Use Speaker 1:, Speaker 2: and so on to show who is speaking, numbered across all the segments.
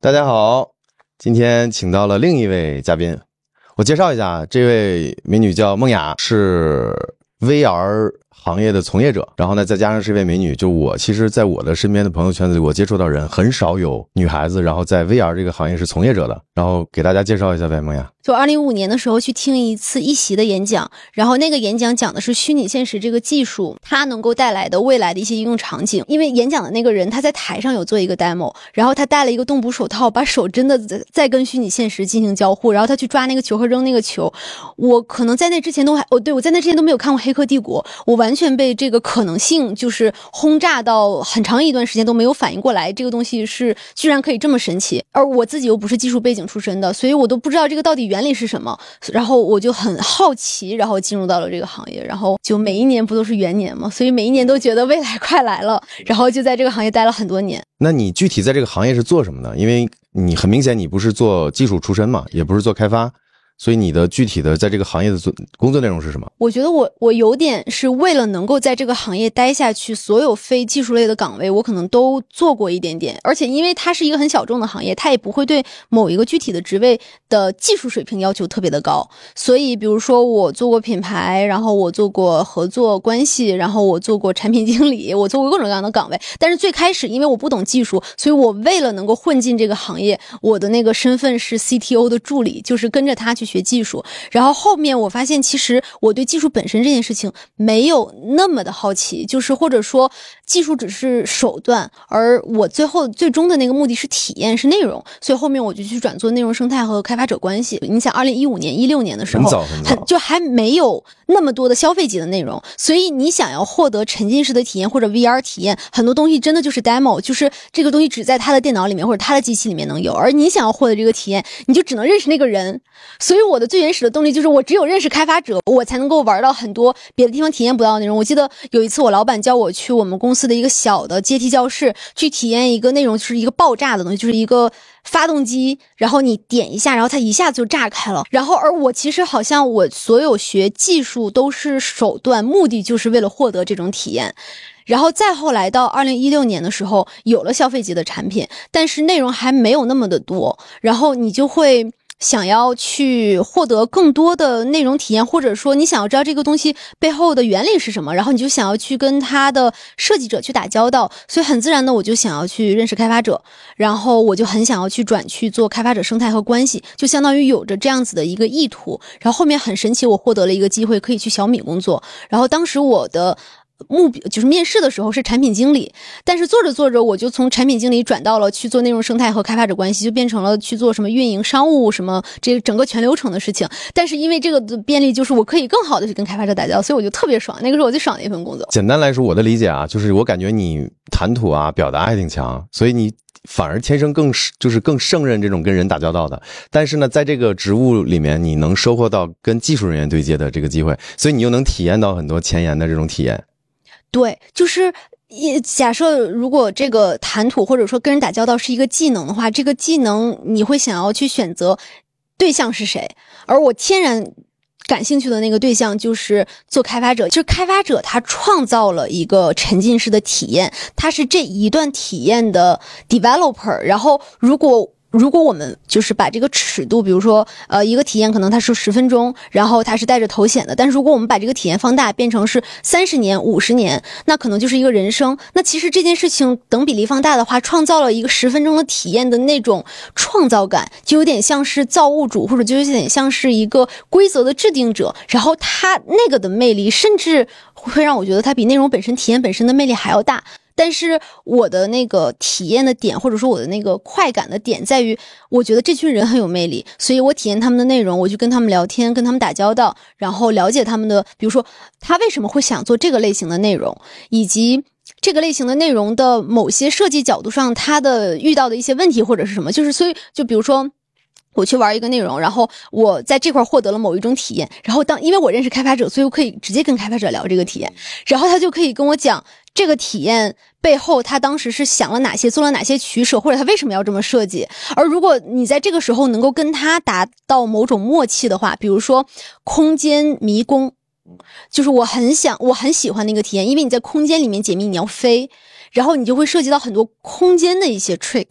Speaker 1: 大家好，今天请到了另一位嘉宾，我介绍一下，这位美女叫梦雅，是 VR 行业的从业者。然后呢，再加上是一位美女，就我其实在我的身边的朋友圈子里，我接触到人很少有女孩子，然后在 VR 这个行业是从业者的。然后给大家介绍一下呗，梦雅。
Speaker 2: 就二零一五年的时候去听一次一席的演讲，然后那个演讲讲的是虚拟现实这个技术它能够带来的未来的一些应用场景。因为演讲的那个人他在台上有做一个 demo，然后他戴了一个动捕手套，把手真的在在跟虚拟现实进行交互，然后他去抓那个球和扔那个球。我可能在那之前都还哦，对我在那之前都没有看过《黑客帝国》，我完全被这个可能性就是轰炸到很长一段时间都没有反应过来，这个东西是居然可以这么神奇。而我自己又不是技术背景出身的，所以我都不知道这个到底原理是什么。然后我就很好奇，然后进入到了这个行业，然后就每一年不都是元年嘛，所以每一年都觉得未来快来了，然后就在这个行业待了很多年。
Speaker 1: 那你具体在这个行业是做什么的？因为你很明显你不是做技术出身嘛，也不是做开发，所以你的具体的在这个行业的做工作内容是什么？
Speaker 2: 我觉得我我有点是为了能够在这个行业待下去，所有非技术类的岗位我可能都做过一点点，而且因为它是一个很小众的行业，它也不会对某一个具体的职位的技术水平要求特别的高，所以比如说我做过品牌，然后我做过合作关系，然后我做过产品经理，我做过各种各样的岗位，但是最开始因为我不懂技术，所以我为了能够混进这个行业，我的那个身份是 CTO 的助理，就是跟着他去学技术，然后后面我发现，其实我对技术本身这件事情没有那么的好奇，就是或者说技术只是手段，而我最后最终的那个目的是体验，是内容。所以后面我就去转做内容生态和开发者关系。你想，二零一五年、一六年的时候，
Speaker 1: 很早很早
Speaker 2: 就还没有那么多的消费级的内容，所以你想要获得沉浸式的体验或者 VR 体验，很多东西真的就是 demo，就是这个东西只在他的电脑里面或者他的机器里面能有，而你想要获得这个体验，你就只能认识那个人，所以我的最原始的动力就是，我只有认识开发者，我才能够玩到很多别的地方体验不到的内容。我记得有一次，我老板叫我去我们公司的一个小的阶梯教室，去体验一个内容，就是一个爆炸的东西，就是一个发动机，然后你点一下，然后它一下子就炸开了。然后，而我其实好像我所有学技术都是手段，目的就是为了获得这种体验。然后再后来到二零一六年的时候，有了消费级的产品，但是内容还没有那么的多，然后你就会。想要去获得更多的内容体验，或者说你想要知道这个东西背后的原理是什么，然后你就想要去跟它的设计者去打交道，所以很自然的我就想要去认识开发者，然后我就很想要去转去做开发者生态和关系，就相当于有着这样子的一个意图。然后后面很神奇，我获得了一个机会，可以去小米工作。然后当时我的。目标就是面试的时候是产品经理，但是做着做着我就从产品经理转到了去做内容生态和开发者关系，就变成了去做什么运营、商务什么这整个全流程的事情。但是因为这个的便利，就是我可以更好的去跟开发者打交道，所以我就特别爽。那个是我最爽的一份工作。
Speaker 1: 简单来说，我的理解啊，就是我感觉你谈吐啊、表达还挺强，所以你反而天生更是就是更胜任这种跟人打交道的。但是呢，在这个职务里面，你能收获到跟技术人员对接的这个机会，所以你又能体验到很多前沿的这种体验。
Speaker 2: 对，就是一假设，如果这个谈吐或者说跟人打交道是一个技能的话，这个技能你会想要去选择对象是谁，而我天然。感兴趣的那个对象就是做开发者，就是开发者他创造了一个沉浸式的体验，他是这一段体验的 developer。然后，如果如果我们就是把这个尺度，比如说，呃，一个体验可能它是十分钟，然后它是带着头显的，但是如果我们把这个体验放大，变成是三十年、五十年，那可能就是一个人生。那其实这件事情等比例放大的话，创造了一个十分钟的体验的那种创造感，就有点像是造物主，或者就有点像是一个规则的制定者。然后它那个的魅力，甚至会让我觉得它比内容本身、体验本身的魅力还要大。但是我的那个体验的点，或者说我的那个快感的点，在于我觉得这群人很有魅力，所以我体验他们的内容，我去跟他们聊天，跟他们打交道，然后了解他们的，比如说他为什么会想做这个类型的内容，以及这个类型的内容的某些设计角度上他的遇到的一些问题或者是什么，就是所以就比如说。我去玩一个内容，然后我在这块获得了某一种体验，然后当因为我认识开发者，所以我可以直接跟开发者聊这个体验，然后他就可以跟我讲这个体验背后他当时是想了哪些，做了哪些取舍，或者他为什么要这么设计。而如果你在这个时候能够跟他达到某种默契的话，比如说空间迷宫，就是我很想我很喜欢那个体验，因为你在空间里面解密，你要飞，然后你就会涉及到很多空间的一些 trick，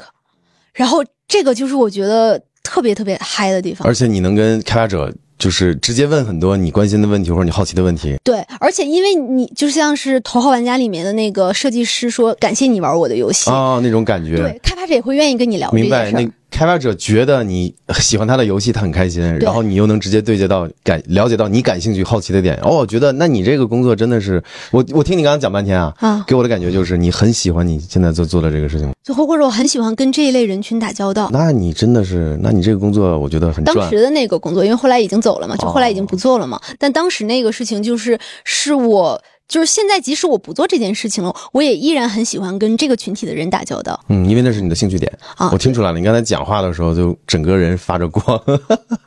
Speaker 2: 然后。这个就是我觉得特别特别嗨的地方。
Speaker 1: 而且你能跟开发者就是直接问很多你关心的问题或者你好奇的问题，
Speaker 2: 对，而且因为你就像是《头号玩家》里面的那个设计师说：“感谢你玩我的游戏。
Speaker 1: 啊、那种感觉。
Speaker 2: 对，开发者也会愿意跟你聊这
Speaker 1: 明
Speaker 2: 件
Speaker 1: 白，
Speaker 2: 事
Speaker 1: 那
Speaker 2: 儿。
Speaker 1: 开发者觉得你喜欢他的游戏，他很开心，然后你又能直接对接到感了解到你感兴趣、好奇的点。哦，我觉得那你这个工作真的是，我我听你刚刚讲半天啊，
Speaker 2: 啊，
Speaker 1: 给我的感觉就是你很喜欢你现在做做的这个事情。
Speaker 2: 就或或者我很喜欢跟这一类人群打交道。
Speaker 1: 那你真的是，那你这个工作我觉得很
Speaker 2: 当
Speaker 1: 赚
Speaker 2: 时的那个工作，因为后来已经走了嘛，
Speaker 1: 哦
Speaker 2: 就后来已经不做了嘛。但当时那个事情就是，是我就是现在，即使我不做这件事情了，我也依然很喜欢跟这个群体的人打交道
Speaker 1: 嗯，因为那是你的兴趣点
Speaker 2: 啊
Speaker 1: 我听出来了，你刚才讲话的时候就整个人发着 光。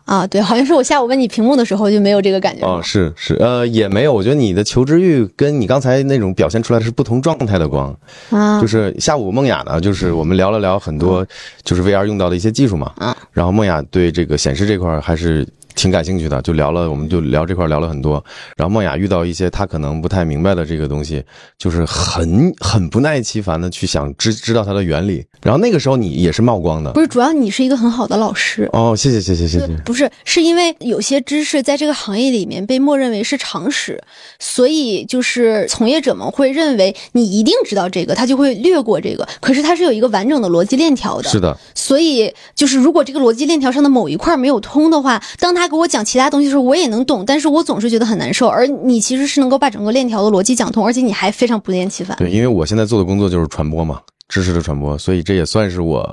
Speaker 2: 啊。对，好像是我下午问你屏幕的时候就没有这个感觉
Speaker 1: 哦，
Speaker 2: 了。
Speaker 1: 是是，呃，也没有，我觉得你的求知欲跟你刚才那种表现出来的是不同状态的光。
Speaker 2: 啊
Speaker 1: 就，是下午梦雅呢，就是我们聊了聊很多就是 VR 用到的一些技术嘛，
Speaker 2: 嗯，
Speaker 1: 然后梦雅对这个显示这块儿还是挺感兴趣的，就聊了，我们就聊这块儿聊了很多。然后梦雅遇到一些她可能不太明白的这个东西，就是很很不耐其烦的去想知知道它的原理。然后那个时候你也是冒光的
Speaker 2: 不，是，主要你是一个很好的老师。
Speaker 1: 哦，谢谢谢谢谢
Speaker 2: 就
Speaker 1: 谢，
Speaker 2: 不是，是因为有些知识在这个行业里面被默认为是常识，所以就是从业者们会认为你一定知道这个，他就会略过这个。可是它是有一个完整的逻辑链条的，
Speaker 1: 是的，
Speaker 2: 所以就是如果这个逻辑链条上的某一块没有通的话，当他给我讲其他东西的时候，我也能懂，但是我总是觉得很难受。而你其实是能够把整个链条的逻辑讲通，而且你还非常不厌其烦。
Speaker 1: 对，因为我现在做的工作就是传播嘛，知识的传播，所以这也算是我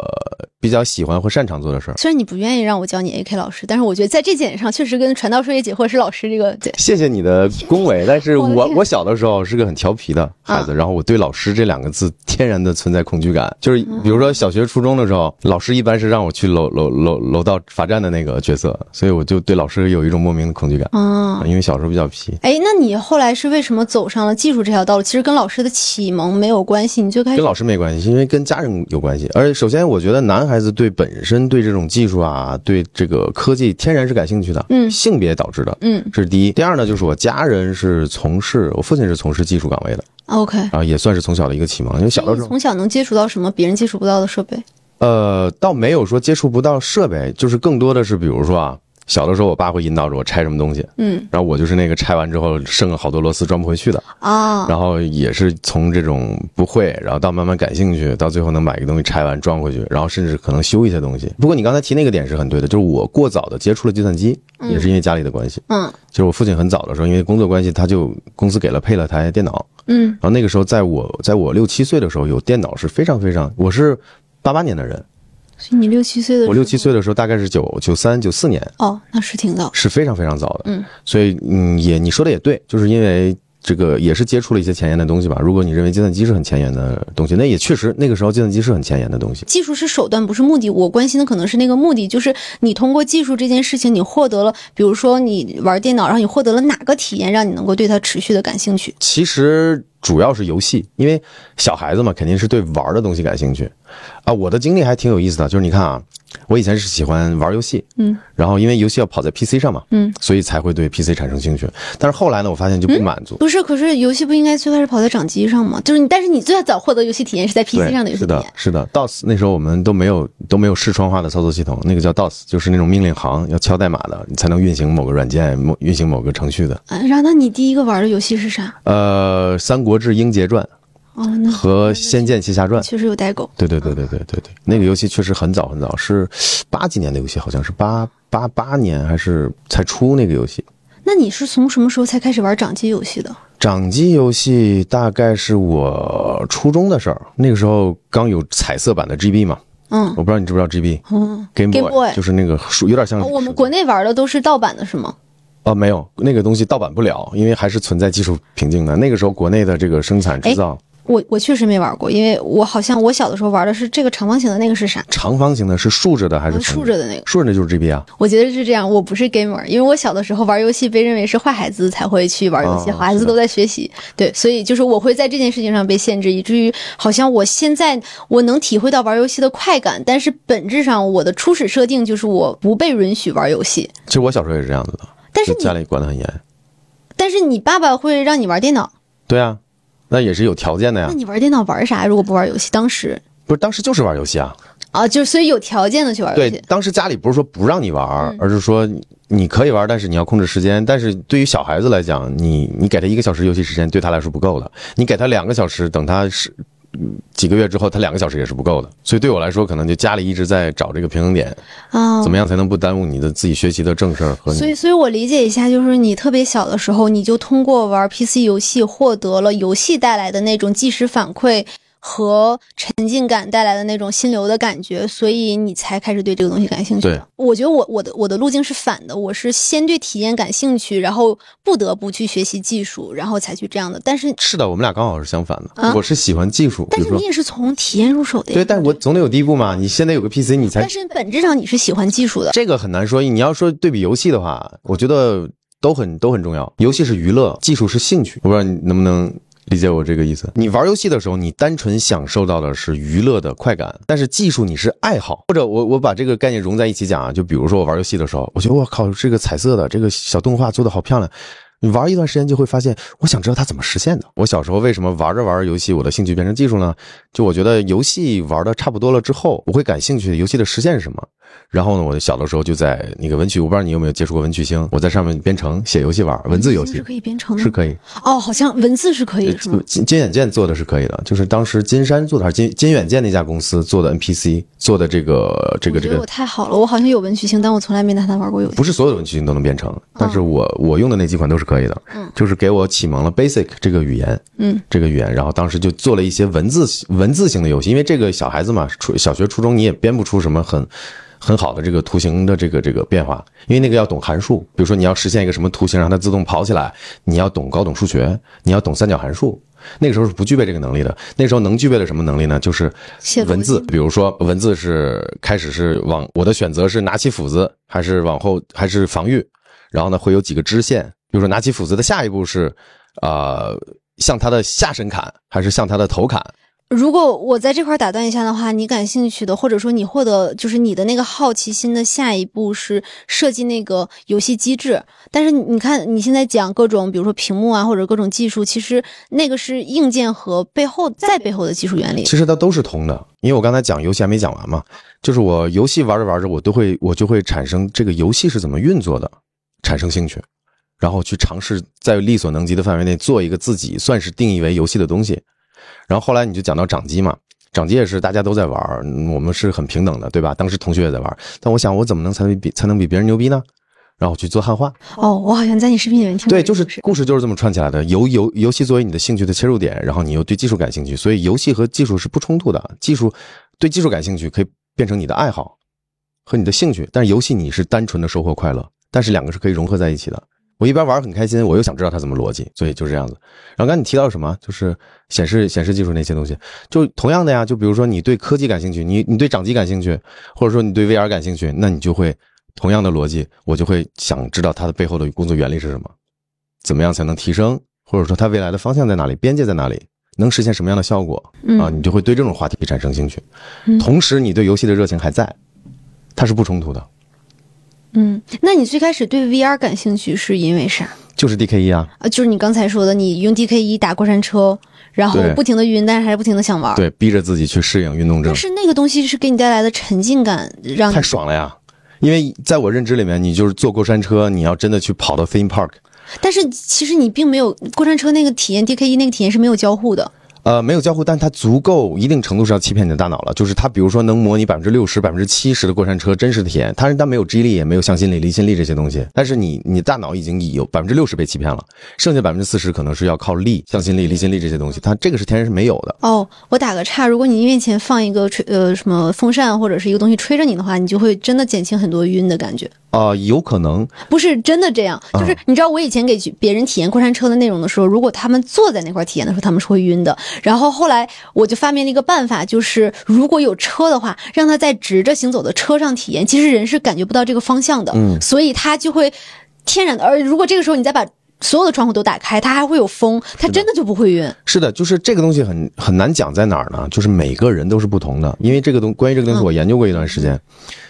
Speaker 1: 比较喜欢或擅长做的事儿。
Speaker 2: 虽然你不愿意让我教你 AK 老师，但是我觉得在这点上确实跟传道授业解惑是老师这个对
Speaker 1: 谢谢你的恭维，但是
Speaker 2: 我的
Speaker 1: 我
Speaker 2: 天啊
Speaker 1: 我小的时候是个很调皮的孩子，然后我对老师这两个字天然的存在恐惧感，就是
Speaker 2: 嗯
Speaker 1: 比如说小学、初中的时候，老师一般是让我去楼楼楼楼道罚站的那个角色，所以我就对老师有一种莫名的恐惧感，
Speaker 2: 啊。
Speaker 1: 因为小时候比较皮。
Speaker 2: 哎，那你后来是为什么走上了技术这条道路？其实跟老师的启蒙没有关系，你最开始
Speaker 1: 跟老师没关系，因为跟家人有关系。而首先，我觉得男孩子对本身对这种技术啊，对这个科技天然是感兴趣的，
Speaker 2: 嗯
Speaker 1: 性别导致的，
Speaker 2: 嗯
Speaker 1: 这是第一。第二呢，就是我家人是从事，我父亲是从事技术岗位的，
Speaker 2: 啊，OK，
Speaker 1: 然后也算是从小的一个启蒙，因为小的时
Speaker 2: 所以你
Speaker 1: 候，
Speaker 2: 从小能接触到什么别人接触不到的设备
Speaker 1: 呃，倒没有说接触不到设备，就是更多的是比如说啊，小的时候我爸会引导着我拆什么东西，
Speaker 2: 嗯
Speaker 1: 然后我就是那个拆完之后剩了好多螺丝装不回去的，
Speaker 2: 啊
Speaker 1: 然后也是从这种不会，然后到慢慢感兴趣，到最后能把一个东西拆完装回去，然后甚至可能修一些东西。不过你刚才提那个点是很对的，就是我过早的接触了计算机，也是因为家里的关系。
Speaker 2: 嗯
Speaker 1: 就是我父亲很早的时候，因为工作关系，他就公司给了配了台电脑，
Speaker 2: 嗯
Speaker 1: 然后那个时候在我在我六七岁的时候，有电脑是非常非常，我是八八年的人，
Speaker 2: 所以你六七岁的时候
Speaker 1: 我六七岁的时候大概是九九三九四年，
Speaker 2: 哦，那是挺早。
Speaker 1: 是非常非常早的。
Speaker 2: 嗯，
Speaker 1: 所以嗯，也你说的也对，就是因为这个也是接触了一些前沿的东西吧。如果你认为计算机是很前沿的东西，那也确实那个时候计算机是很前沿的东西。
Speaker 2: 技术是手段，不是目的。我关心的可能是那个目的，就是你通过技术这件事情，你获得了，比如说你玩电脑，然后你获得了哪个体验，让你能够对它持续的感兴趣。
Speaker 1: 其实主要是游戏，因为小孩子嘛，肯定是对玩儿的东西感兴趣啊。我的经历还挺有意思的，就是你看啊，我以前是喜欢玩游戏，
Speaker 2: 嗯，
Speaker 1: 然后因为游戏要跑在 PC 上嘛，
Speaker 2: 嗯，
Speaker 1: 所以才会对 PC 产生兴趣。但是后来呢，我发现就不满足，
Speaker 2: 不是，可是游戏不应该最开始跑在掌机上吗？就是你，但是你最早获得游戏体验是在 PC 上的
Speaker 1: 对，
Speaker 2: 游戏
Speaker 1: 是
Speaker 2: 体
Speaker 1: 的
Speaker 2: 验，。
Speaker 1: 是的。DOS 那时候我们都没有都没有视窗化的操作系统，那个叫 DOS，就是那种命令行要敲代码的，你才能运行某个软件、某运行某个程序的。
Speaker 2: 啊，然后那你第一个玩的游戏是啥？
Speaker 1: 呃，《三国志英杰传
Speaker 2: 哦，那》
Speaker 1: 和《仙剑奇侠传》。
Speaker 2: 确实有代沟。
Speaker 1: 对对对对对对对，那个游戏确实很早很早，是八几年的游戏，好像是八八八年还是才出那个游戏。
Speaker 2: 那你是从什么时候才开始玩掌机游戏的？
Speaker 1: 掌机游戏大概是我初中的事儿，那个时候刚有彩色版的 GB 嘛，
Speaker 2: 嗯
Speaker 1: 我不知道你知不知道 GB。
Speaker 2: 嗯，
Speaker 1: Game
Speaker 2: Game Boy
Speaker 1: 就是那个数，有点像
Speaker 2: 哦我们
Speaker 1: 手
Speaker 2: 国内玩的都是盗版的，是吗？
Speaker 1: 哦，没有那个东西盗版不了，因为还是存在技术瓶颈的。那个时候国内的这个生产制造，
Speaker 2: 我我确实没玩过，因为我好像我小的时候玩的是这个长方形的那个是啥？
Speaker 1: 长方形的是竖着的还是横
Speaker 2: 嗯竖着？的那个，
Speaker 1: 竖着的就是 GB 啊，
Speaker 2: 我觉得是这样。我不是 gamer，因为我小的时候玩游戏被认为是坏孩子才会去玩游戏，
Speaker 1: 哦
Speaker 2: 好孩子
Speaker 1: 是的
Speaker 2: 都在学习。对，所以就是我会在这件事情上被限制，以至于好像我现在我能体会到玩游戏的快感，但是本质上我的初始设定就是我不被允许玩游戏。
Speaker 1: 其实我小时候也是这样子的，
Speaker 2: 但是
Speaker 1: 就家
Speaker 2: 你，
Speaker 1: 里管得很严。
Speaker 2: 但是你爸爸会让你玩电脑，
Speaker 1: 对啊，那也是有条件的呀
Speaker 2: 那。你玩电脑玩啥？如果不玩游戏，当时
Speaker 1: 不是当时就是玩游戏啊，
Speaker 2: 啊，就是所以有条件的去玩游
Speaker 1: 对
Speaker 2: 戏，，
Speaker 1: 当时家里不是说不让你玩儿，
Speaker 2: 嗯
Speaker 1: 而是说你可以玩儿，但是你要控制时间。但是对于小孩子来讲，你你给他一个小时游戏时间，对他来说不够的。你给他两个小时，等他是嗯几个月之后，他两个小时也是不够的。所以对我来说，可能就家里一直在找这个平衡点，
Speaker 2: 啊，
Speaker 1: 怎么样才能不耽误你的自己学习的正事儿和
Speaker 2: 所
Speaker 1: 你
Speaker 2: 以，所以我理解一下，就是你特别小的时候，你就通过玩 PC 游戏获得了游戏带来的那种即时反馈和沉浸感带来的那种心流的感觉，所以你才开始对这个东西感兴趣。
Speaker 1: 对。
Speaker 2: 我觉得我我的我的路径是反的，我是先对体验感兴趣，然后不得不去学习技术，然后才去这样的。但是，
Speaker 1: 是的，我们俩刚好是相反的。
Speaker 2: 啊
Speaker 1: 我是喜欢技术，比
Speaker 2: 但
Speaker 1: 如
Speaker 2: 是你
Speaker 1: 说，
Speaker 2: 也是从体验入手的呀。
Speaker 1: 对，但我总得有第一步嘛。你先得有个 PC，你才
Speaker 2: 但是本质上你是喜欢技术的。
Speaker 1: 这个很难说。你要说对比游戏的话，我觉得都很都很重要。游戏是娱乐，技术是兴趣。我不知道你能不能理解我这个意思。你玩游戏的时候，你单纯享受到的是娱乐的快感，但是技术你是爱好，或者我我把这个概念融在一起讲啊，就比如说我玩游戏的时候，我觉得我靠，这个彩色的这个小动画做的好漂亮。你玩一段时间就会发现，我想知道它怎么实现的。我小时候为什么玩着玩着游戏，我的兴趣变成技术呢？就我觉得游戏玩的差不多了之后，我会感兴趣游戏的实现是什么。然后呢，我小的时候就在那个文曲，我不知道你有没有接触过文曲星，我在上面编程、写游戏玩，文字游
Speaker 2: 是
Speaker 1: 戏
Speaker 2: 可以编程的吗，
Speaker 1: 是可以，
Speaker 2: 哦，好像文字是可以的，是吗？
Speaker 1: 嗯金金远见做的是可以的，就是当时金山做的还是金金远见那家公司做的 NPC 做的这个这个
Speaker 2: 我
Speaker 1: 这
Speaker 2: 觉得
Speaker 1: 个
Speaker 2: 我，太好了，我好像有文曲星，但我从来没拿它玩过游戏。
Speaker 1: 不是所有的文曲星都能编程，但是我我用的那几款都是可以的
Speaker 2: 嗯，
Speaker 1: 就是给我启蒙了 Basic 这个语言，
Speaker 2: 嗯，
Speaker 1: 这个语言，然后当时就做了一些文字文字型的游戏，因为这个小孩子嘛，初小学初中你也编不出什么很很好的这个图形的这个这个变化，因为那个要懂函数，比如说你要实现一个什么图形让它自动跑起来，你要懂高等数学，你要懂三角函数。那个时候是不具备这个能力的，那时候能具备的什么能力呢？就是
Speaker 2: 写
Speaker 1: 文
Speaker 2: 逻
Speaker 1: 字
Speaker 2: 辑，
Speaker 1: 比如说文字是开始是往我的选择是拿起斧子，还是往后还是防御，然后呢会有几个支线，比如说拿起斧子的下一步是，呃，向他的下身砍还是向他的头砍？
Speaker 2: 如果我在这块儿打断一下的话，你感兴趣的，或者说你获得就是你的那个好奇心的下一步是设计那个游戏机制。但是你你看你现在讲各种，比如说屏幕啊，或者各种技术，其实那个是硬件和背后再背后的技术原理。
Speaker 1: 其实它都是通的，因为我刚才讲游戏还没讲完嘛，就是我游戏玩着玩着，我都会我就会产生这个游戏是怎么运作的，产生兴趣，然后去尝试在力所能及的范围内做一个自己算是定义为游戏的东西。然后后来你就讲到掌机嘛，掌机也是大家都在玩儿，嗯我们是很平等的，对吧？当时同学也在玩儿，但我想我怎么能才比才能比别人牛逼呢？然后我去做汉化，
Speaker 2: 哦，我好像在你视频里面听过
Speaker 1: 对，
Speaker 2: 这
Speaker 1: 就
Speaker 2: 个
Speaker 1: 是
Speaker 2: 故事
Speaker 1: 故事就是这么串起来的。游游游戏作为你的兴趣的切入点，然后你又对技术感兴趣，所以游戏和技术是不冲突的。技术对技术感兴趣可以变成你的爱好和你的兴趣，但是游戏你是单纯的收获快乐，但是两个是可以融合在一起的。我一边玩很开心，我又想知道它怎么逻辑，所以就这样子。然后刚才你提到什么，就是显示显示技术那些东西，就同样的呀，就比如说你对科技感兴趣，你你对掌机感兴趣，或者说你对 VR 感兴趣，那你就会同样的逻辑，我就会想知道它的背后的工作原理是什么，怎么样才能提升，或者说它未来的方向在哪里，边界在哪里，能实现什么样的效果
Speaker 2: 嗯
Speaker 1: 啊？你就会对这种话题产生兴趣
Speaker 2: 嗯，
Speaker 1: 同时你对游戏的热情还在，它是不冲突的，
Speaker 2: 嗯，那你最开始对 VR 感兴趣是因为啥？
Speaker 1: 就是 DKE 啊，
Speaker 2: 啊，就是你刚才说的，你用 DK 一打过山车，然后
Speaker 1: 对
Speaker 2: 不停的晕，但是还是不停的想玩。
Speaker 1: 对，逼着自己去适应运动症
Speaker 2: 啊但。是那个东西是给你带来的沉浸感，让你
Speaker 1: 太爽了呀！因为在我认知里面，你就是坐过山车，你要真的去跑到 theme park，
Speaker 2: 但是其实你并没有过山车那个体验，DK 一那个体验是没有交互的。
Speaker 1: 呃，没有交互，但它足够一定程度上欺骗你的大脑了。就是它，比如说能模拟百分之六十、百分之七十的过山车真实体验，它是它没有 G 力，也没有向心力、离心力这些东西。但是你你大脑已经有百分之六十被欺骗了，剩下百分之四十可能是要靠力、向心力、离心力这些东西，它这个是天然是没有的。
Speaker 2: 哦，我打个岔，如果你面前放一个吹呃什么风扇或者是一个东西吹着你的话，你就会真的减轻很多晕的感觉。
Speaker 1: 呃，有可能
Speaker 2: 不是真的这样，
Speaker 1: 嗯
Speaker 2: 就是你知道我以前给别人体验过山车的内容的时候，如果他们坐在那块儿体验的时候，他们是会晕的。然后后来我就发明了一个办法，就是如果有车的话，让他在直着行走的车上体验，其实人是感觉不到这个方向的，
Speaker 1: 嗯
Speaker 2: 所以他就会天然的。而如果这个时候你再把所有的窗户都打开，它还会有风，它真的就不会晕。
Speaker 1: 是的，就是这个东西很很难讲在哪儿呢？就是每个人都是不同的，因为这个东关于这个东西，
Speaker 2: 嗯
Speaker 1: 我研究过一段时间。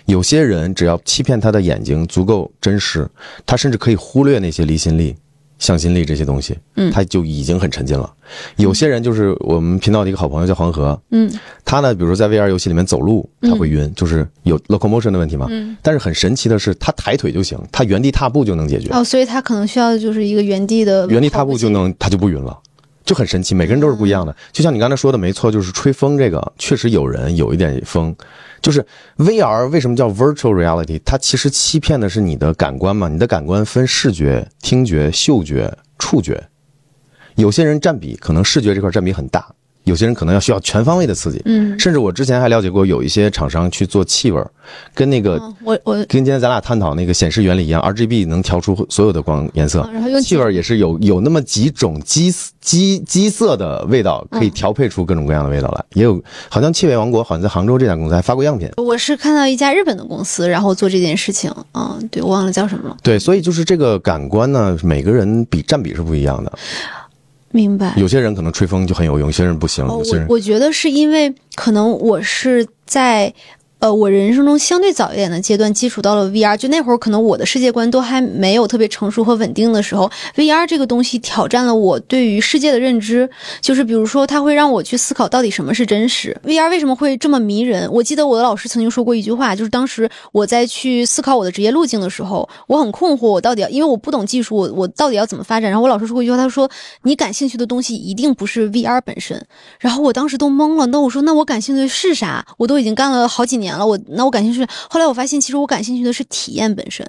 Speaker 1: 有些人只要欺骗他的眼睛足够真实，他甚至可以忽略那些离心力、向心力这些东西，
Speaker 2: 嗯
Speaker 1: 他就已经很沉浸了。有些人就是我们频道的一个好朋友叫黄河，
Speaker 2: 嗯
Speaker 1: 他呢，比如说在 VR 游戏里面走路，他会晕，就是有 locomotion 的问题嘛。
Speaker 2: 嗯，
Speaker 1: 但是很神奇的是，他抬腿就行，他原地踏步就能解决，
Speaker 2: 哦，所以他可能需要的就是一个原地的
Speaker 1: 原地踏步就能，他就不晕了。就很神奇，每个人都是不一
Speaker 2: 嗯
Speaker 1: 样的。就像你刚才说的，没错，就是吹风这个，确实有人有一点风，就是 VR 为什么叫 virtual reality？它其实欺骗的是你的感官嘛，你的感官分视觉、听觉、嗅觉、触觉。有些人占比可能视觉这块占比很大，有些人可能要需要全方位的刺激。
Speaker 2: 嗯，
Speaker 1: 甚至我之前还了解过，有一些厂商去做气味儿，跟那个、
Speaker 2: 嗯我我
Speaker 1: 跟今天咱俩探讨那个显示原理一样，RGB 能调出所有的光颜色
Speaker 2: 啊，然后用
Speaker 1: 气味儿也是有有那么几种基基基色的味道，可以调配出各种各样的味道来。也有好像气味王国好像在杭州这家公司还发过样品。
Speaker 2: 我是看到一家日本的公司，然后做这件事情，嗯，对我忘了叫什么了，
Speaker 1: 对，所以就是这个感官呢，每个人比占比是不一样的。
Speaker 2: 明白。
Speaker 1: 有些人可能吹风就很有用，有些人不行，
Speaker 2: 哎哦，
Speaker 1: 有些
Speaker 2: 我
Speaker 1: 人
Speaker 2: 我觉得是因为可能我是在呃我人生中相对早一点的阶段接触到了 VR，就那会儿可能我的世界观都还没有特别成熟和稳定的时候，VR 这个东西挑战了我对于世界的认知，就是比如说它会让我去思考到底什么是真实，VR 为什么会这么迷人？我记得我的老师曾经说过一句话，就是当时我在去思考我的职业路径的时候，我很困惑，我到底要因为我不懂技术，我我到底要怎么发展？然后我老师说过一句话，他说你感兴趣的东西一定不是 VR 本身，然后我当时都懵了，那我说那我感兴趣的是啥？我都已经干了好几年了，我那我感兴趣。后来我发现，其实我感兴趣的是体验本身，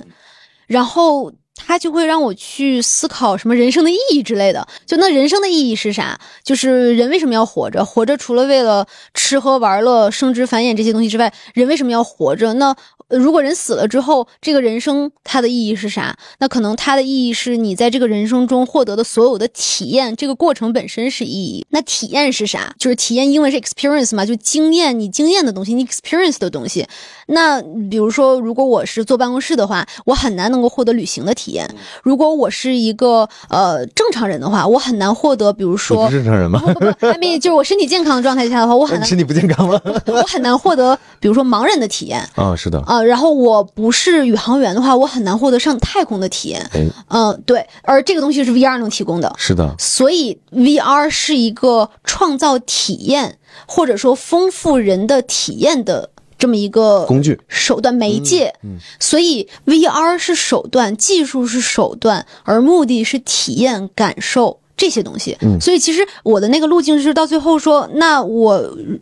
Speaker 2: 然后它就会让我去思考什么人生的意义之类的。就那人生的意义是啥？就是人为什么要活着？活着除了为了吃喝玩乐、生殖繁衍这些东西之外，人为什么要活着？那呃如果人死了之后，这个人生它的意义是啥？那可能它的意义是你在这个人生中获得的所有的体验，这个过程本身是意义。那体验是啥？就是体验，英文是 experience 嘛，就经验，你经验的东西，你 experience 的东西。那比如说，如果我是坐办公室的话，我很难能够获得旅行的体验；如果我是一个呃正常人的话，我很难获得，比如
Speaker 1: 你不
Speaker 2: 说
Speaker 1: 是。正常人 吗？
Speaker 2: 不不不，还没就是我身体健康的状态下的话，我很难
Speaker 1: 身体不健康 吗？
Speaker 2: 我很难获得，比如说盲人的体验，
Speaker 1: 啊、是的，
Speaker 2: 啊，然后我不是宇航员的话，我很难获得上太空的体验。
Speaker 1: 哎，
Speaker 2: 嗯、对，而这个东西是 VR 能提供的，
Speaker 1: 是的，
Speaker 2: 所以 VR 是一个创造体验或者说丰富人的体验的这么一个
Speaker 1: 工具。嗯
Speaker 2: 手段媒介。所以 VR 是手段，技术是手段，而目的是体验感受。这些东西，
Speaker 1: 嗯
Speaker 2: 所以其实我的那个路径是到最后说，那我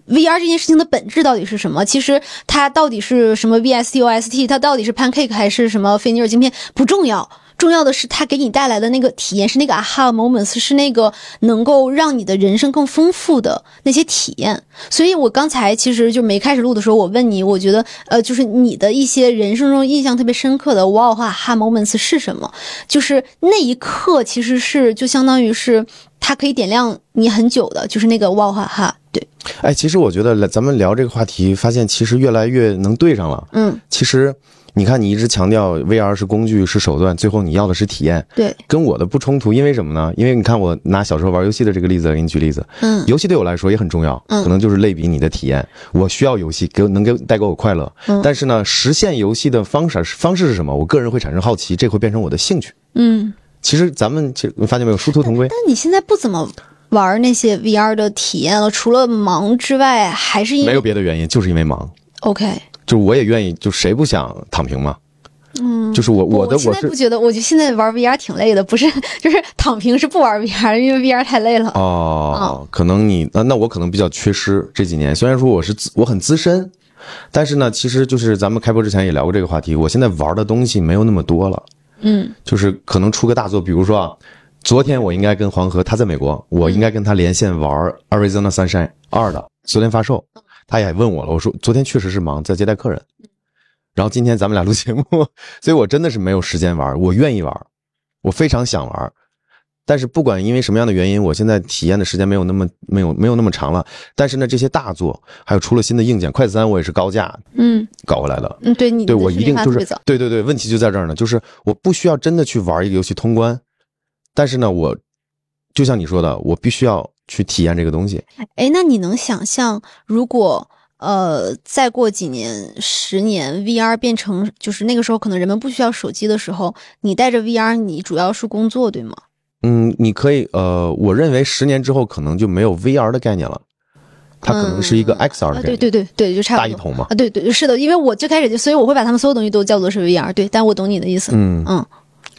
Speaker 2: VR 这件事情的本质到底是什么？其实它到底是什么 VSTOST，它到底是 Pancake 还是什么菲尼尔晶片不重要，重要的是它给你带来的那个体验是那个 aha moments，是那个能够让你的人生更丰富的那些体验。所以我刚才其实就没开始录的时候，我问你，我觉得呃，就是你的一些人生中印象特别深刻的 wow 和 aha moments 是什么？就是那一刻其实是就相当于是它可以点亮你很久的，就是那个 wow 哈哈，对，
Speaker 1: 哎，其实我觉得来咱们聊这个话题，发现其实越来越能对上了。
Speaker 2: 嗯，
Speaker 1: 其实你看，你一直强调 VR 是工具是手段，最后你要的是体验，
Speaker 2: 对，
Speaker 1: 跟我的不冲突。因为什么呢？因为你看，我拿小时候玩游戏的这个例子来给你举例子，
Speaker 2: 嗯
Speaker 1: 游戏对我来说也很重要，
Speaker 2: 嗯
Speaker 1: 可能就是类比你的体验。我需要游戏给我能给带给我快乐，
Speaker 2: 嗯
Speaker 1: 但是呢，实现游戏的方式方式是什么？我个人会产生好奇，这会变成我的兴趣。
Speaker 2: 嗯。
Speaker 1: 其实咱们其实发现没有，殊途同归。
Speaker 2: 但你现在不怎么玩那些 VR 的体验了，除了忙之外，还是因
Speaker 1: 没
Speaker 2: 为
Speaker 1: 有别的原因，就是因为忙。
Speaker 2: OK。
Speaker 1: 就是我也愿意，就谁不想躺平嘛？嗯，就是我我的
Speaker 2: 现
Speaker 1: 我
Speaker 2: 在
Speaker 1: 是
Speaker 2: 不觉得，我就现在玩 VR 挺累的，不是， 就是躺平是不玩 VR，因为 VR 太累了。
Speaker 1: 哦，可能你那那我可能比较缺失这几年，虽然说我是资我很资深，但是呢，其实就是咱们开播之前也聊过这个话题，我现在玩的东西没有那么多了，
Speaker 2: 嗯
Speaker 1: 就是可能出个大作，比如说啊，昨天我应该跟黄河，他在美国，我应该跟他连线玩《Arizona Sunshine 二》的，昨天发售，他也问我了，我说昨天确实是忙，在接待客人，然后今天咱们俩录节目， 所以我真的是没有时间玩，我愿意玩，我非常想玩，但是不管因为什么样的原因，我现在体验的时间没有那么没有没有那么长了，但是呢，这些大作还有出了新的硬件，快三我也是高价
Speaker 2: 嗯
Speaker 1: 搞回来的，
Speaker 2: 嗯，对你
Speaker 1: 对
Speaker 2: 你的
Speaker 1: 我
Speaker 2: 视
Speaker 1: 一
Speaker 2: 频
Speaker 1: 定
Speaker 2: 发
Speaker 1: 就
Speaker 2: 特别
Speaker 1: 是
Speaker 2: 早
Speaker 1: 对对对，问题就在这儿呢，就是我不需要真的去玩一个游戏通关，但是呢，我就像你说的，我必须要去体验这个东西。
Speaker 2: 哎，那你能想象，如果呃再过几年、十年，VR 变成就是那个时候可能人们不需要手机的时候，你带着 VR，你主要是工作，对吗？
Speaker 1: 嗯，你可以呃，我认为十年之后可能就没有 VR 的概念了，它可能是一个
Speaker 2: 嗯
Speaker 1: XR 的概念，
Speaker 2: 对对对对，就差
Speaker 1: 大
Speaker 2: 不
Speaker 1: 一
Speaker 2: 多。
Speaker 1: 统嘛。
Speaker 2: 啊，对对是的，因为我最开始就，所以我会把他们所有东西都叫做是 VR，对，但我懂你的意思，
Speaker 1: 嗯
Speaker 2: 嗯，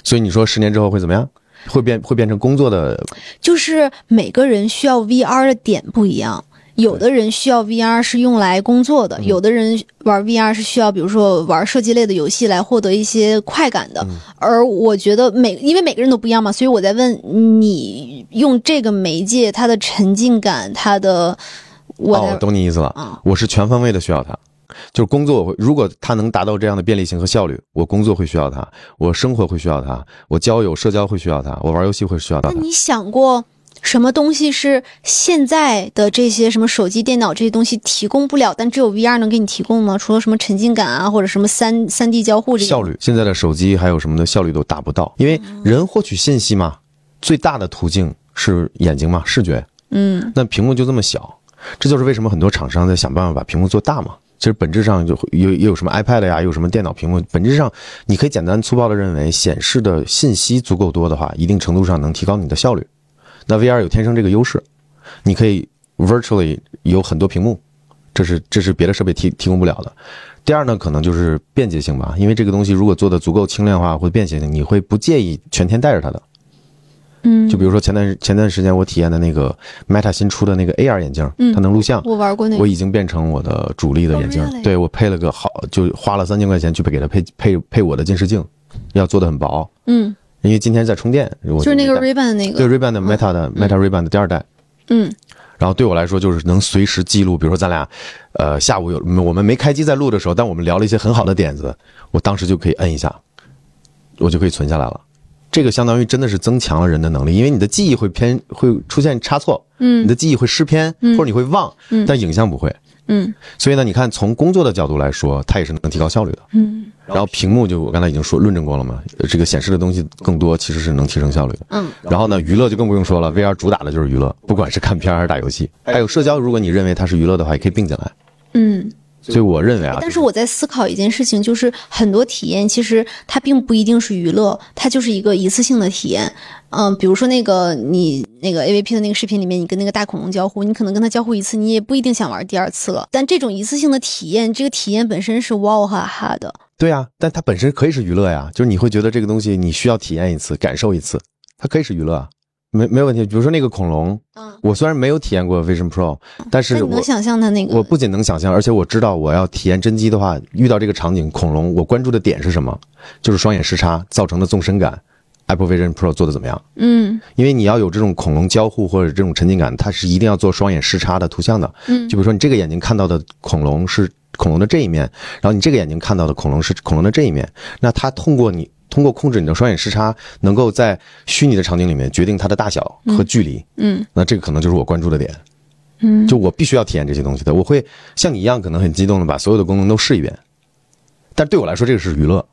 Speaker 1: 所以你说十年之后会怎么样？会变会变成工作的
Speaker 2: 就是每个人需要 VR 的点不一样，有的人需要 VR 是用来工作的，有的人玩 VR 是需要，比如说玩射击类的游戏来获得一些快感的。而我觉得每因为每个人都不一样嘛，所以我在问你用这个媒介它的沉浸感，它的我
Speaker 1: 哦，懂你意思了。
Speaker 2: 啊
Speaker 1: 我是全方位的需要它，就是工作我会，如果它能达到这样的便利性和效率，我工作会需要它，我生活会需要它，我交友社交会需要它，我玩游戏会需要它
Speaker 2: 那。你想过什么东西是现在的这些什么手机、电脑这些东西提供不了，但只有 VR 能给你提供吗？除了什么沉浸感啊，或者什么三三 D 交互这些
Speaker 1: 效率，现在的手机还有什么的效率都达不到，因为人获取信息嘛，最大的途径是眼睛嘛，视觉。
Speaker 2: 嗯，
Speaker 1: 那屏幕就这么小，这就是为什么很多厂商在想办法把屏幕做大嘛。其实本质上就会有也有什么 iPad 呀，也有什么电脑屏幕，本质上你可以简单粗暴的认为，显示的信息足够多的话，一定程度上能提高你的效率。那 VR 有天生这个优势，你可以 virtually 有很多屏幕，这是这是别的设备提提供不了的。第二呢，可能就是便捷性吧，因为这个东西如果做的足够轻量化或便携性，你会不介意全天带着它的。
Speaker 2: 嗯，
Speaker 1: 就比如说前段前段时间我体验的那个 Meta 新出的那个 AR 眼镜，
Speaker 2: 嗯
Speaker 1: 它能录像，
Speaker 2: 我玩过那
Speaker 1: 啊我
Speaker 2: 个，
Speaker 1: 已经变成我的主力的眼镜。
Speaker 2: Oh, really？
Speaker 1: 对我配了个好，就花了三千块钱去给它配配配我的近视镜，要做的很薄，
Speaker 2: 嗯，
Speaker 1: 因为今天在充电，我
Speaker 2: 就是那个
Speaker 1: 没
Speaker 2: Ray Ban 的那
Speaker 1: 带对
Speaker 2: 个，
Speaker 1: Ray-Ban 的 Meta 的、Meta Ray-Ban 的第二代。
Speaker 2: 嗯，
Speaker 1: 然后对我来说，就是能随时记录，比如说咱俩，呃，下午有我们没开机在录的时候，但我们聊了一些很好的点子，我当时就可以摁一下，我就可以存下来了。这个相当于真的是增强了人的能力，因为你的记忆会偏会出现差错，嗯，你的记忆会失偏，或者你会忘，嗯，但影像不会，
Speaker 2: 嗯，
Speaker 1: 所以呢，你看从工作的角度来说，它也是能提高效率的，
Speaker 2: 嗯，
Speaker 1: 然后屏幕就我刚才已经说论证过了嘛，呃这个显示的东西更多，其实是能提升效率的，
Speaker 2: 嗯，
Speaker 1: 然后呢，娱乐就更不用说了，VR 主打的就是娱乐，不管是看片儿还是打游戏，还有社交，如果你认为它是娱乐的话，也可以并进来。
Speaker 2: 哎嗯，哎
Speaker 1: 所以我认为啊，
Speaker 2: 但是我在思考一件事情，就是很多体验其实它并不一定是娱乐，它就是一个一次性的体验。嗯，比如说那个你那个 AVP 的那个视频里面，你跟那个大恐龙交互，你可能跟它交互一次，你也不一定想玩第二次了。但这种一次性的体验，这个体验本身是哇哦哈哈的。
Speaker 1: 对啊，但它本身可以是娱乐呀，就是你会觉得这个东西你需要体验一次，感受一次，它可以是娱乐啊，没没有问题。比如说那个恐龙，
Speaker 2: 嗯，
Speaker 1: 我虽然没有体验过 Vision Pro，但
Speaker 2: 那
Speaker 1: 是
Speaker 2: 你
Speaker 1: 我
Speaker 2: 能想象它那个？
Speaker 1: 我不仅能想象，而且我知道我要体验真机的话，遇到这个场景恐龙，我关注的点是什么？就是双眼时差造成的纵深感，Apple Vision Pro 做的怎么样？
Speaker 2: 嗯
Speaker 1: 因为你要有这种恐龙交互或者这种沉浸感，它是一定要做双眼视差的图像的。
Speaker 2: 嗯
Speaker 1: 就比如说你这个眼睛看到的恐龙是恐龙的这一面，然后你这个眼睛看到的恐龙是恐龙的这一面，那它通过你通过控制你的双眼视差，能够在虚拟的场景里面决定它的大小和距离。
Speaker 2: 嗯
Speaker 1: 那这个可能就是我关注的点。
Speaker 2: 嗯，
Speaker 1: 就我必须要体验这些东西的，我会像你一样，可能很激动的把所有的功能都试一遍。但对我来说，这个是娱乐。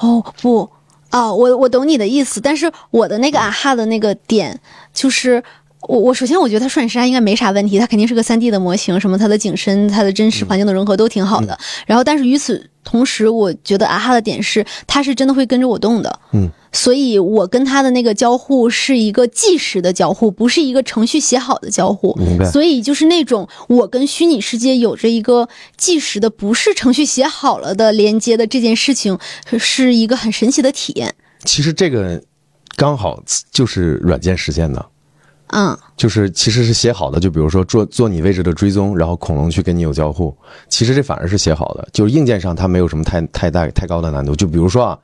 Speaker 2: 哦不啊，我我懂你的意思，但是我的那个啊哈的那个点就是。我我首先我觉得它双眼时差应该没啥问题，它肯定是个3 D 的模型，什么它的景深、它的真实环境的融合都挺好的。
Speaker 1: 嗯
Speaker 2: 然后，但是与此同时，我觉得啊哈的点是，它是真的会跟着我动的。
Speaker 1: 嗯，
Speaker 2: 所以我跟它的那个交互是一个即时的交互，不是一个程序写好的交互。
Speaker 1: 明白
Speaker 2: 所以就是那种我跟虚拟世界有着一个即时的，不是程序写好了的连接的这件事情，是一个很神奇的体验。
Speaker 1: 其实这个刚好就是软件实现的。
Speaker 2: 嗯，
Speaker 1: 就是其实是写好的，就比如说做做你位置的追踪，然后恐龙去跟你有交互，其实这反而是写好的，就是硬件上它没有什么太太大太高的难度。就比如说啊，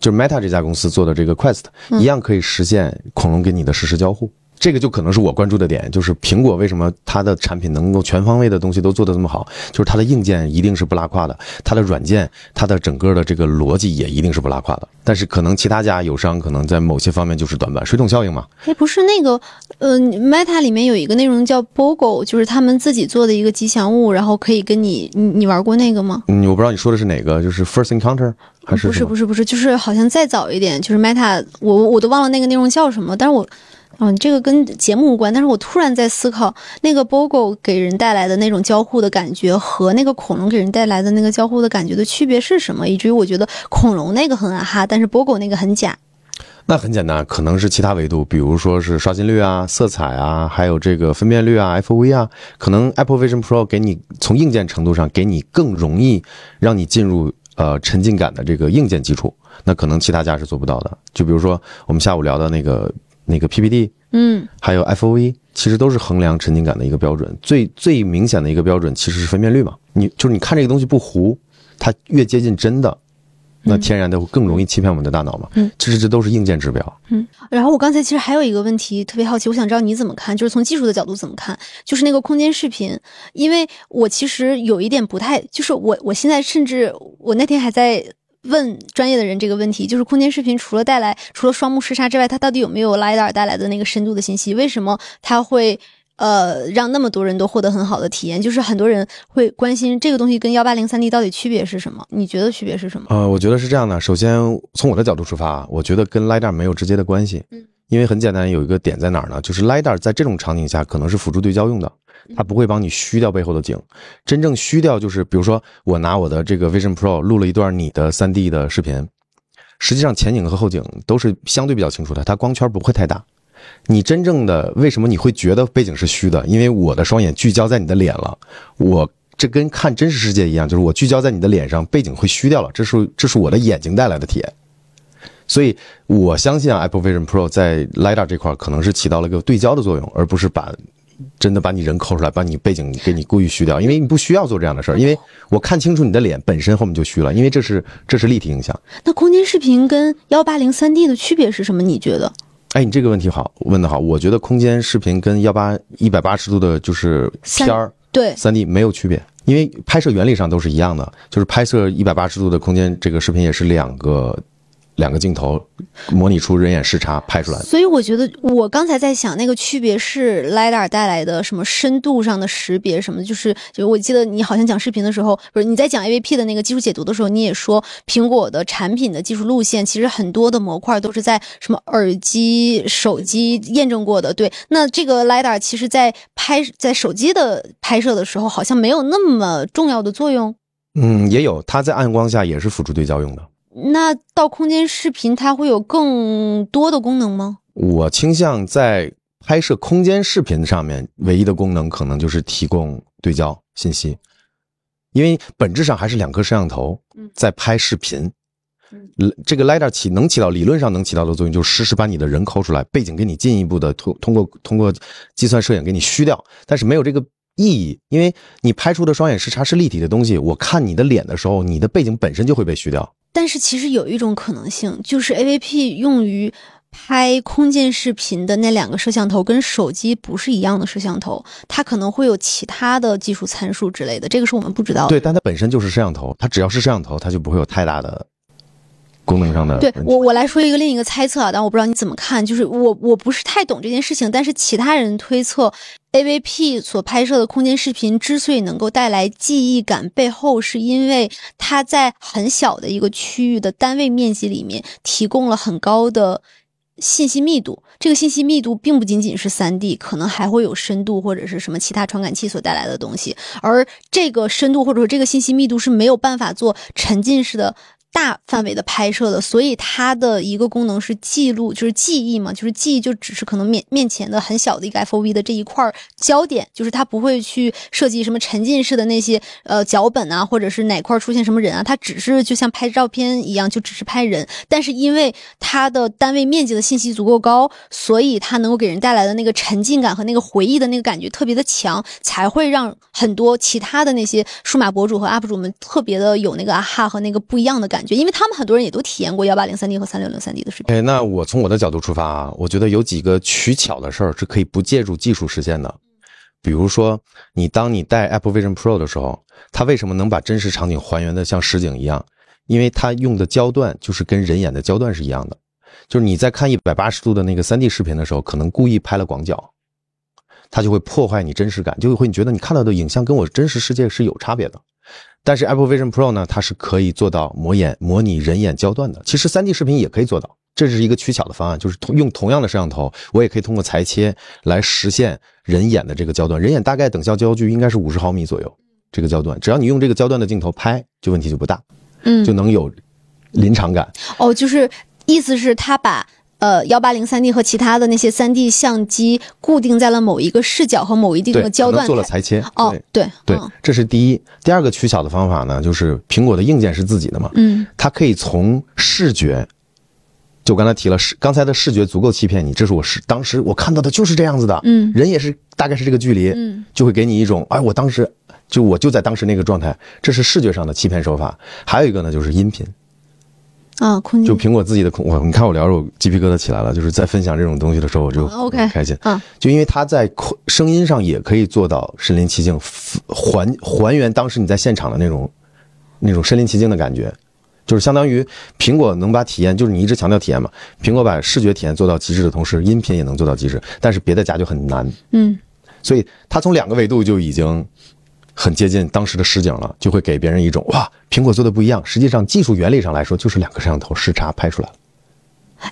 Speaker 1: 就是 Meta 这家公司做的这个 Quest，一样可以实现恐龙跟你的实时交互。这个就可能是我关注的点，就是苹果为什么它的产品能够全方位的东西都做得这么好，就是它的硬件一定是不拉胯的，它的软件、它的整个的这个逻辑也一定是不拉胯的。但是可能其他家友商可能在某些方面就是短板，水桶效应嘛，
Speaker 2: 哎，不是那个，呃，Meta 里面有一个内容叫 Bogo，就是他们自己做的一个吉祥物，然后可以跟你，你你玩过那个吗？
Speaker 1: 嗯，我不知道你说的是哪个，就是 first encounter 还是
Speaker 2: 嗯
Speaker 1: 什
Speaker 2: 不是
Speaker 1: 么？
Speaker 2: 不是不是，就是好像再早一点，就是 Meta，我我都忘了那个内容叫什么，但是我，嗯，这个跟节目无关，但是我突然在思考，那个 Bogo 给人带来的那种交互的感觉和那个恐龙给人带来的那个交互的感觉的区别是什么，以至于我觉得恐龙那个很啊哈，但是 Bogo 那个很假。
Speaker 1: 那很简单，可能是其他维度，比如说是刷新率啊、色彩啊，还有这个分辨率啊、FOV 啊，可能 Apple Vision Pro 给你从硬件程度上给你更容易让你进入呃沉浸感的这个硬件基础，那可能其他家是做不到的。就比如说我们下午聊的那个那个 PPD，
Speaker 2: 嗯，
Speaker 1: 还有 FOV，其实都是衡量沉浸感的一个标准。最最明显的一个标准其实是分辨率嘛，你就是你看这个东西不糊，它越接近真的，那天然的会更容易欺骗我们的大脑嘛。
Speaker 2: 嗯，
Speaker 1: 其实这都是硬件指标。
Speaker 2: 然后我刚才其实还有一个问题特别好奇，我想知道你怎么看，就是从技术的角度怎么看，就是那个空间视频，因为我其实有一点不太，就是我我现在甚至我那天还在问专业的人这个问题，就是空间视频除了带来除了双目视差之外，它到底有没有 LiDAR 带来的那个深度的信息？为什么它会？呃，让那么多人都获得很好的体验，就是很多人会关心这个东西跟幺八零三 D 到底区别是什么？你觉得区别是什么？
Speaker 1: 呃，我觉得是这样的。首先，从我的角度出发，啊我觉得跟 LiDAR 没有直接的关系。
Speaker 2: 嗯，
Speaker 1: 因为很简单，有一个点在哪儿呢？就是 LiDAR 在这种场景下可能是辅助对焦用的，
Speaker 2: 嗯
Speaker 1: 它不会帮你虚掉背后的景。真正虚掉就是，比如说我拿我的这个 Vision Pro 录了一段你的 3D 的视频，实际上前景和后景都是相对比较清楚的，它光圈不会太大。你真正的为什么你会觉得背景是虚的？因为我的双眼聚焦在你的脸了，我这跟看真实世界一样，就是我聚焦在你的脸上，背景会虚掉了。这是这是我的眼睛带来的体验，所以我相信啊，Apple Vision Pro 在 LiDAR 这块儿可能是起到了一个对焦的作用，而不是把真的把你人抠出来，把你背景给你故意虚掉，因为你不需要做这样的事儿，因为我看清楚你的脸本身后面就虚了，因为这是这是立体影像。
Speaker 2: 那空间视频跟幺八零三 D 的区别是什么？你觉得？
Speaker 1: 哎，你这个问题好，问的好。我觉得空间视频跟幺八一百八十度的，就是
Speaker 2: 三
Speaker 1: 片儿
Speaker 2: 对，
Speaker 1: 三 D 没有区别，因为拍摄原理上都是一样的，就是拍摄一百八十度的空间，这个视频也是两个两个镜头模拟出人眼视差拍出来的。
Speaker 2: 所以我觉得我刚才在想，那个区别是 LiDAR 带来的什么深度上的识别什么的，就是就我记得你好像讲视频的时候，不是你在讲 AVP 的那个技术解读的时候，你也说苹果的产品的技术路线其实很多的模块都是在什么耳机、手机验证过的。对，那这个 LiDAR 其实在拍在手机的拍摄的时候，好像没有那么重要的作用。
Speaker 1: 嗯，也有，它在暗光下也是辅助对焦用的。
Speaker 2: 那到空间视频，它会有更多的功能吗？
Speaker 1: 我倾向在拍摄空间视频上面，唯一的功能可能就是提供对焦信息，因为本质上还是两颗摄像头
Speaker 2: 嗯
Speaker 1: 在拍视频
Speaker 2: 嗯。
Speaker 1: 这个 lidar 起能起到理论上能起到的作用，就是实时把你的人抠出来，背景给你进一步的通通过通过计算摄影给你虚掉，但是没有这个意义，因为你拍出的双眼视差是立体的东西，我看你的脸的时候，你的背景本身就会被虚掉。
Speaker 2: 但是其实有一种可能性，就是 AVP 用于拍空间视频的那两个摄像头跟手机不是一样的摄像头，它可能会有其他的技术参数之类的，这个是我们不知道的。
Speaker 1: 对，但它本身就是摄像头，它只要是摄像头，它就不会有太大的功能上的
Speaker 2: 对
Speaker 1: 问题
Speaker 2: 我，我来说一个另一个猜测啊，但我不知道你怎么看。就是我我不是太懂这件事情，但是其他人推测，AVP 所拍摄的空间视频之所以能够带来记忆感，背后是因为它在很小的一个区域的单位面积里面提供了很高的。信息密度，这个信息密度并不仅仅是三 D，可能还会有深度或者是什么其他传感器所带来的东西。而这个深度或者说这个信息密度是没有办法做沉浸式的大范围的拍摄的，所以它的一个功能是记录，就是记忆嘛，就是记忆就只是可能面面前的很小的一个 FOV 的这一块儿焦点，就是它不会去设计什么沉浸式的那些呃脚本啊，或者是哪块儿出现什么人啊，它只是就像拍照片一样，就只是拍人。但是因为它的单位面积的信息足够高，所以它能够给人带来的那个沉浸感和那个回忆的那个感觉特别的强，才会让很多其他的那些数码博主和 UP 主们特别的有那个啊哈和那个不一样的感觉，因为他们很多人也都体验过幺八零三 D 和三六零三 D 的视频。
Speaker 1: 哎，那我从我的角度出发啊，我觉得有几个取巧的事儿是可以不借助技术实现的。比如说，你当你戴 Apple Vision Pro 的时候，它为什么能把真实场景还原的像实景一样？因为它用的焦段就是跟人眼的焦段是一样的。就是你在看一百八十度的那个三 D 视频的时候，可能故意拍了广角，它就会破坏你真实感，就会你觉得你看到的影像跟我真实世界是有差别的。但是 Apple Vision Pro 呢，它是可以做到模眼模拟人眼焦段的。其实 3D 视频也可以做到，这是一个取巧的方案，就是同用同样的摄像头，我也可以通过裁切来实现人眼的这个焦段。人眼大概等效焦距应该是五十毫米左右，这个焦段，只要你用这个焦段的镜头拍，就问题就不大，
Speaker 2: 嗯
Speaker 1: 就能有临场感。
Speaker 2: 哦，就是意思是他把。呃幺八零三 D 和其他的那些三 D 相机固定在了某一个视角和某一定
Speaker 1: 对，
Speaker 2: 的焦
Speaker 1: 可能
Speaker 2: 段
Speaker 1: 做了
Speaker 2: 上。
Speaker 1: 裁切。
Speaker 2: 哦，对
Speaker 1: 对，对
Speaker 2: 嗯，
Speaker 1: 这是第一。第二个取巧的方法呢，就是苹果的硬件是自己的嘛，
Speaker 2: 嗯
Speaker 1: 它可以从视觉，就我刚才提了，视刚才的视觉足够欺骗你，这是我是当时我看到的就是这样子的，
Speaker 2: 嗯
Speaker 1: 人也是大概是这个距离，
Speaker 2: 嗯
Speaker 1: 就会给你一种，哎，我当时就我就在当时那个状态，这是视觉上的欺骗手法。还有一个呢，就是音频，
Speaker 2: 啊，空
Speaker 1: 就
Speaker 2: 间
Speaker 1: 苹果自己的空，我你看我聊着我鸡皮疙瘩起来了，就是在分享这种东西的时候，我就
Speaker 2: 啊，OK
Speaker 1: 很开心，
Speaker 2: 啊，
Speaker 1: 就因为它在空声音上也可以做到身临其境，还还原当时你在现场的那种那种身临其境的感觉，就是相当于苹果能把体验，就是你一直强调体验嘛，苹果把视觉体验做到极致的同时，音频也能做到极致，但是别的家就很难，
Speaker 2: 嗯
Speaker 1: 所以它从两个维度就已经很接近当时的实景了，就会给别人一种哇，苹果做的不一样。实际上技术原理上来说，就是两个摄像头视差拍出来了。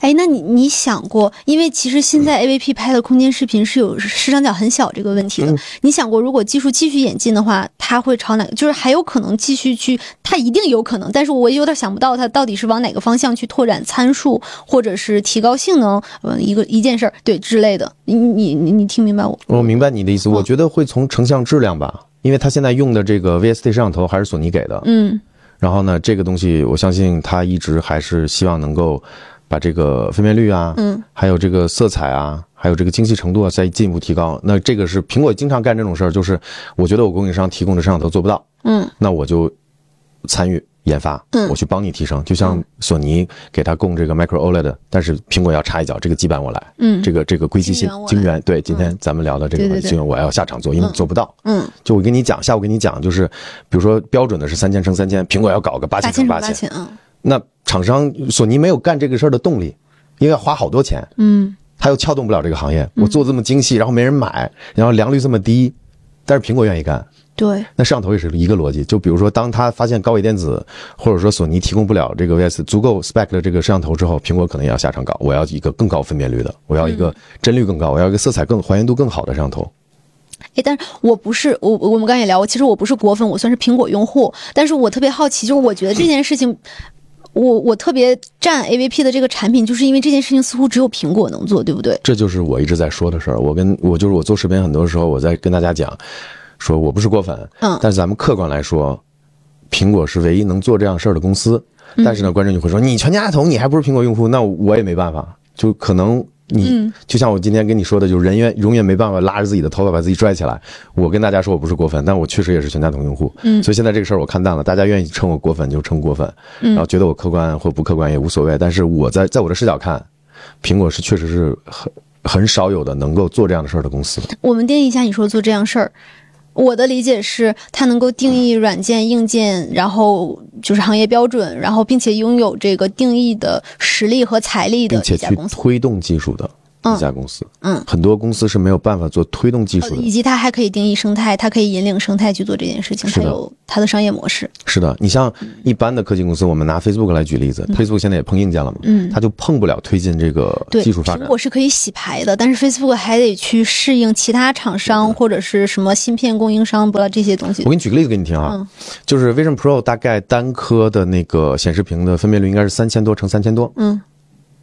Speaker 2: 哎，那你你想过，因为其实现在 AVP 拍的空间视频是有市场角很小这个问题的。
Speaker 1: 嗯
Speaker 2: 你想过，如果技术继续演进的话，它会朝哪个？就是还有可能继续去，它一定有可能，但是我有点想不到它到底是往哪个方向去拓展参数，或者是提高性能，嗯、一个一件事儿，对之类的。你你你你听明白我？
Speaker 1: 我明白你的意思，
Speaker 2: 嗯
Speaker 1: 我觉得会从成像质量吧，因为它现在用的这个 VST 摄像头还是索尼给的，
Speaker 2: 嗯
Speaker 1: 然后呢，这个东西我相信它一直还是希望能够把这个分辨率啊，
Speaker 2: 嗯，
Speaker 1: 还有这个色彩啊，还有这个精细程度啊，再进一步提高。那这个是苹果经常干这种事儿，就是我觉得我供应商提供的摄像头做不到，
Speaker 2: 嗯
Speaker 1: 那我就参与研发，
Speaker 2: 嗯
Speaker 1: 我去帮你提升。就像索尼给他供这个 Micro OLED，但是苹果要插一脚，这个基板我来，
Speaker 2: 嗯
Speaker 1: 这个这个硅基芯
Speaker 2: 晶圆我来嗯
Speaker 1: 晶圆，对，今天咱们聊的这个
Speaker 2: 对对
Speaker 1: 晶圆，
Speaker 2: 对
Speaker 1: 我要下场做，因为你做不到。
Speaker 2: 嗯，
Speaker 1: 就我跟你讲，下午跟你讲，就是比如说标准的是三千乘三千，苹果要搞个八
Speaker 2: 八
Speaker 1: 千乘
Speaker 2: 千
Speaker 1: 八
Speaker 2: 八
Speaker 1: 千，
Speaker 2: 千啊，
Speaker 1: 那厂商索尼没有干这个事儿的动力，因为要花好多钱，
Speaker 2: 嗯
Speaker 1: 他又撬动不了这个行业。我做这么精细，然后没人买，然后良率这么低，但是苹果愿意干，
Speaker 2: 对，
Speaker 1: 那摄像头也是一个逻辑，就比如说，当他发现高伟电子或者说索尼提供不了这个 VS 足够 spec 的这个摄像头之后，苹果可能也要下场搞，我要一个更高分辨率的，我要一个帧率更高，我要一个色彩更还原度更好的摄像头。
Speaker 2: 哎，但是我不是我，我们刚才也聊过，其实我不是果粉，我算是苹果用户，但是我特别好奇，就是我觉得这件事情，我我特别站 AVP 的这个产品，就是因为这件事情似乎只有苹果能做，对不对？
Speaker 1: 这就是我一直在说的事儿。我跟我就是我做视频，很多时候我在跟大家讲，说我不是果粉，
Speaker 2: 嗯
Speaker 1: 但是咱们客观来说，苹果是唯一能做这样事儿的公司。但是呢，观众就会说，你全家桶，你还不是苹果用户，那我也没办法，就可能。你就像我今天跟你说的，就是人远永远没办法拉着自己的头发把自己拽起来。我跟大家说我不是果粉，但我确实也是全家桶用户，嗯，所以现在这个事儿我看淡了，大家愿意称我果粉就称果粉，然后觉得我客观或不客观也无所谓。但是我在在我的视角看，苹果是确实是很很少有的能够做这样的事儿的公司。
Speaker 2: 我们定义一下，你说做这样事儿，我的理解是，它能够定义软件、硬件，然后就是行业标准，然后并且拥有这个定义的实力和财力的
Speaker 1: 并且
Speaker 2: 一家
Speaker 1: 去
Speaker 2: 公司，
Speaker 1: 推动技术的一家公司。
Speaker 2: 嗯，
Speaker 1: 很多公司是没有办法做推动技术的
Speaker 2: 以。及它还可以定义生态，它可以引领生态去做这件事情，
Speaker 1: 是
Speaker 2: 它
Speaker 1: 的
Speaker 2: 有它的商业模式。
Speaker 1: 是的，你像一般的科技公司，我们拿 Facebook 来举例子，Facebook 现在也碰硬件了嘛，
Speaker 2: 嗯
Speaker 1: 它就碰不了推进这个
Speaker 2: 对，
Speaker 1: 技术发展
Speaker 2: 苹。果是可以洗牌的，但是 Facebook 还得去适应其他厂商或者是什么芯片供应商，不知道这些东西
Speaker 1: 我。给你举个例子给你听啊，
Speaker 2: 嗯
Speaker 1: 就是 Vision Pro 大概单颗的那个显示屏的分辨率应该是三千多乘三千多，
Speaker 2: 嗯，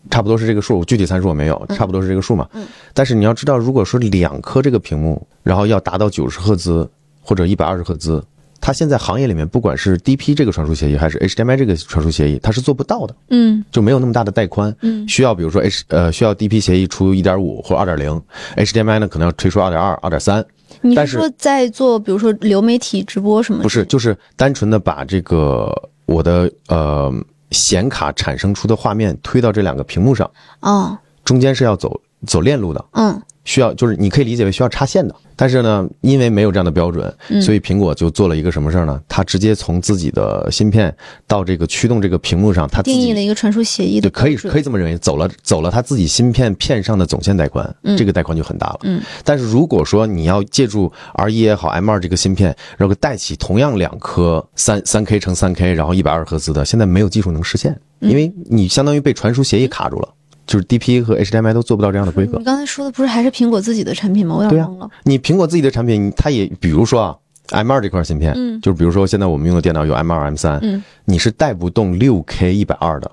Speaker 1: 差不多是这个数，具体参数我没有，差不多是这个数嘛。
Speaker 2: 嗯
Speaker 1: 但是你要知道，如果说两颗这个屏幕，然后要达到九十赫兹或者一百二十赫兹，它现在行业里面不管是 DP 这个传输协议还是 HDMI 这个传输协议，它是做不到的，
Speaker 2: 嗯
Speaker 1: 就没有那么大的带宽。
Speaker 2: 嗯
Speaker 1: 需要比如说 H 呃需要 DP 协议出一点五或二点零，HDMI 呢可能要推出二点二、二点三。
Speaker 2: 你
Speaker 1: 但
Speaker 2: 是
Speaker 1: 是
Speaker 2: 说在做比如说流媒体直播什么？
Speaker 1: 不是，，就是单纯的把这个我的呃显卡产生出的画面推到这两个屏幕上，
Speaker 2: 哦，
Speaker 1: 中间是要走走链路的。
Speaker 2: 嗯
Speaker 1: 需要就是你可以理解为需要插线的，但是呢，因为没有这样的标准，
Speaker 2: 嗯
Speaker 1: 所以苹果就做了一个什么事儿呢？它直接从自己的芯片到这个驱动这个屏幕上，它自
Speaker 2: 定义了
Speaker 1: 己
Speaker 2: 一个传输协议的
Speaker 1: 对可以
Speaker 2: 标准
Speaker 1: 可以这么认为，走了走了它自己芯片片上的总线带宽，这个带宽就很大了。
Speaker 2: 嗯，
Speaker 1: 但是如果说你要借助 R E 一也好，M 二这个芯片，然后带起同样两颗三三 K 乘三 K，然后一百二赫兹的，现在没有技术能实现，
Speaker 2: 嗯
Speaker 1: 因为你相当于被传输协议卡住了，就是 DP 和 HDMI 都做不到这样的规格。
Speaker 2: 你刚才说的不是还是苹果自己的产品吗？我有
Speaker 1: 对
Speaker 2: 点
Speaker 1: 呀、
Speaker 2: 懵了。
Speaker 1: 你苹果自己的产品，它也比如说啊，M 二这块芯片，
Speaker 2: 嗯
Speaker 1: 就是比如说现在我们用的电脑有 M 二、M 三，
Speaker 2: 嗯，
Speaker 1: 你是带不动六 K 一百二的，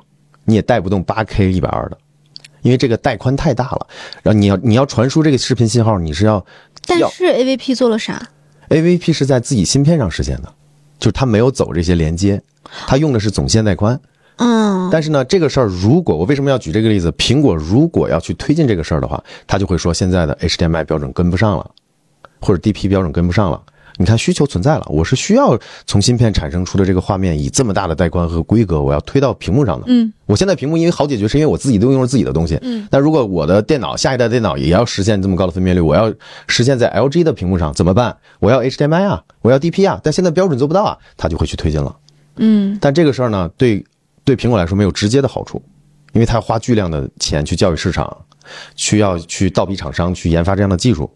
Speaker 1: 你也带不动八 K 一百二的，因为这个带宽太大了。然后你要你要传输这个视频信号，你是要
Speaker 2: 但
Speaker 1: 要
Speaker 2: 是 AVP 做了啥？
Speaker 1: AVP 是在自己芯片上实现的，就是它没有走这些连接，它用的是总线带宽。
Speaker 2: 嗯，
Speaker 1: 但是呢，这个事儿如果我为什么要举这个例子？苹果如果要去推进这个事儿的话，它就会说现在的 HDMI 标准跟不上了，或者 DP 标准跟不上了。你看需求存在了，我是需要从芯片产生出的这个画面以这么大的带宽和规格，我要推到屏幕上的。
Speaker 2: 嗯，
Speaker 1: 我现在屏幕因为好解决，是因为我自己都用了自己的东西。
Speaker 2: 嗯，
Speaker 1: 那如果我的电脑下一代电脑也要实现这么高的分辨率，我要实现在 LG 的屏幕上怎么办？我要 HDMI 啊，我要 DP 啊，但现在标准做不到啊，它就会去推进了。
Speaker 2: 嗯，
Speaker 1: 但这个事儿呢，对对苹果来说没有直接的好处，因为它要花巨量的钱去教育市场，需要去倒逼厂商去研发这样的技术。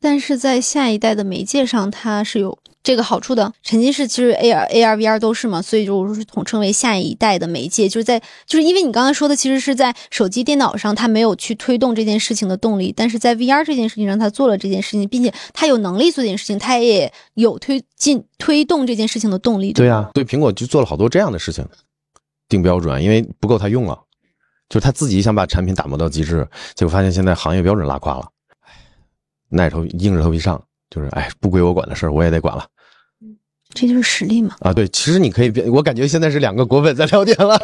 Speaker 2: 但是在下一代的媒介上，它是有这个好处的。沉浸式其实 AR、AR、VR 都是嘛，所以就是统称为下一代的媒介。就是在就是因为你刚才说的，其实是在手机、电脑上，它没有去推动这件事情的动力，但是在 VR 这件事情上，它做了这件事情，并且它有能力做这件事情，它也有推进推动这件事情的动力。
Speaker 1: 对
Speaker 2: 吧
Speaker 1: 呀、对苹果就做了好多这样的事情，定标准，因为不够他用了，就是他自己想把产品打磨到极致，结果发现现在行业标准拉胯了，唉耐着头硬着头皮上，就是哎，不归我管的事儿我也得管了
Speaker 2: 这就是实力嘛。
Speaker 1: 啊。对，其实你可以别，我感觉现在是两个果粉在聊天了。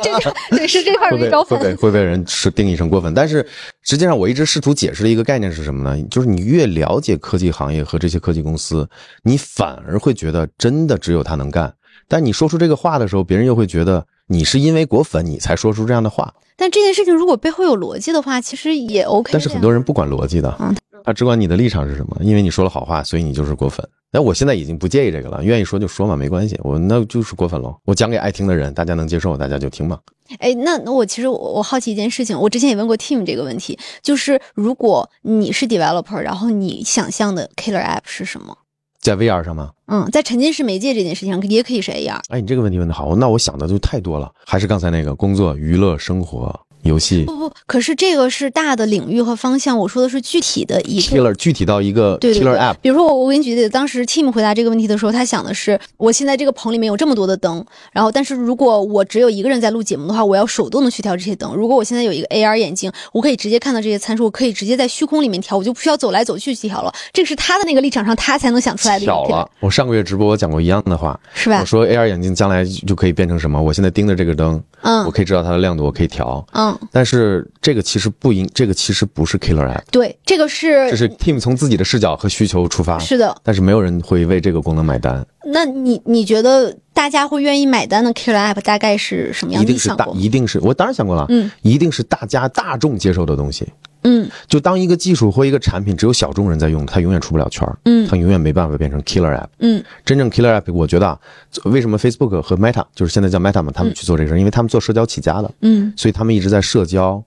Speaker 2: 对，是这块
Speaker 1: 会被会被会被人是定义成过分，但是实际上我一直试图解释的一个概念是什么呢？就是你越了解科技行业和这些科技公司，你反而会觉得真的只有他能干。但你说出这个话的时候，别人又会觉得你是因为果粉你才说出这样的话。
Speaker 2: 但这件事情如果背后有逻辑的话，其实也 OK 的
Speaker 1: 但
Speaker 2: 呀。
Speaker 1: 是很多人不管逻辑的
Speaker 2: 嗯，
Speaker 1: 他只管你的立场是什么，因为你说了好话，所以你就是果粉。那我现在已经不介意这个了，愿意说就说嘛，没关系，我那就是果粉喽。我讲给爱听的人，大家能接受，大家就听嘛。
Speaker 2: 哎，那那我其实我我好奇一件事情，我之前也问过 Tim 这个问题，就是如果你是 developer，然后你想象的 killer app 是什么？
Speaker 1: 在 VR 上吗？
Speaker 2: 嗯，在沉浸式媒介这件事情上，也可以是 AR。
Speaker 1: 哎，你这个问题问的好，那我想的就太多了，还是刚才那个工作、娱乐、生活、游戏
Speaker 2: 不不，可是这个是大的领域和方向，我说的是具体的一个。
Speaker 1: ，killer 具体到一个
Speaker 2: 对对
Speaker 1: killer
Speaker 2: 对
Speaker 1: app，
Speaker 2: 比如说我我给你举例子，当时 Tim 回答这个问题的时候，他想的是，我现在这个棚里面有这么多的灯，然后但是如果我只有一个人在录节目的话，我要手动的去调这些灯。如果我现在有一个 AR 眼镜，我可以直接看到这些参数，我可以直接在虚空里面调，我就不需要走来走去去调了。这是他的那个立场上，他才能想出来的一个
Speaker 1: 巧
Speaker 2: killer，
Speaker 1: 了。我上个月直播我讲过一样的话，
Speaker 2: 是吧
Speaker 1: 我？说 AR 眼镜将来就可以变成什么？我现在盯着这个灯，我
Speaker 2: 嗯
Speaker 1: 可以知道它的亮度，我可以调。
Speaker 2: 嗯，
Speaker 1: 但是这个其实不应，这个其实不是 killer app，
Speaker 2: 对，这个是
Speaker 1: 这是 team 从自己的视角和需求出发，
Speaker 2: 是的。
Speaker 1: 但是没有人会为这个功能买单，
Speaker 2: 那你你觉得大家会愿意买单的 killer app 大概是什么样
Speaker 1: 一
Speaker 2: 的？
Speaker 1: 定
Speaker 2: 你
Speaker 1: 是
Speaker 2: 想
Speaker 1: 大
Speaker 2: 过，吗？
Speaker 1: 一定是我当然想过了，
Speaker 2: 嗯
Speaker 1: 一定是大家大众接受的东西。
Speaker 2: 嗯
Speaker 1: 就当一个技术或一个产品只有小众人在用，它永远出不了圈儿，
Speaker 2: 嗯
Speaker 1: 它永远没办法变成 killer app。
Speaker 2: 嗯
Speaker 1: 真正 killer app，我觉得啊，为什么 Facebook 和 Meta 就是现在叫 Meta 嘛，他们去做这个事儿，因为他们做社交起家的，
Speaker 2: 嗯，
Speaker 1: 所以他们一直在社交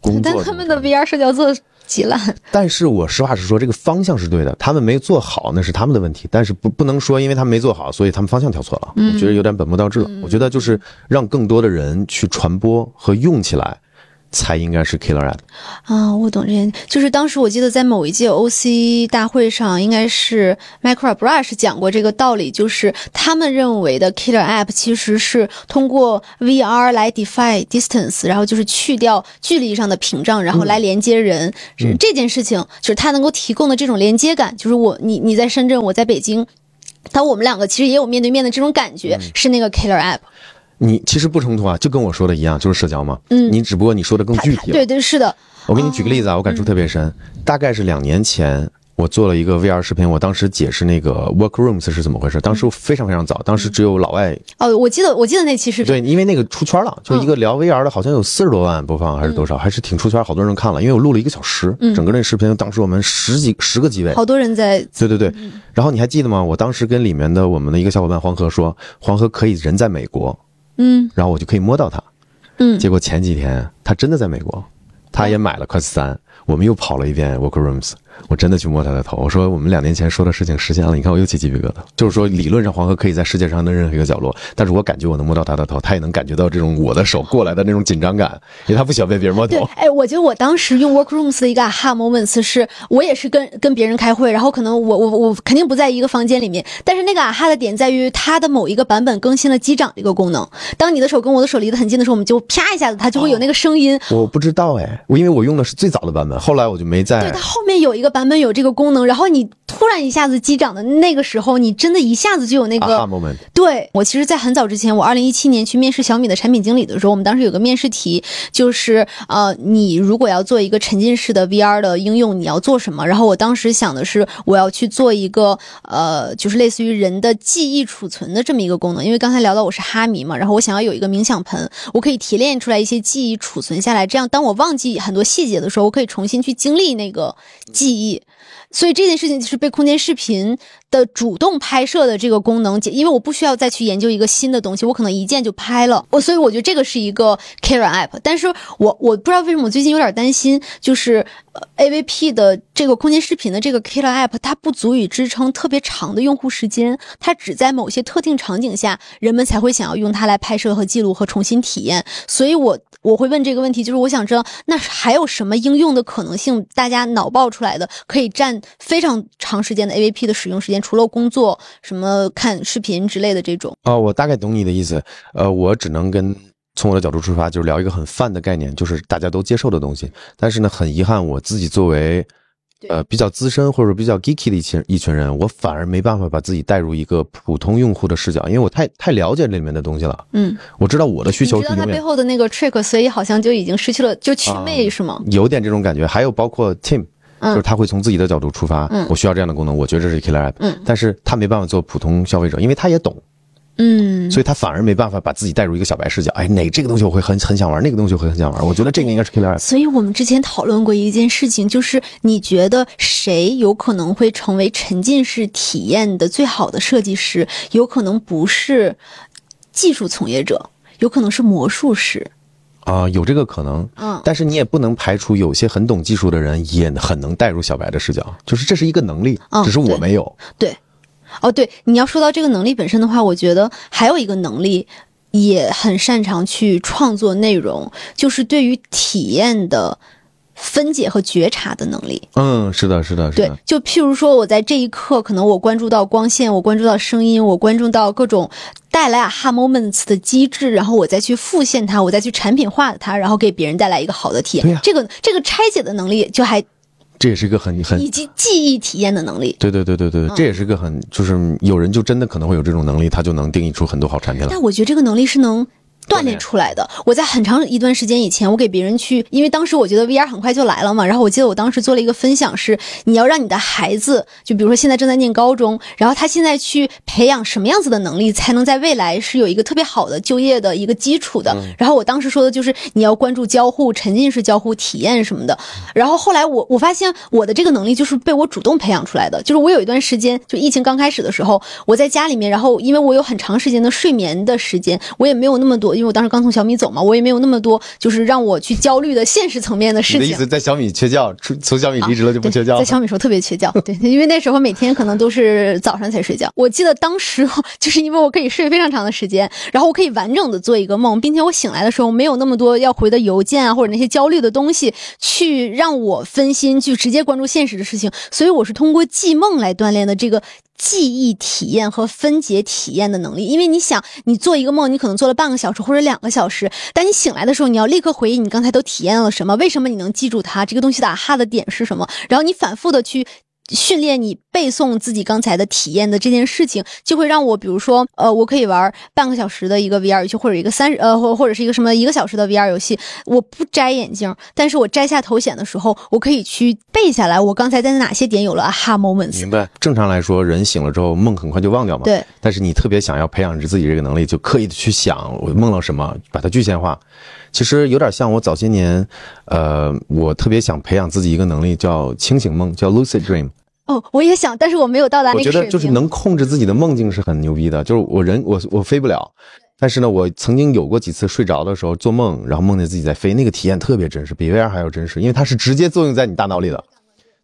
Speaker 1: 工
Speaker 2: 但
Speaker 1: 作。
Speaker 2: 他们的 VR 社交做得极烂。
Speaker 1: 但是我实话实说，这个方向是对的，他们没做好那是他们的问题，但是不不能说因为他们没做好，所以他们方向调错了。
Speaker 2: 嗯
Speaker 1: 我觉得有点本末倒置了。我觉得就是让更多的人去传播和用起来，才应该是 killer app。
Speaker 2: 啊，我懂这些，就是当时我记得在某一届 OC 大会上，应该是 Micro Brush 讲过这个道理，就是他们认为的 Killer App 其实是通过 VR 来 define distance，然后就是去掉距离上的屏障，
Speaker 1: 嗯
Speaker 2: 然后来连接人。是这件事情就是它能够提供的这种连接感，就是我你你在深圳，我在北京。但我们两个其实也有面对面的这种感觉，
Speaker 1: 嗯
Speaker 2: 是那个 killer app。
Speaker 1: 你其实不冲突啊，就跟我说的一样，就是社交嘛。
Speaker 2: 嗯
Speaker 1: 你只不过你说的更具体了。啊
Speaker 2: 对对是的，
Speaker 1: 我给你举个例子啊，我感触特别深。大概是两年前，我做了一个 VR 视频，我当时解释那个 workrooms 是怎么回事。当
Speaker 2: 嗯
Speaker 1: 时我非常非常早，当时只有老外
Speaker 2: 哦，我记得我记得那期视频，
Speaker 1: 对，因为那个出圈了，就一个聊 VR 的，好像有四十多万播放还是多少，还是挺出圈，好多人看了。因为我录了一个小时，整个那视频当时我们十几十个机位。
Speaker 2: 好多人在
Speaker 1: 对对对，然后你还记得吗？我当时跟里面的我们的一个小伙伴黄河说，黄河可以人在美国，
Speaker 2: 嗯
Speaker 1: 然后我就可以摸到它。
Speaker 2: 嗯
Speaker 1: 结果前几天他真的在美国，他也买了 Quest 三，我们又跑了一遍 Workrooms，我真的去摸他的头，我说我们两年前说的事情实现了，你看我又起鸡皮疙瘩。就是说，理论上黄河可以在世界上的任何一个角落，但是我感觉我能摸到他的头，他也能感觉到这种我的手过来的那种紧张感，因为他不喜欢被别人摸
Speaker 2: 对
Speaker 1: 头，。
Speaker 2: 哎，我觉得我当时用 Workrooms 的一个 aha moments 是，我也是跟跟别人开会，然后可能我我我肯定不在一个房间里面，但是那个 aha 的点在于它的某一个版本更新了击掌这个功能。当你的手跟我的手离得很近的时候，我们就啪一下子，它就会有那个声音。
Speaker 1: 我不知道哎，我因为我用的是最早的版本，后来我就没
Speaker 2: 对，
Speaker 1: 在
Speaker 2: 它。后面有一个版本有这个功能，然后你突然一下子击掌的那个时候，你真的一下子就有那个
Speaker 1: aha moment，
Speaker 2: 对我其实，在很早之前，我二零一七年去面试小米的产品经理的时候，我们当时有个面试题，就是呃，你如果要做一个沉浸式的 VR 的应用，你要做什么？然后我当时想的是，我要去做一个呃，就是类似于人的记忆储存的这么一个功能，因为刚才聊到我是哈迷嘛，然后我想要有一个冥想盆，我可以提炼出来一些记忆储存下来，这样当我忘记很多细节的时候，我可以重新去经历那个记忆。所以这件事情就是被空间视频的主动拍摄的这个功能解，因为我不需要再去研究一个新的东西，我可能一键就拍了。我所以我觉得这个是一个 Kira app，但是我我不知道为什么我最近有点担心，就是呃 AVP 的这个空间视频的这个 Kira app，它不足以支撑特别长的用户时间，它只在某些特定场景下，人们才会想要用它来拍摄和记录和重新体验。所以我我会问这个问题，就是我想知道，那还有什么应用的可能性？大家脑爆出来的可以占非常长时间的 AVP 的使用时间，除了工作、什么看视频之类的这种。
Speaker 1: 啊、我大概懂你的意思。呃，我只能跟从我的角度出发，就是聊一个很泛的概念，就是大家都接受的东西。但是呢，很遗憾，我自己作为
Speaker 2: 对
Speaker 1: 呃比较资深或者比较 geeky 的一群一群人，我反而没办法把自己带入一个普通用户的视角，因为我太太了解里面的东西了。
Speaker 2: 嗯，
Speaker 1: 我知道我的需
Speaker 2: 你
Speaker 1: 求
Speaker 2: 知道
Speaker 1: 是
Speaker 2: 它
Speaker 1: 永
Speaker 2: 背
Speaker 1: 远
Speaker 2: 后的那个 trick，所以好像就已经失去了就祛魅、
Speaker 1: 啊
Speaker 2: 是吗？
Speaker 1: 有点这种感觉。还有包括 Tim，
Speaker 2: 嗯
Speaker 1: 就是他会从自己的角度出发，
Speaker 2: 嗯
Speaker 1: 我需要这样的功能，我觉得这是 killer app，、
Speaker 2: 嗯
Speaker 1: 但是他没办法做普通消费者，因为他也懂。
Speaker 2: 嗯，
Speaker 1: 所以他反而没办法把自己带入一个小白视角。哎，哪这个东西我会很很想玩，那个东西我会很想玩。我觉得这个应该是 killer app。
Speaker 2: 所以我们之前讨论过一件事情，就是你觉得谁有可能会成为沉浸式体验的最好的设计师？有可能不是技术从业者，有可能是魔术师。
Speaker 1: 啊、有这个可能。
Speaker 2: 嗯，
Speaker 1: 但是你也不能排除有些很懂技术的人也很能带入小白的视角，就是这是一个能力
Speaker 2: 嗯，
Speaker 1: 只是我
Speaker 2: 对
Speaker 1: 没有。
Speaker 2: 对。哦，对，你要说到这个能力本身的话，我觉得还有一个能力也很擅长去创作内容，就是对于体验的分解和觉察的能力。
Speaker 1: 嗯，是的，是的，是
Speaker 2: 对
Speaker 1: 的。，
Speaker 2: 就譬如说，我在这一刻，可能我关注到光线，我关注到声音，我关注到各种带来 aha moments 的机制，然后我再去复现它，我再去产品化它，然后给别人带来一个好的体
Speaker 1: 对
Speaker 2: 验。
Speaker 1: 呀
Speaker 2: 这个这个拆解的能力，就还
Speaker 1: 这也是一个很很
Speaker 2: 以及记忆体验的能力。
Speaker 1: 对对对对对，
Speaker 2: 嗯
Speaker 1: 这也是个很就是有人就真的可能会有这种能力，他就能定义出很多好产品来。
Speaker 2: 但我觉得这个能力是能。锻
Speaker 1: 锻
Speaker 2: 炼
Speaker 1: 炼
Speaker 2: 出来的。我在很长一段时间以前，我给别人去，因为当时我觉得 VR 很快就来了嘛，然后我记得我当时做了一个分享是，你要让你的孩子，就比如说现在正在念高中，然后他现在去培养什么样子的能力，才能在未来是有一个特别好的就业的一个基础的。然后我当时说的就是你要关注交互、沉浸式交互体验什么的。然后后来我我发现我的这个能力就是被我主动培养出来的，就是我有一段时间就疫情刚开始的时候，我在家里面，然后因为我有很长时间的睡眠的时间，我也没有那么多，因为我当时刚从小米走嘛，我也没有那么多就是让我去焦虑的现实层面的
Speaker 1: 你
Speaker 2: 事
Speaker 1: 的
Speaker 2: 情
Speaker 1: 意。思，在小米缺觉，出从小米离职了就不
Speaker 2: 啊对，
Speaker 1: 缺觉了
Speaker 2: 在。小米时候特别缺觉，对，因为那时候每天可能都是早上才睡觉。我记得当时哦 就是因为我可以睡非常长的时间，然后我可以完整的做一个梦，并且我醒来的时候没有那么多要回的邮件啊或者那些焦虑的东西去让我分心，去直接关注现实的事情。所以我是通过记梦来锻炼的这个。记忆体验和分解体验的能力，因为你想，你做一个梦，你可能做了半个小时或者两个小时，但你醒来的时候，你要立刻回忆你刚才都体验了什么，为什么你能记住它，这个东西的啊哈的点是什么，然后你反复的去。训练你背诵自己刚才的体验的这件事情，就会让我，比如说，呃，我可以玩半个小时的一个 VR 游戏，或者一个三十，呃，或或者是一个什么一个小时的 VR 游戏，我不摘眼镜，但是我摘下头显的时候，我可以去背下来我刚才在哪些点有了啊哈 moments。
Speaker 1: 明白。正常来说，人醒了之后梦很快就忘掉嘛。
Speaker 2: 对。
Speaker 1: 但是你特别想要培养自己这个能力，就刻意的去想我梦到什么，把它具现化。其实有点像我早些年，呃，我特别想培养自己一个能力，叫清醒梦，叫 lucid dream。
Speaker 2: 哦，我也想，但是我没有到嗯达
Speaker 1: 我
Speaker 2: 那个
Speaker 1: 觉
Speaker 2: 水平。
Speaker 1: 得就是能控制自己的梦境是很牛逼的，就是我人我我飞不了。但是呢，我曾经有过几次睡着的时候做梦，然后梦见自己在飞，那个体验特别真实，比 VR 还要真实，因为它是直接作用在你大脑里的。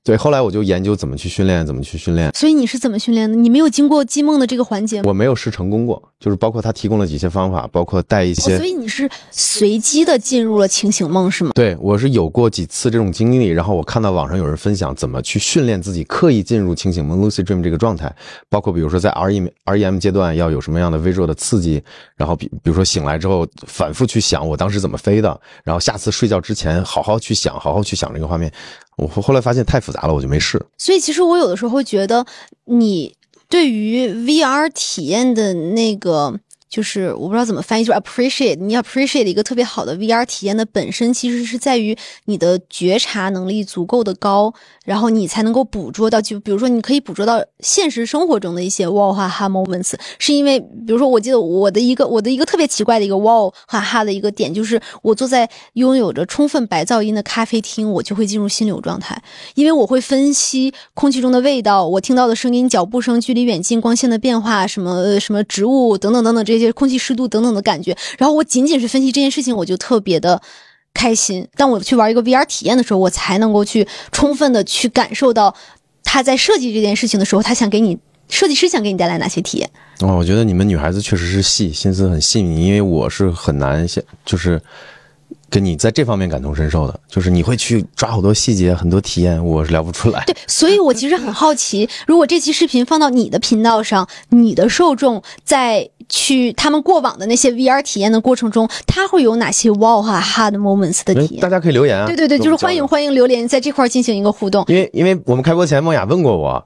Speaker 1: 对，后来我就研究怎么去训练，怎么去训练。
Speaker 2: 所以你是怎么训练的？你没有经过击梦的这个环节吗？
Speaker 1: 我没有试成功过，就是包括他提供了几些方法，包括带一些
Speaker 2: 哦所以你是随机的进入了清醒梦是吗？
Speaker 1: 对，我是有过几次这种经历，然后我看到网上有人分享怎么去训练自己刻意进入清醒梦 （lucid dream） 这个状态，包括比如说在 E REM REM 阶段要有什么样的 visual 的刺激，然后比比如说醒来之后反复去想我当时怎么飞的，然后下次睡觉之前好好去想，好好去想这个画面。我后后来发现太复杂了，我就没试。
Speaker 2: 所以其实我有的时候会觉得，你对于 VR 体验的那个，就是我不知道怎么翻译，就是 appreciate，你 appreciate 一个特别好的 VR 体验的本身，其实是在于你的觉察能力足够的高，然后你才能够捕捉到，就比如说你可以捕捉到现实生活中的一些 wow 哈哈 moments，是因为比如说我记得我的一个我的一个特别奇怪的一个 wow 哈哈的一个点，就是我坐在拥有着充分白噪音的咖啡厅，我就会进入心流状态。因为我会分析空气中的味道，我听到的声音、脚步声、距离远近、光线的变化，什么呃什么植物等等等等这些空气湿度等等的感觉。然后我仅仅是分析这件事情，我就特别的开心。当我去玩一个 VR 体验的时候，我才能够去充分的去感受到他在设计这件事情的时候，他想给你设计师想给你带来哪些体验。
Speaker 1: 哦，我觉得你们女孩子确实是细，心思很细腻，因为我是很难像就是跟你在这方面感同身受的，就是你会去抓好多细节，很多体验，我是聊不出来。
Speaker 2: 对，所以我其实很好奇，如果这期视频放到你的频道上，你的受众在去他们过往的那些 VR 体验的过程中，他会有哪些 wow 哈哈的 moments 的
Speaker 1: 哎
Speaker 2: 体
Speaker 1: 大
Speaker 2: 验？
Speaker 1: 家可以留言啊。
Speaker 2: 对对对，
Speaker 1: 跟
Speaker 2: 就是
Speaker 1: 我们交
Speaker 2: 欢迎
Speaker 1: 流。
Speaker 2: 欢迎留言，在这块儿进行一个互动。
Speaker 1: 因为因为我们开播前，梦雅问过我，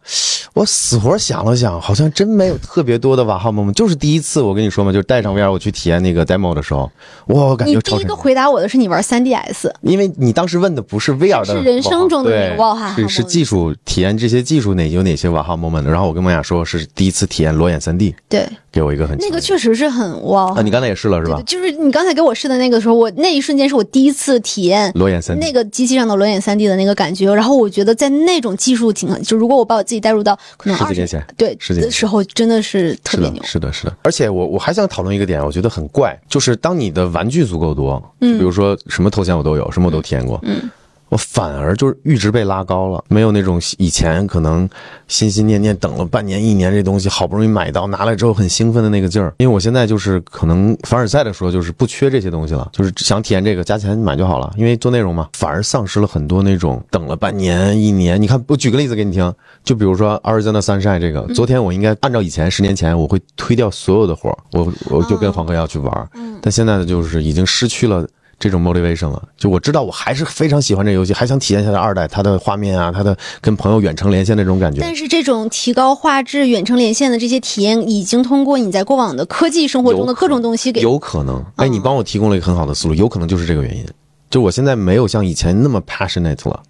Speaker 1: 我死活想了想，好像真没有特别多的哇哈 moment，就是第一次我跟你说嘛，就是带上 VR 我去体验那个 demo 的时候，哇，我感
Speaker 2: 你
Speaker 1: 觉
Speaker 2: 第
Speaker 1: 超
Speaker 2: 一
Speaker 1: 神
Speaker 2: 个
Speaker 1: 奇。
Speaker 2: 回答我的是你玩 3DS，
Speaker 1: 因为你当时问的不是 VR 的
Speaker 2: 是
Speaker 1: 哇哈，
Speaker 2: 人生中的那个
Speaker 1: 对
Speaker 2: 哇哈哈
Speaker 1: 是是
Speaker 2: moment
Speaker 1: 技术体验这些技术哪有哪些哇哈 moment，然后我跟梦雅说是第一次体验裸眼 3D，
Speaker 2: 对，
Speaker 1: 给我一个很
Speaker 2: 那
Speaker 1: 强
Speaker 2: 个
Speaker 1: 烈
Speaker 2: 确实是很 wow
Speaker 1: 啊，。你刚才也试了是
Speaker 2: 对
Speaker 1: 吧
Speaker 2: 对，？就是你刚才给我试的那个时候，我那一瞬间是我第一次体验
Speaker 1: 裸眼 3D
Speaker 2: 那个机器上的裸眼 3D 的那个感觉，然后我觉得在那种技术情况，就如果我把我自己带入到可能
Speaker 1: 十
Speaker 2: 二
Speaker 1: 几
Speaker 2: 十
Speaker 1: 年前
Speaker 2: 对
Speaker 1: 十几年
Speaker 2: 的时候，真的是特别牛。
Speaker 1: 是的，是的，是的。而且我我还想讨论一个点，我觉得很怪，就是当你的玩具足够多，
Speaker 2: 嗯
Speaker 1: 就比如说什么头衔我都有，什么我都体验过，
Speaker 2: 嗯，
Speaker 1: 我反而就是阈值被拉高了，没有那种以前可能心心念念等了半年一年这东西好不容易买到，拿来之后很兴奋的那个劲儿。因为我现在就是可能凡尔赛的说，就是不缺这些东西了，就是想体验这个加钱买就好了。因为做内容嘛，反而丧失了很多那种等了半年一年。你看，我举个例子给你听，就比如说 Arizona Sunshine 这个，昨天我应该按照以前十年前我会推掉所有的活儿，我我就跟黄哥要去玩儿，但现在就是已经失去了。这种 motivation 了。就我知道我还是非常喜欢这个游戏，还想体验一下它的二代，它的画面啊，它的跟朋友远程连线那种感觉。
Speaker 2: 但是这种提高画质、远程连线的这些体验，已经通过你在过往的科技生活中的各种东西给
Speaker 1: 有可能，哎，你帮我提供了一个很好的思路，有可能就是这个原因。就我现在没有像以前那么 passionate 了，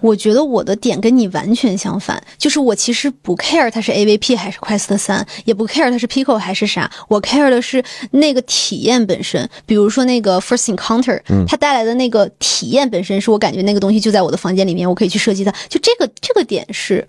Speaker 2: 我觉得我的点跟你完全相反，就是我其实不 care 它是 AVP 还是 Quest 三，也不 care 它是 Pico 还是啥，我 care 的是那个体验本身。比如说那个 First Encounter，它带来的那个体验本身，是我感觉那个东西就在我的房间里面，我可以去设计它。就这个这个点是。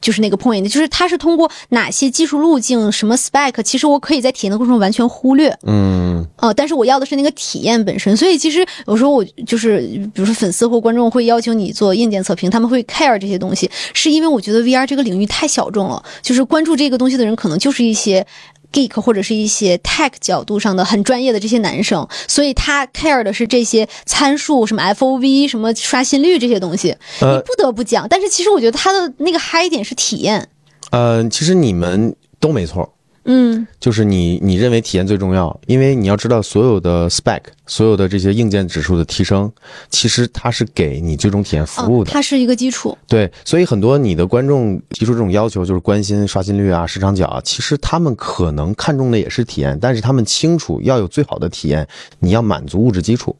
Speaker 2: 就是那个 point，就是它是通过哪些技术路径、什么 spec，其实我可以在体验的过程中完全忽略。
Speaker 1: 嗯，
Speaker 2: 呃，但是我要的是那个体验本身，所以其实有时候我就是，比如说粉丝或观众会要求你做硬件测评，他们会 care 这些东西，是因为我觉得 VR 这个领域太小众了，就是关注这个东西的人可能就是一些 geek 或者是一些 tech 角度上的很专业的这些男生，所以他 care 的是这些参数，什么 FOV，什么刷新率这些东西，
Speaker 1: 呃
Speaker 2: 你不得不讲。但是其实我觉得他的那个嗨点是体验，
Speaker 1: 呃，其实你们都没错，
Speaker 2: 嗯，
Speaker 1: 就是你你认为体验最重要，因为你要知道所有的 spec，所有的这些硬件指数的提升，其实它是给你最终体验服务
Speaker 2: 嗯，
Speaker 1: 的。
Speaker 2: 它是一个基础，
Speaker 1: 对，所以很多你的观众提出这种要求，就是关心刷新率啊、市场角啊，其实他们可能看重的也是体验，但是他们清楚要有最好的体验，你要满足物质基础。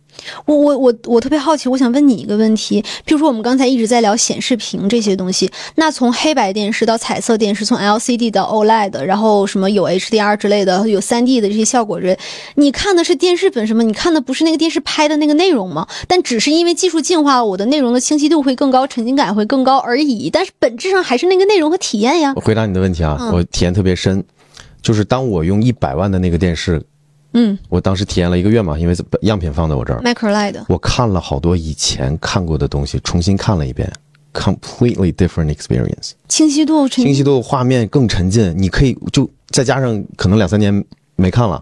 Speaker 2: 我我我我特别好奇，我想问你一个问题，譬如说我们刚才一直在聊显示屏这些东西，那从黑白电视到彩色电视，从 LCD 到 OLED，然后什么有 HDR 之类的，有 3D 的这些效果之类，你看的是电视本身吗？你看的不是那个电视拍的那个内容吗？但只是因为技术进化，我的内容的清晰度会更高，沉浸感会更高而已。但是本质上还是那个内容和体验呀
Speaker 1: 我。回答你的问题啊，
Speaker 2: 嗯
Speaker 1: 我体验特别深，就是当我用一百万的那个电视，
Speaker 2: 嗯
Speaker 1: 我当时体验了一个月嘛，因为样品放在我这儿，
Speaker 2: E ，Micro LED，
Speaker 1: 我看了好多以前看过的东西，重新看了一遍。 completely different experience。
Speaker 2: 清晰度沉
Speaker 1: 清晰度、画面更沉浸，你可以就再加上可能两三年没看了，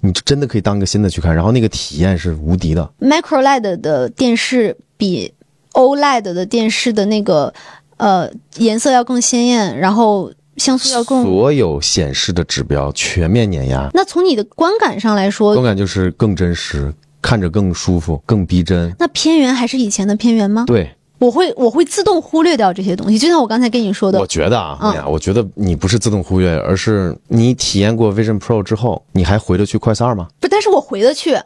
Speaker 1: 你真的可以当个新的去看，然后那个体验是无敌的。
Speaker 2: Micro LED 的电视比 OLED 的电视的那个呃颜色要更鲜艳，然后像素要更。
Speaker 1: 所有显示的指标全面碾压，
Speaker 2: 那从你的观感上来
Speaker 1: 观
Speaker 2: 说，
Speaker 1: 感就是更真实，看着更舒服，更逼真。
Speaker 2: 那偏圆还是以前的偏圆吗？
Speaker 1: 对，
Speaker 2: 我会我会自动忽略掉这些东西，就像我刚才跟你说的
Speaker 1: 我，觉得啊，
Speaker 2: 嗯
Speaker 1: 哎呀，我觉得你不是自动忽略，而是你体验过 Vision Pro 之后，你还回得去 Quest 二吗？
Speaker 2: 不，但是我回得去。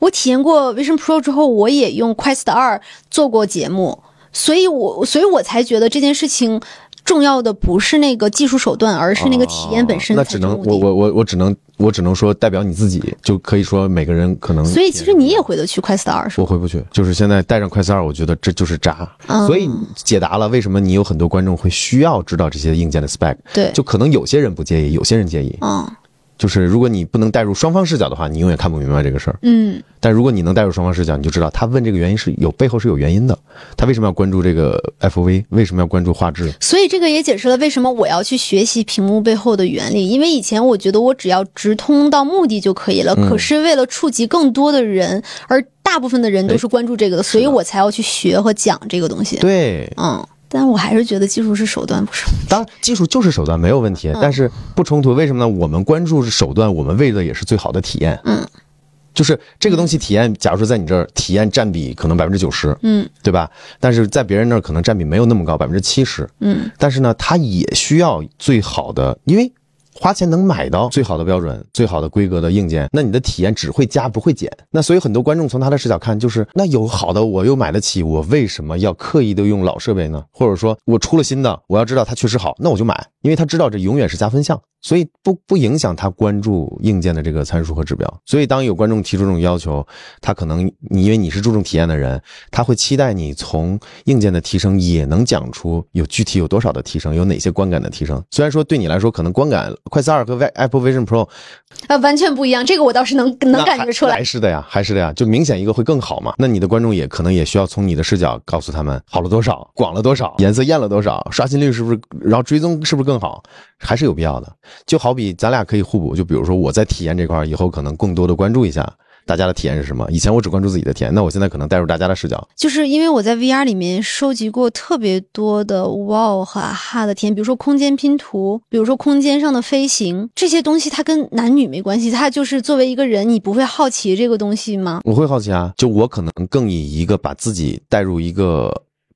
Speaker 2: 我体验过 Vision Pro 之后，我也用 Quest 二做过节目，所以我所以我才觉得这件事情重要的不是那个技术手段，而是那个体验本
Speaker 1: 啊
Speaker 2: 身
Speaker 1: 哦那
Speaker 2: 才
Speaker 1: 只
Speaker 2: 是
Speaker 1: 能
Speaker 2: 目的。
Speaker 1: 我我我我只能我只能说代表你自己，就可以说每个人可能。
Speaker 2: 所以其实你也回得去 Quest 二是吧？
Speaker 1: 我回不去，就是现在带上 Quest 二，我觉得这就是渣。
Speaker 2: 嗯
Speaker 1: 所以解答了为什么你有很多观众会需要知道这些硬件的 spec，
Speaker 2: 对，
Speaker 1: 就可能有些人不介意，有些人介意。
Speaker 2: 嗯
Speaker 1: 就是如果你不能带入双方视角的话，你永远看不明白这个事儿。
Speaker 2: 嗯，
Speaker 1: 但如果你能带入双方视角，你就知道他问这个原因是有背后是有原因的。他为什么要关注这个 FOV？为什么要关注画质？
Speaker 2: 所以这个也解释了为什么我要去学习屏幕背后的原理，因为以前我觉得我只要直通到目的就可以
Speaker 1: 嗯
Speaker 2: 了，可是为了触及更多的人，而大部分的人都是关注这个的，所以我才要去学和讲这个东西。
Speaker 1: 对，
Speaker 2: 嗯，但我还是觉得技术是手段，不是
Speaker 1: 当然技术就是手段，没有问
Speaker 2: 嗯
Speaker 1: 题，但是不冲突。为什么呢？我们关注手段，我们为的也是最好的体验。
Speaker 2: 嗯，
Speaker 1: 就是这个东西体验，假如说在你这儿体验占比可能百分之九十，
Speaker 2: 嗯，
Speaker 1: 对吧？但是在别人那儿可能占比没有那么高，百分之七十。
Speaker 2: 嗯，
Speaker 1: 但是呢，他也需要最好的，因为。花钱能买到最好的标准、最好的规格的硬件，那你的体验只会加不会减。那所以很多观众从他的视角看，就是那有好的我又买得起，我为什么要刻意的用老设备呢？或者说我出了新的，我要知道它确实好，那我就买，因为他知道这永远是加分项，所以不不影响他关注硬件的这个参数和指标。所以当有观众提出这种要求，他可能你因为你是注重体验的人，他会期待你从硬件的提升也能讲出有具体有多少的提升，有哪些观感的提升。虽然说对你来说可能观感快四二和 Vi- Apple Vision Pro
Speaker 2: 啊，完全不一样。这个我倒是能能
Speaker 1: 那
Speaker 2: 感
Speaker 1: 还
Speaker 2: 觉出来
Speaker 1: 还。是的呀，还是的呀，就明显一个会更好嘛。那你的观众也可能也需要从你的视角告诉他们好了多少，广了多少，颜色艳了多少，刷新率是不是，然后追踪是不是更好，还是有必要的。就好比咱俩可以互补，就比如说我在体验这块儿以后可能更多的关注一下。大家的体验是什么？以前我只关注自己的体验，那我现在可能带入大家的视角。
Speaker 2: 就是因为我在 VR 里面收集过特别多的 wow 和啊哈的体验，比如说空间拼图，比如说空间上的飞行，这些东西它跟男女没关系，它就是作为一个人，你不会好奇这个东西吗？
Speaker 1: 我会好奇啊，就我可能更以一个把自己带入一个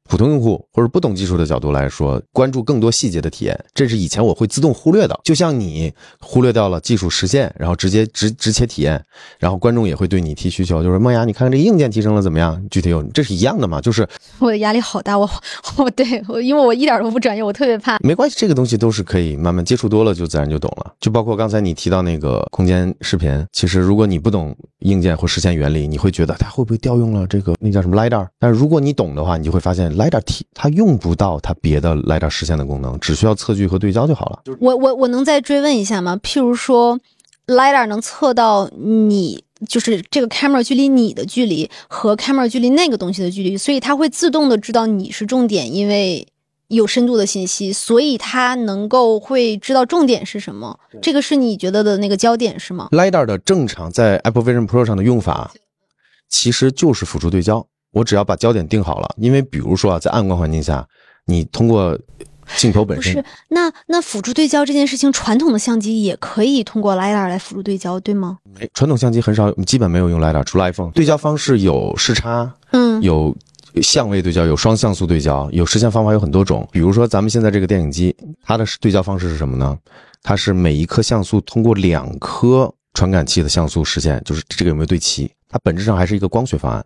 Speaker 1: 普通用户或者不懂技术的角度来说，关注更多细节的体验，这是以前我会自动忽略的。就像你忽略掉了技术实现，然后直接直直切体验，然后观众也会对你提需求，就是梦雅，你看看这个硬件提升了怎么样？具体有这是一样的嘛？就是
Speaker 2: 我的压力好大，我 我对我，因为我一点都不专业，我特别怕。
Speaker 1: 没关系，这个东西都是可以慢慢接触多了，就自然就懂了。就包括刚才你提到那个空间视频，其实如果你不懂硬件或实现原理，你会觉得它会不会调用了这个那叫什么 lidar？但是如果你懂的话，你就会发现 lidar 体它用不到它别的 lidar 实现的功能，只需要测距和对焦就好了。
Speaker 2: 我我我能再追问一下吗？譬如说，lidar 能测到你就是这个 camera 距离你的距离和 camera 距离那个东西的距离，所以它会自动的知道你是重点，因为有深度的信息，所以它能够会知道重点是什么。这个是你觉得的那个焦点是吗？
Speaker 1: lidar 的正常在 Apple Vision Pro 上的用法，其实就是辅助对焦。我只要把焦点定好了，因为比如说啊，在暗光环境下，你通过镜头本
Speaker 2: 不
Speaker 1: 身
Speaker 2: 是，那那辅助对焦这件事情，传统的相机也可以通过 lidar 来辅助对焦，对吗？
Speaker 1: 没传统相机很少，基本没有用 lidar，除了 iPhone。对焦方式有视差，
Speaker 2: 嗯，
Speaker 1: 有相位对焦，有双像素对焦，有实现方法有很多种。比如说咱们现在这个电影机，它的对焦方式是什么呢？它是每一颗像素通过两颗传感器的像素实现，就是这个有没有对齐？它本质上还是一个光学方案。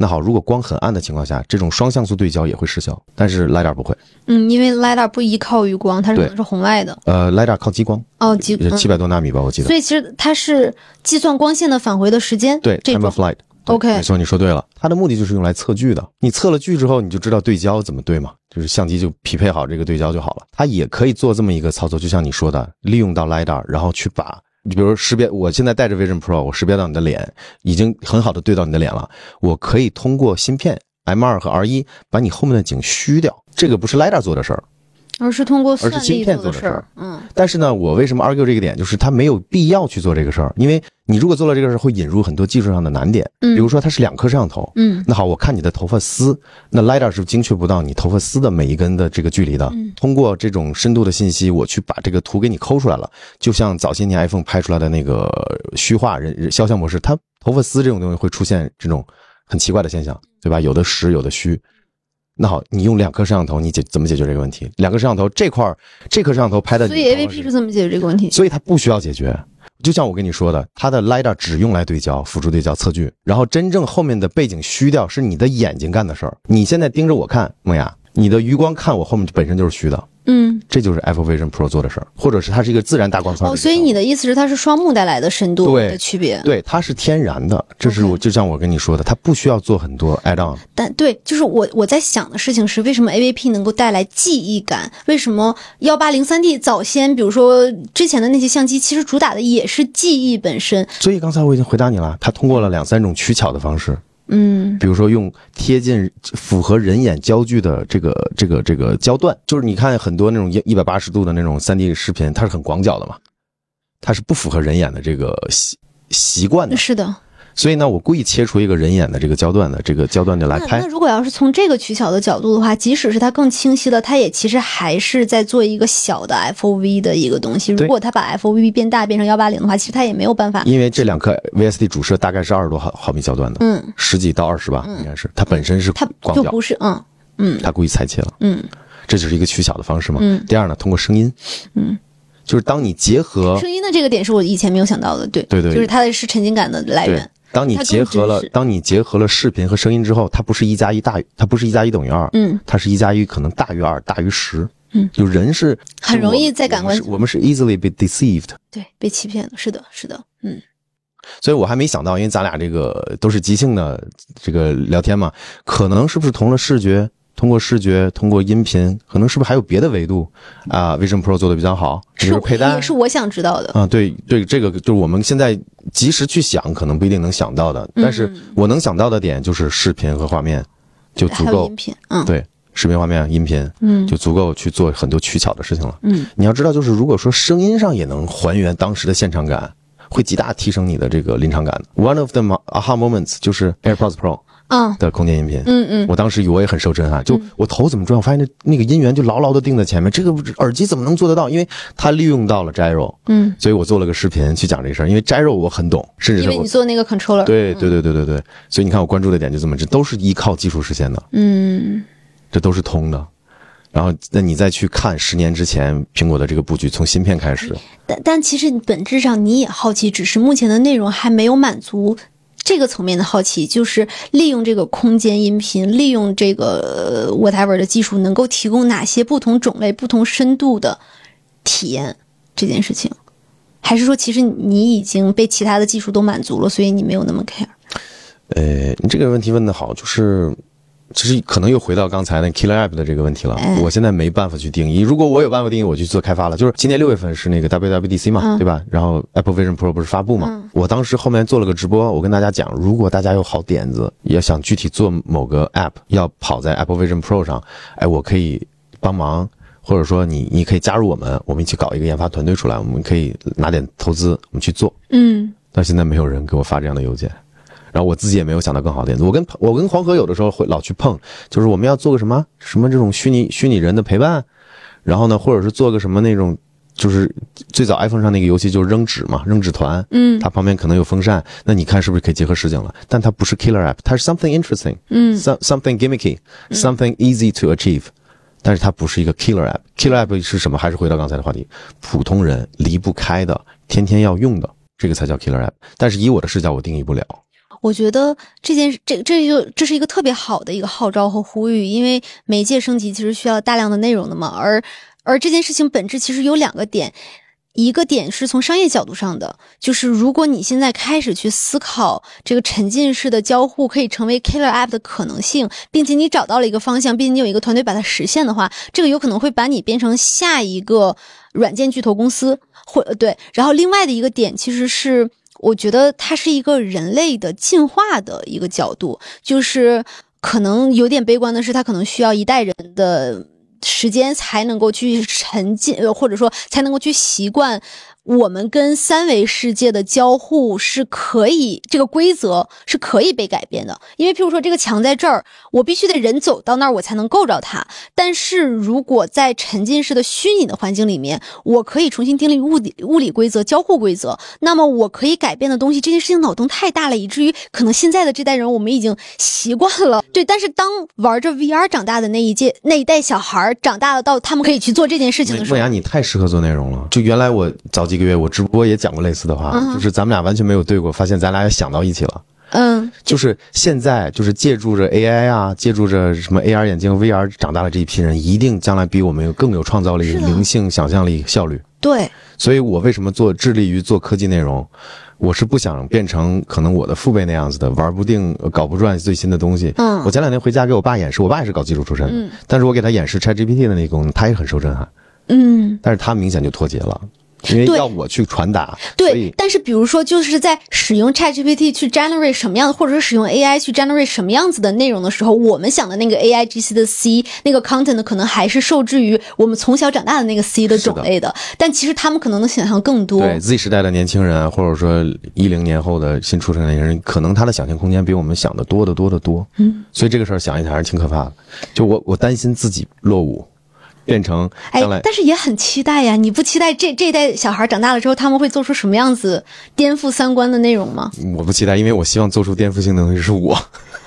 Speaker 1: 那好，如果光很暗的情况下，这种双像素对焦也会失效，但是 lidar 不会。
Speaker 2: 嗯，因为 lidar 不依靠余光，它是可能
Speaker 1: 对
Speaker 2: 是红外的。
Speaker 1: 呃，lidar 靠激光，
Speaker 2: 哦，极嗯
Speaker 1: 七百多纳米吧，我记得
Speaker 2: 所。以其实它是计算光线的返回的时间，
Speaker 1: 对
Speaker 2: 这
Speaker 1: ，time
Speaker 2: 种
Speaker 1: of flight 对。
Speaker 2: OK
Speaker 1: 没错，你说对了。它的目的就是用来测距的。你测了距之后，你就知道对焦怎么对嘛，就是相机就匹配好这个对焦就好了。它也可以做这么一个操作，就像你说的，利用到 lidar，然后去把，你比如识别，我现在带着 Vision Pro，我识别到你的脸，已经很好的对到你的脸了。我可以通过芯片 M 二和 R 一把你后面的景虚掉，这个不是 LiDAR 做的事儿。
Speaker 2: 而是通过算
Speaker 1: 而是
Speaker 2: 力
Speaker 1: 芯片
Speaker 2: 的
Speaker 1: 做的事
Speaker 2: 儿
Speaker 1: 儿。
Speaker 2: 嗯，
Speaker 1: 但是呢，我为什么 argue 这个点，就是它没有必要去做这个事儿，因为你如果做了这个事儿，会引入很多技术上的难点，
Speaker 2: 嗯
Speaker 1: 比如说它是两颗摄像头。
Speaker 2: 嗯
Speaker 1: 那好，我看你的头发丝，那 LiDAR 是精确不到你头发丝的每一根的这个距离的。
Speaker 2: 嗯
Speaker 1: 通过这种深度的信息，我去把这个图给你抠出来了，就像早些年 iPhone 拍出来的那个虚化人人肖像模式，它头发丝这种东西会出现这种很奇怪的现象，对吧？有的实，有的虚。那好，你用两颗摄像头，你解怎么解决这个问题？两个摄像头这块儿，这颗摄像头拍的你
Speaker 2: 所
Speaker 1: 头
Speaker 2: 以
Speaker 1: 发是，
Speaker 2: AVP 是这么解决这个问题。
Speaker 1: 所以它不需要解决。就像我跟你说的，它的 LiDAR 只用来对焦、辅助对焦、测距，然后真正后面的背景虚掉是你的眼睛干的事儿。你现在盯着我看，梦雅，你的余光看我后面本身就是虚的，
Speaker 2: 嗯，
Speaker 1: 这就是 Apple Vision Pro 做的事儿，或者是它是一个自然大光圈的
Speaker 2: 哦，
Speaker 1: 一个
Speaker 2: 所以
Speaker 1: 效果
Speaker 2: 你的意思是它是双目带来的深度
Speaker 1: 对
Speaker 2: 的区别？
Speaker 1: 对它是天然的，这是我
Speaker 2: OK
Speaker 1: 就像我跟你说的，它不需要做很多 add on。
Speaker 2: 但对，就是我我在想的事情是，为什么 AVP 能够带来记忆感？为什么幺八零三 D 早先，比如说之前的那些相机，其实主打的也是记忆本身。
Speaker 1: 所以刚才我已经回答你了，它通过了两三种取巧的方式，
Speaker 2: 嗯
Speaker 1: 比如说用贴近符合人眼焦距的这个这个这个焦段，就是你看很多那种一一百八十度的那种三 D 视频，它是很广角的嘛，它是不符合人眼的这个习习惯的，
Speaker 2: 是的。
Speaker 1: 所以呢，我故意切除一个人眼的这个焦段的这个焦段的来
Speaker 2: 那
Speaker 1: 拍
Speaker 2: 嗯那，如果要是从这个取巧的角度的话，即使是它更清晰了，它也其实还是在做一个小的 FOV 的一个东西。如
Speaker 1: 对
Speaker 2: 果它把 FOV 变大变成幺八零的话，其实它也没有办法。
Speaker 1: 因为这两颗 VSD 主摄大概是二十多毫毫米焦段的，
Speaker 2: 嗯，
Speaker 1: 十几到二十吧，应该是它本身是
Speaker 2: 它
Speaker 1: 广
Speaker 2: 就
Speaker 1: 角，
Speaker 2: 不是嗯嗯
Speaker 1: 他故意裁切了，
Speaker 2: 嗯，
Speaker 1: 这就是一个取巧的方式嘛。
Speaker 2: 嗯
Speaker 1: 第二呢，通过声音，
Speaker 2: 嗯，
Speaker 1: 就是当你结合
Speaker 2: 声音的这个点是我以前没有想到的，对
Speaker 1: 嗯对对
Speaker 2: 就是它的是沉浸感的来
Speaker 1: 对
Speaker 2: 源。，
Speaker 1: 当你
Speaker 2: 它更
Speaker 1: 结合了
Speaker 2: 真实，
Speaker 1: 当你结合了视频和声音之后，它不是一加一大于，它不是一加一等于二，
Speaker 2: 嗯，
Speaker 1: 它是一加一可能大于二，大于十。
Speaker 2: 嗯，
Speaker 1: 就人是
Speaker 2: 很
Speaker 1: 就我
Speaker 2: 容易
Speaker 1: 们
Speaker 2: 在感
Speaker 1: 我们
Speaker 2: 官
Speaker 1: 是我们是 easily be deceived，
Speaker 2: 对，被欺骗了，是的，是的，嗯
Speaker 1: 所以我还没想到，因为咱俩这个都是即兴的这个聊天嘛，可能是不是通了视觉，通过视觉，通过音频，可能是不是还有别的维度啊、v i s i o n Pro 做的比较好，比
Speaker 2: 是
Speaker 1: 如佩戴
Speaker 2: 也是我想知道的。
Speaker 1: 啊，对对，这个就是我们现在及时去想，可能不一定能想到的。但是
Speaker 2: 嗯
Speaker 1: 我能想到的点就是视频和画面就足
Speaker 2: 还有
Speaker 1: 够
Speaker 2: 音，频，嗯，
Speaker 1: 对，视频、画面、音频，
Speaker 2: 嗯
Speaker 1: 就足够去做很多取巧的事情了。
Speaker 2: 嗯，
Speaker 1: 你要知道，就是如果说声音上也能还原当时的现场感，会极大提升你的这个临场感。One of the mo- aha moments 就是 AirPods Pro
Speaker 2: 嗯
Speaker 1: 的空间音频。
Speaker 2: 嗯嗯，
Speaker 1: 我当时我也很受震撼，就我头怎么转，我发现那那个音源就牢牢的定在前面，这个耳机怎么能做得到？因为它利用到了 gyro，
Speaker 2: 嗯，
Speaker 1: 所以我做了个视频去讲这事儿，因为 gyro 我很懂，甚至
Speaker 2: 因
Speaker 1: 是
Speaker 2: 为
Speaker 1: 我
Speaker 2: 你嗯做那个 controller，，
Speaker 1: 对对对对对对，所以你看我关注的点就这么，这都是依靠技术实现的，
Speaker 2: 嗯
Speaker 1: 这都是通的。然后，那你再去看十年之前苹果的这个布局，从芯片开始，
Speaker 2: 但但其实本质上你也好奇，只是目前的内容还没有满足这个层面的好奇，就是利用这个空间音频，利用这个呃 whatever 的技术，能够提供哪些不同种类、不同深度的体验这件事情，还是说其实你已经被其他的技术都满足了，所以你没有那么 care？
Speaker 1: 呃，你这个问题问得好，就是其实可能又回到刚才那 Killer App 的这个问题了。
Speaker 2: 哎
Speaker 1: 我现在没办法去定义，如果我有办法定义，我去做开发了。就是今年六月份是那个 WWDC 嘛，对吧？然后 Apple Vision Pro 不是发布嘛？我当时后面做了个直播，我跟大家讲，如果大家有好点子，也想具体做某个 App，要跑在 Apple Vision Pro 上，哎，我可以帮忙。或者说你你可以加入我们，我们一起搞一个研发团队出来，我们可以拿点投资，我们去做。
Speaker 2: 嗯
Speaker 1: 到现在没有人给我发这样的邮件，然后我自己也没有想到更好的点子。我跟我跟黄河有的时候会老去碰，就是我们要做个什么什么这种虚拟虚拟人的陪伴，然后呢，或者是做个什么那种，就是最早 iPhone 上那个游戏就是扔纸嘛，扔纸团，
Speaker 2: 嗯
Speaker 1: 它旁边可能有风扇，那你看是不是可以结合实景了？但它不是 killer app，它是 something interesting，
Speaker 2: 嗯
Speaker 1: ，some something gimmicky，something easy to achieve。但是它不是一个 killer app。killer app 是什么？还是回到刚才的话题，普通人离不开的，天天要用的，这个才叫 killer app。但是以我的视角，我定义不了。
Speaker 2: 我觉得这件事，这这就这是一个特别好的一个号召和呼吁，因为媒介升级其实需要大量的内容的嘛，而而这件事情本质其实有两个点，一个点是从商业角度上的，就是如果你现在开始去思考这个沉浸式的交互可以成为 killer app 的可能性，并且你找到了一个方向，并且你有一个团队把它实现的话，这个有可能会把你变成下一个软件巨头公司，或呃对。然后另外的一个点其实是。我觉得它是一个人类的进化的一个角度，就是可能有点悲观的是，他可能需要一代人的时间才能够去沉浸，呃或者说才能够去习惯我们跟三维世界的交互是可以，这个规则是可以被改变的。因为譬如说这个墙在这儿，我必须得人走到那儿我才能够着它。但是如果在沉浸式的虚拟的环境里面，我可以重新订立物理物理规则、交互规则，那么我可以改变的东西，这件事情脑洞太大了，以至于可能现在的这代人我们已经习惯了。对，但是当玩着 VR 长大的那一届那一代小孩儿长大了，到他们可以去做这件事情的时
Speaker 1: 梦
Speaker 2: 候，
Speaker 1: 雅，你太适合做内容了。就原来我早几个月我直播也讲过类似的话，
Speaker 2: 嗯
Speaker 1: 就是咱们俩完全没有对过，发现咱俩也想到一起了。
Speaker 2: 嗯，
Speaker 1: 就是现在，就是借助着 AI 啊，借助着什么 AR 眼镜、VR 长大的这一批人，一定将来比我们有更有创造力、
Speaker 2: 是的
Speaker 1: 灵性、想象力、效率。
Speaker 2: 对，
Speaker 1: 所以我为什么做致力于做科技内容？我是不想变成可能我的父辈那样子的，玩不定、搞不转最新的东西。
Speaker 2: 嗯
Speaker 1: 我前两天回家给我爸演示，我爸也是搞技术出身的，
Speaker 2: 嗯
Speaker 1: 但是我给他演示 ChatGPT 的那个功能，他也很受震撼，
Speaker 2: 嗯。
Speaker 1: 但是他明显就脱节了，因为
Speaker 2: 对
Speaker 1: 要我去传达，所
Speaker 2: 对
Speaker 1: 以，
Speaker 2: 但是比如说，就是在使用 ChatGPT 去 generate 什么样的，或者是使用 AI 去 generate 什么样子的内容的时候，我们想的那个 AIGC 的 C 那个 content 可能还是受制于我们从小长大的那个 C 的种类的，但其实他们可能能想象更多。
Speaker 1: 对 Z 时代的年轻人，或者说一零年后的新出生的年轻人，可能他的想象空间比我们想的多得多得多。
Speaker 2: 嗯，
Speaker 1: 所以这个事儿想一想还是挺可怕的。就我我担心自己落伍，变成
Speaker 2: 哎
Speaker 1: 将来，
Speaker 2: 但是也很期待呀！你不期待这这一代小孩长大了之后他们会做出什么样子颠覆三观的内容吗？
Speaker 1: 我不期待，因为我希望做出颠覆性的东西是 我。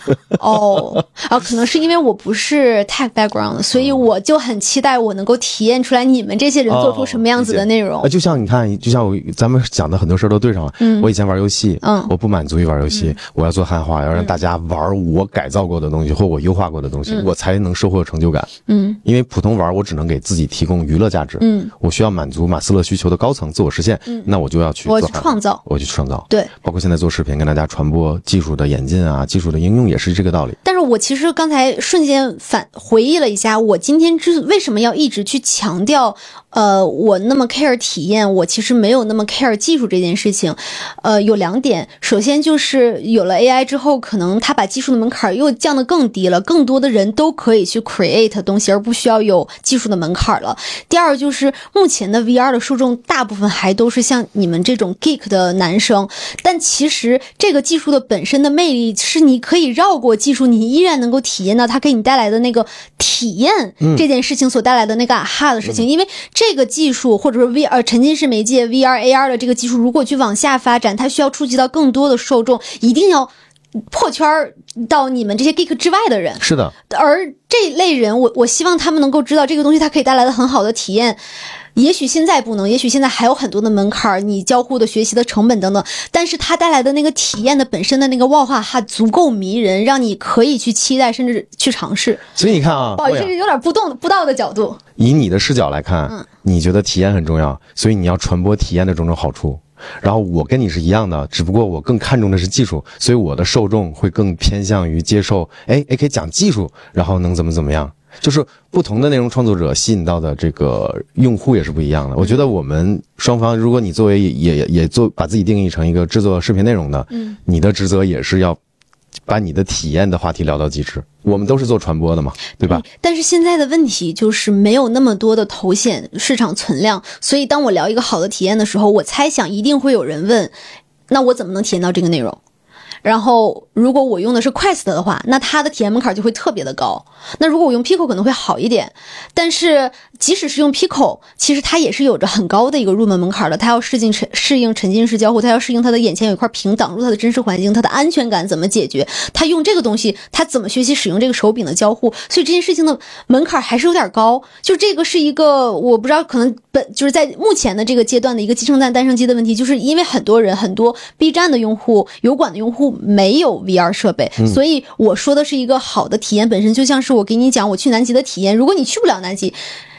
Speaker 2: 哦，啊，可能是因为我不是 tech background，所
Speaker 1: 哦
Speaker 2: 以我就很期待我能够体验出来你们这些人做出什么样子的内容。
Speaker 1: 啊，就像你看，就像我咱们讲的很多事儿都对上了。
Speaker 2: 嗯
Speaker 1: 我以前玩游戏，
Speaker 2: 嗯
Speaker 1: 我不满足于玩游戏，我要做汉化，要让大家玩我改造过的东西、或我优化过的东西，我才能收获成就感。
Speaker 2: 嗯
Speaker 1: 因为普通玩，我只能给自己提供娱乐价值。
Speaker 2: 嗯，
Speaker 1: 我需要满足马斯洛需求的高层自我实现，那我就要去
Speaker 2: 我
Speaker 1: 做
Speaker 2: 去
Speaker 1: 汉化
Speaker 2: 创造
Speaker 1: 我去创造。
Speaker 2: 对，
Speaker 1: 包括现在做视频，跟大家传播技术的演进啊，技术的应用也是这个道理。
Speaker 2: 但是我其实刚才瞬间反回忆了一下，我今天之为什么要一直去强调，呃，我那么 care 体验，我其实没有那么 care 技术这件事情，呃，有两点，首先就是有了 AI 之后，可能它把技术的门槛又降得更低了，更多的人都可以去 create 东西，而不需要有技术的门槛了。第二就是目前的 VR 的受众大部分还都是像你们这种 geek 的男生，但其实这个技术的本身的魅力是你可以绕过技术，你依然能够体验到它给你带来的那个体验、这件事情所带来的那个啊哈的事情，因为这个技术或者说 V 呃沉浸式媒介 VR AR 的这个技术，如果去往下发展，它需要触及到更多的受众，一定要。破圈儿到你们这些 geek 之外的人，
Speaker 1: 是的，
Speaker 2: 而这类人，我我希望他们能够知道这个东西它可以带来的很好的体验。也许现在不能，也许现在还有很多的门槛儿，你交互的学习的成本等等，但是它带来的那个体验的本身的那个哇哈哈足够迷人，让你可以去期待，甚至去尝试。
Speaker 1: 所以你看啊，
Speaker 2: 不好意思，
Speaker 1: 欧
Speaker 2: 这
Speaker 1: 阳
Speaker 2: 是有点不动不道的角度。
Speaker 1: 以你的视角来看，你觉得体验很重要，所以你要传播体验的种种好处。然后我跟你是一样的，只不过我更看重的是技术，所以我的受众会更偏向于接受，哎哎，可以讲技术，然后能怎么怎么样。就是不同的内容创作者吸引到的这个用户也是不一样的。我觉得我们双方，如果你作为也也也做把自己定义成一个制作视频内容的，
Speaker 2: 嗯，
Speaker 1: 你的职责也是要把你的体验的话题聊到极致。我们都是做传播的嘛，对吧？
Speaker 2: 嗯但是现在的问题就是没有那么多的头显市场存量，所以当我聊一个好的体验的时候，我猜想一定会有人问，那我怎么能体验到这个内容？然后，如果我用的是 Quest 的话，那它的体验门槛就会特别的高。那如果我用 Pico 可能会好一点，但是即使是用 Pico，其实它也是有着很高的一个入门门槛的。它要适应沉适应沉浸式交互，它要适应它的眼前有一块屏挡住它的真实环境，它的安全感怎么解决？它用这个东西，它怎么学习使用这个手柄的交互？所以这件事情的门槛还是有点高。就这个是一个我不知道，可能本就是在目前的这个阶段的一个鸡生蛋蛋生鸡的问题，就是因为很多人很多 B 站的用户、油管的用户没有 VR 设备，
Speaker 1: 嗯
Speaker 2: 所以我说的是一个好的体验本身，就像是我给你讲我去南极的体验，如果你去不了南极。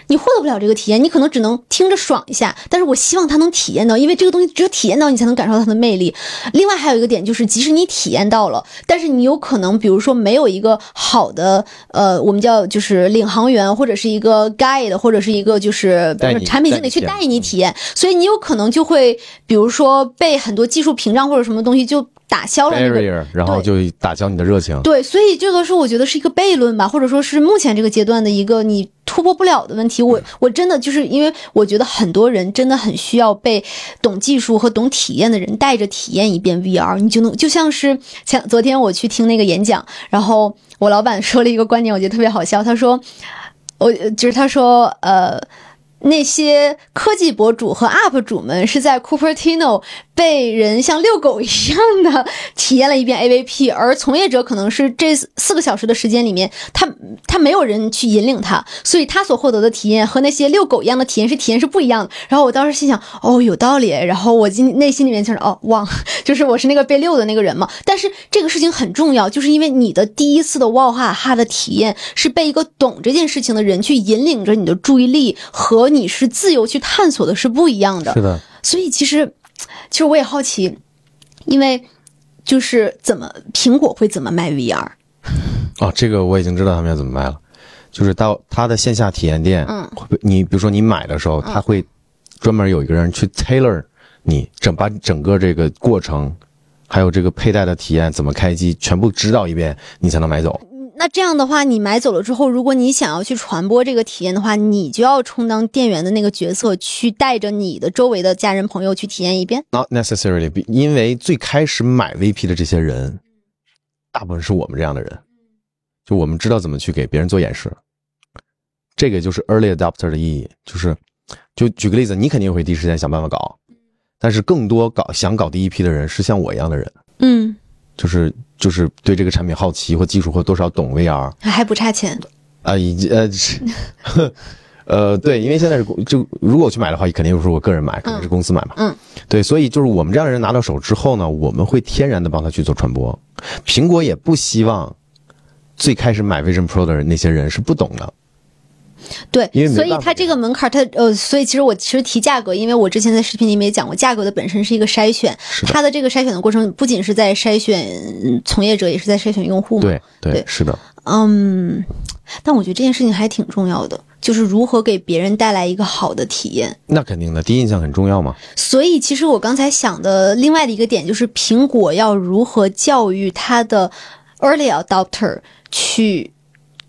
Speaker 2: 你获得不了这个体验，你可能只能听着爽一下。但是我希望他能体验到，因为这个东西只有体验到，你才能感受到它的魅力。另外还有一个点就是，即使你体验到了，但是你有可能，比如说没有一个好的呃，我们叫就是领航员，或者是一个 guide，或者是一个就是比
Speaker 1: 带
Speaker 2: 如说
Speaker 1: 你
Speaker 2: 产品
Speaker 1: 带
Speaker 2: 经
Speaker 1: 你
Speaker 2: 理去
Speaker 1: 体验
Speaker 2: 带你体验，所以你有可能就会，比如说被很多技术屏障或者什么东西就。打消哦了那个
Speaker 1: barrier，然后就打消你的热情。
Speaker 2: 对，所以这个是我觉得是一个悖论吧，或者说是目前这个阶段的一个你突破不了的问题。我我真的就是因为我觉得很多人真的很需要被懂技术和懂体验的人带着体验一遍 VR，你就能就像是前昨天我去听那个演讲，然后我老板说了一个观点，我觉得特别好笑，他说，我就是他说呃。那些科技博主和 UP 主们是在 Cupertino 被人像遛狗一样的 体验了一遍 AVP，而从业者可能是这四个小时的时间里面，他他没有人去引领他，所以他所获得的体验和那些遛狗一样的体验是体验是不一样的。然后我当时心想，哦，有道理。然后我今内心里面就是，哦，忘，就是我是那个被遛的那个人嘛。但是这个事情很重要，就是因为你的第一次的哇哈哈的体验是被一个懂这件事情的人去引领着你的注意力和你是自由去探索的是不一样的。
Speaker 1: 的，
Speaker 2: 所以其实，其实我也好奇，因为就是怎么苹果会怎么卖 VR？
Speaker 1: 哦，这个我已经知道他们要怎么卖了，就是到他的线下体验店，
Speaker 2: 嗯
Speaker 1: 会被你比如说你买的时候，他会专门有一个人去 tailor 你整把整个这个过程，还有这个佩戴的体验怎么开机，全部指导一遍，你才能买走。
Speaker 2: 那这样的话，你买走了之后，如果你想要去传播这个体验的话，你就要充当店员的那个角色，去带着你的周围的家人朋友去体验一遍。
Speaker 1: Not necessarily，be- 因为最开始买 VP 的这些人，大部分是我们这样的人，就我们知道怎么去给别人做演示。这个就是 early adopter 的意义，就是，就举个例子，你肯定会第一时间想办法搞，但是更多搞想搞第一批的人是像我一样的人，
Speaker 2: 嗯，
Speaker 1: 就是就是对这个产品好奇或技术或多少懂 VR 啊、
Speaker 2: 还不差钱。
Speaker 1: 以及呃，是呃，对，因为现在是公就如果我去买的话，肯定不是我个人买，肯定是公司买嘛。
Speaker 2: 嗯，
Speaker 1: 对，所以就是我们这样的人拿到手之后呢，我们会天然的帮他去做传播。苹果也不希望最开始买 Vision Pro 的人那些人是不懂的，
Speaker 2: 对
Speaker 1: 因为，没
Speaker 2: 所以
Speaker 1: 办法
Speaker 2: 它这个门槛儿，它呃，所以其实我其实提价格，因为我之前在视频里面也讲过，价格的本身是一个筛选，它的这个筛选的过程不仅是在筛选嗯从业者，也是在筛选用户嘛。
Speaker 1: 对对
Speaker 2: 对，
Speaker 1: 是的，
Speaker 2: 嗯，但我觉得这件事情还挺重要的，就是如何给别人带来一个好的体验。
Speaker 1: 那肯定的，第一印象很重要嘛。
Speaker 2: 所以，其实我刚才想的另外的一个点就是，苹果要如何教育它的 early adopter 去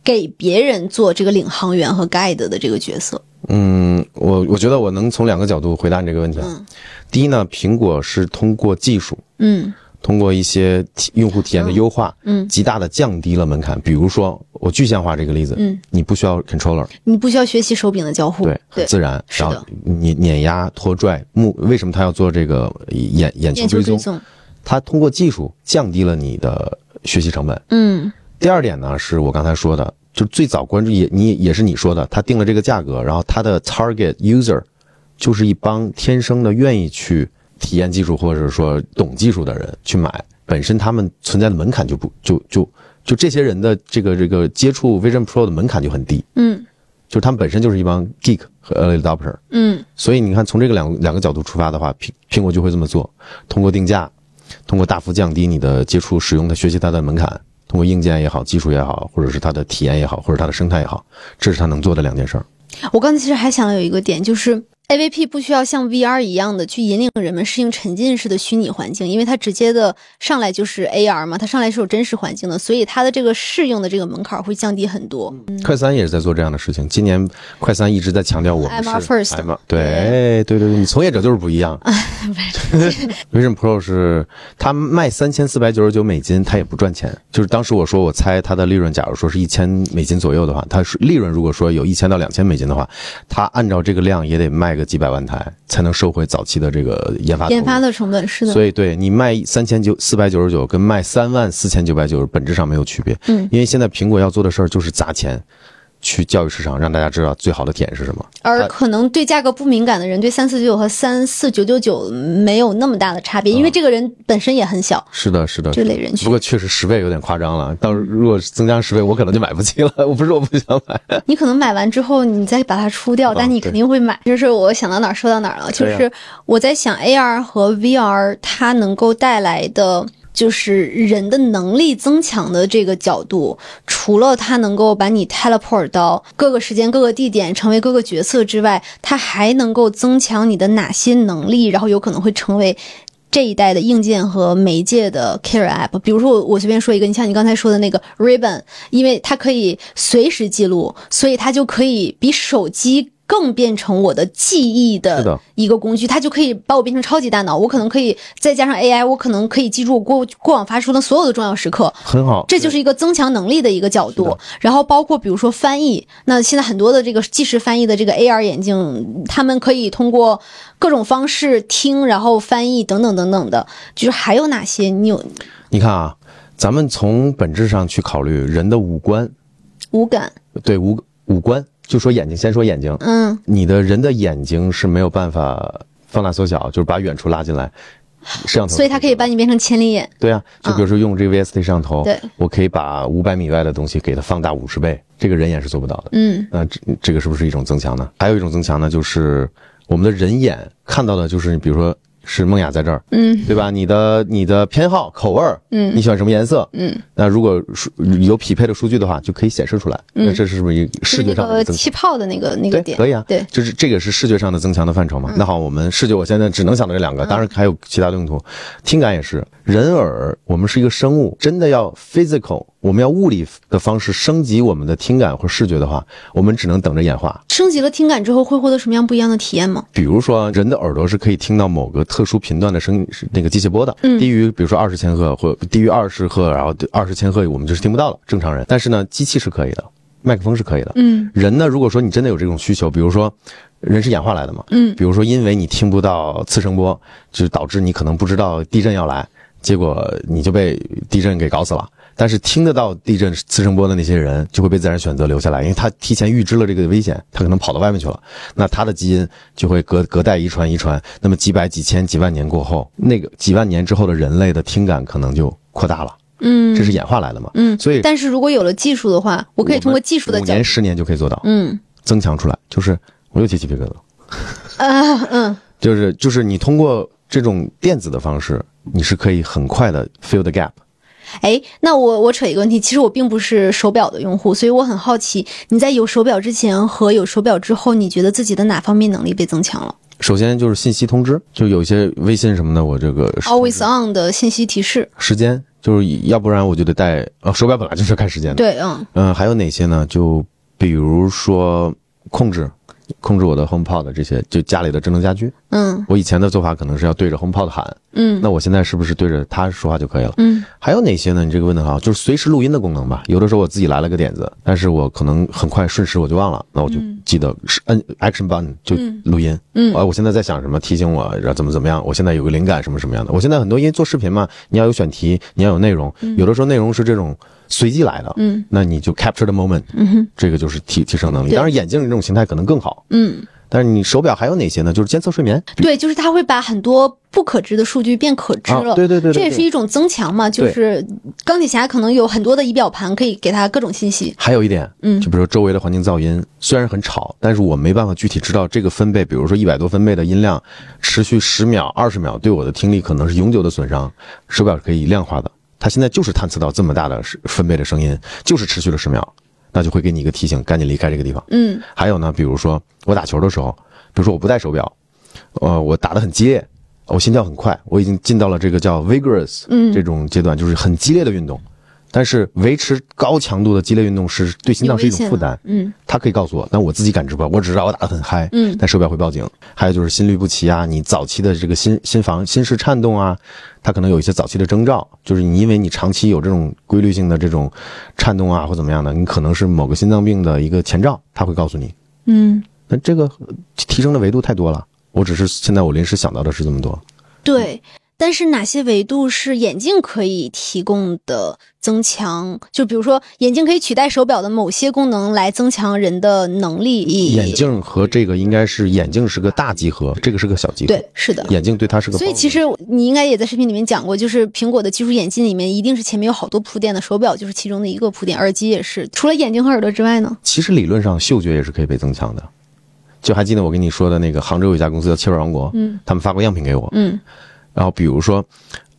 Speaker 2: 给别人做这个领航员和 guide 的这个角色。
Speaker 1: 嗯，我我觉得我能从两个角度回答你这个问题啊。第一呢，苹果是通过技术，
Speaker 2: 嗯
Speaker 1: 通过一些体用户体验的优化，
Speaker 2: 嗯，
Speaker 1: 极大的降低了门槛。比如说，我具象化这个例子，
Speaker 2: 嗯，
Speaker 1: 你不需要 controller，
Speaker 2: 你不需要学习手柄的交互。
Speaker 1: 对，很自然，
Speaker 2: 是
Speaker 1: 然
Speaker 2: 的
Speaker 1: 后碾碾压、拖拽、目，为什么他要做这个眼眼球
Speaker 2: 眼球
Speaker 1: 追踪？
Speaker 2: 追踪。
Speaker 1: 他通过技术降低了你的学习成本。
Speaker 2: 嗯
Speaker 1: 第二点呢，是我刚才说的，就最早关注也你也是你说的，他定了这个价格，然后他的 target user 就是一帮天生的愿意去体验技术或者说懂技术的人去买，本身他们存在的门槛就不就就就这些人的这个这个接触 Vision Pro 的门槛就很低，
Speaker 2: 嗯
Speaker 1: 就是他们本身就是一帮 geek 和 early adopter。
Speaker 2: 嗯
Speaker 1: 所以你看，从这个两两个角度出发的话，苹苹果就会这么做：通过定价，通过大幅降低你的接触、使用的、学习它的门槛，通过硬件也好、技术也好，或者是它的体验也好，或者它的生态也好，这是它能做的两件事儿。
Speaker 2: 我刚才其实还想了有一个点，就是 AVP 不需要像 VR 一样的去引领人们适应沉浸式的虚拟环境，因为它直接的上来就是 AR 嘛，它上来是有真实环境的，所以它的这个适应的这个门槛会降低很多。
Speaker 1: 快三也是在做这样的事情。今年快三一直在强调我们是
Speaker 2: MR first 啊
Speaker 1: MR 对对对对，你从业者就是不一样。Vision Pro 是它卖三千四百九十九美金，它也不赚钱。就是当时我说，我猜它的利润，假如说是一千美金左右的话，它是利润如果说有一千到两千美金的话，它按照这个量也得卖个几百万台，才能收回早期的这个研发投入
Speaker 2: 研发的成本是的，
Speaker 1: 所以对你卖三千九四百九十九跟卖三万四千九百九十本质上没有区别。
Speaker 2: 嗯，
Speaker 1: 因为现在苹果要做的事儿就是砸钱去教育市场，让大家知道最好的体验是什么。
Speaker 2: 而可能对价格不敏感的人，对三四九和三四九九九没有那么大的差别，
Speaker 1: 啊
Speaker 2: 因为这个人本身也很小，
Speaker 1: 是的，是的。
Speaker 2: 这类人
Speaker 1: 不
Speaker 2: 群，
Speaker 1: 过确实十倍有点夸张了，但如果增加十倍，我可能就买不起了。我不是我不想 买，
Speaker 2: 你可能买完之后你再把它出掉，但你肯定会买。就是我想到哪儿说到哪儿了，就
Speaker 1: 对呀
Speaker 2: 是我在想 AR 和 VR 它能够带来的。就是人的能力增强的这个角度，除了它能够把你 teleport 到各个时间、各个地点，成为各个角色之外，它还能够增强你的哪些能力，然后有可能会成为这一代的硬件和媒介的 Care App，比如说我我随便说一个，你像你刚才说的那个 Ribbon，因为它可以随时记录，所以它就可以比手机更变成我的记忆
Speaker 1: 是的
Speaker 2: 的一个工具，它就可以把我变成超级大脑。我可能可以再加上 AI，我可能可以记住我过过往发生的所有的重要时刻。
Speaker 1: 很好。
Speaker 2: 这就是一个增强能力的一个角度。然后包括比如说翻译，那现在很多的这个即时翻译的这个 AR 眼镜，他们可以通过各种方式听，然后翻译等等等等的。就是还有哪些？你有
Speaker 1: 你看啊，咱们从本质上去考虑人的五官，
Speaker 2: 五感？
Speaker 1: 对五五官，就说眼睛，先说眼睛，
Speaker 2: 嗯，
Speaker 1: 你的人的眼睛是没有办法放大缩小，就是把远处拉进来，摄像头，
Speaker 2: 所以它可以把你变成千里眼。
Speaker 1: 对啊，就比如说用这个 VST 摄像头，
Speaker 2: 嗯对
Speaker 1: 我可以把五百米外的东西给它放大五十倍，这个人眼是做不到的。
Speaker 2: 嗯，
Speaker 1: 那这这个是不是一种增强呢？还有一种增强呢，就是我们的人眼看到的，就是比如说是梦雅在这儿，
Speaker 2: 嗯，
Speaker 1: 对吧？你的你的偏好、口味儿，
Speaker 2: 嗯
Speaker 1: 你喜欢什么颜色，
Speaker 2: 嗯，
Speaker 1: 那如果数有匹配的数据的话，就可以显示出来。
Speaker 2: 嗯
Speaker 1: 那这是不是一个
Speaker 2: 就是
Speaker 1: 视
Speaker 2: 那
Speaker 1: 觉上的
Speaker 2: 个
Speaker 1: 增强？
Speaker 2: 气泡的那个那个
Speaker 1: 对，
Speaker 2: 点，
Speaker 1: 可以啊，
Speaker 2: 对，嗯
Speaker 1: 就是这个是视觉上的增强的范畴嘛。那好，我们视觉我现在只能想到这两个，当然还有其他的用途，听感也是。人耳，我们是一个生物，真的要 physical，我们要物理的方式升级我们的听感或视觉的话，我们只能等着演化。
Speaker 2: 升级了听感之后会获得什么样不一样的体验吗？
Speaker 1: 比如说，人的耳朵是可以听到某个特殊频段的声音，是那个机械波的，
Speaker 2: 嗯
Speaker 1: 低于比如说二十千赫或低于二十赫，然后二十千赫我们就是听不到了，正常人。但是呢，机器是可以的，麦克风是可以的。
Speaker 2: 嗯，
Speaker 1: 人呢，如果说你真的有这种需求，比如说人是演化来的嘛，
Speaker 2: 嗯，
Speaker 1: 比如说因为你听不到次声波，就导致你可能不知道地震要来，结果你就被地震给搞死了。但是听得到地震次声波的那些人，就会被自然选择留下来，因为他提前预知了这个危险，他可能跑到外面去了。那他的基因就会隔隔代遗传遗传，那么几百、几千、几万年过后，那个几万年之后的人类的听感可能就扩大了，
Speaker 2: 嗯
Speaker 1: 这是演化来的嘛？
Speaker 2: 嗯，
Speaker 1: 所以
Speaker 2: 但是如果有了技术的话，我可以通过技术的
Speaker 1: 五
Speaker 2: 角
Speaker 1: 年、
Speaker 2: 度，
Speaker 1: 十年就可以做到。
Speaker 2: 嗯
Speaker 1: 增强出来，就是我又起鸡皮疙瘩了，
Speaker 2: 啊嗯
Speaker 1: 就是就是你通过这种电子的方式，你是可以很快的 fill the gap。
Speaker 2: 哎，那我我扯一个问题，其实我并不是手表的用户，所以我很好奇，你在有手表之前和有手表之后，你觉得自己的哪方面能力被增强了
Speaker 1: 首先就是信息通知，就有一些微信什么的，我这个时
Speaker 2: ？Always on 的信息提示，
Speaker 1: 时间就是要不然我就得带呃手表本来就是看时间的。
Speaker 2: 对，嗯
Speaker 1: 嗯、还有哪些呢？就比如说控制。控制我的 HomePod 这些，就家里的智能家居。
Speaker 2: 嗯
Speaker 1: 我以前的做法可能是要对着 HomePod 喊，
Speaker 2: 嗯
Speaker 1: 那我现在是不是对着它说话就可以了？
Speaker 2: 嗯
Speaker 1: 还有哪些呢？你这个问的好，就是随时录音的功能吧。有的时候我自己来了个点子，但是我可能很快瞬时我就忘了，那我就记得是摁 action button 就录音。
Speaker 2: 嗯
Speaker 1: 啊，我现在在想什么，提醒我，然后怎么怎么样。我现在有个灵感，什么什么样的。我现在很多因为做视频嘛，你要有选题，你要有内容，有的时候内容是这种随机来的，
Speaker 2: 嗯，
Speaker 1: 那你就 capture the moment，
Speaker 2: 嗯哼
Speaker 1: 这个就是提提升能力。
Speaker 2: 对
Speaker 1: 当然，眼镜这种形态可能更好。
Speaker 2: 嗯，
Speaker 1: 但是你手表还有哪些呢？就是监测睡眠，
Speaker 2: 对，就是它会把很多不可知的数据变可知
Speaker 1: 啊
Speaker 2: 了，
Speaker 1: 对对对对
Speaker 2: 这也
Speaker 1: 对
Speaker 2: 是一种增强嘛，就
Speaker 1: 对
Speaker 2: 是钢铁侠可能有很多的仪表盘可以给他各种信息，
Speaker 1: 还有一点，
Speaker 2: 嗯
Speaker 1: 就比如说周围的环境噪音虽然很吵，但是我没办法具体知道这个分贝，比如说一百多分贝的音量，持续十秒、二十秒，对我的听力可能是永久的损伤。手表是可以量化的，它现在就是探测到这么大的是分贝的声音，就是持续了十秒，那就会给你一个提醒，赶紧离开这个地方。
Speaker 2: 嗯
Speaker 1: 还有呢，比如说我打球的时候，比如说我不戴手表，呃，我打得很激烈，我心跳很快，我已经进到了这个叫 vigorous 这种阶段，就是很激烈的运动。但是维持高强度的激烈运动是对心脏是一种负担，
Speaker 2: 嗯
Speaker 1: 它可以告诉我，但我自己感知不到，我只知道我打得很嗨，
Speaker 2: 嗯
Speaker 1: 但手表会报警。还有就是心律不齐啊，你早期的这个心心房心室颤动啊，它可能有一些早期的征兆，就是你因为你长期有这种规律性的这种颤动啊或怎么样的，你可能是某个心脏病的一个前兆，它会告诉你。
Speaker 2: 嗯。
Speaker 1: 那这个呃提升的维度太多了，我只是现在我临时想到的是这么多。
Speaker 2: 对，但是哪些维度是眼镜可以提供的增强？就比如说，眼镜可以取代手表的某些功能来增强人的能力。
Speaker 1: 眼镜和这个应该是眼镜是个大集合，这个是个小集合。
Speaker 2: 对，是的。
Speaker 1: 眼镜对它是个包
Speaker 2: 所
Speaker 1: 容。
Speaker 2: 以其实你应该也在视频里面讲过，就是苹果的技术眼镜里面一定是前面有好多铺垫的，手表就是其中的一个铺垫，耳机也是。除了眼睛和耳朵之外呢？
Speaker 1: 其实理论上嗅觉也是可以被增强的。就还记得我跟你说的那个杭州有一家公司叫切味王国，
Speaker 2: 嗯，
Speaker 1: 他们发过样品给我，
Speaker 2: 嗯
Speaker 1: 然后比如说，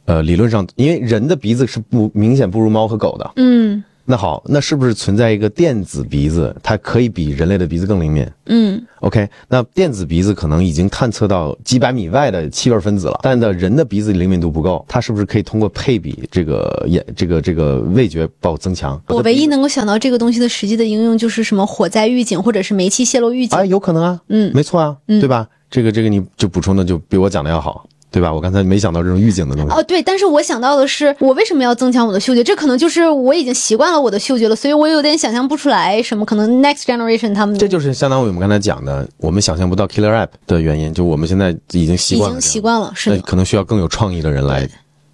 Speaker 1: 呃，理论上因为人的鼻子是不明显不如猫和狗的，
Speaker 2: 嗯
Speaker 1: 那好，那是不是存在一个电子鼻子，它可以比人类的鼻子更灵敏？
Speaker 2: 嗯
Speaker 1: OK，那电子鼻子可能已经探测到几百米外的气味分子了，但的人的鼻子灵敏度不够，它是不是可以通过配比这个眼这个这个味觉保增强？
Speaker 2: 我唯一能够想到这个东西的实际的应用就是什么火灾预警或者是煤气泄漏预警。
Speaker 1: 啊，有可能啊，
Speaker 2: 嗯
Speaker 1: 没错啊，对吧？这个这个你就补充的就比我讲的要好，对吧？我刚才没想到这种预警的东西。
Speaker 2: 哦，对，但是我想到的是，我为什么要增强我的嗅觉？这可能就是我已经习惯了我的嗅觉了，所以我有点想象不出来什么可能 next generation 他们
Speaker 1: 这就是相当于我们刚才讲的，我们想象不到 killer app 的原因，就我们现在已经习
Speaker 2: 已
Speaker 1: 惯
Speaker 2: 经
Speaker 1: 了这样，
Speaker 2: 习惯了，是
Speaker 1: 那
Speaker 2: 的。
Speaker 1: 可能需要更有创意的人来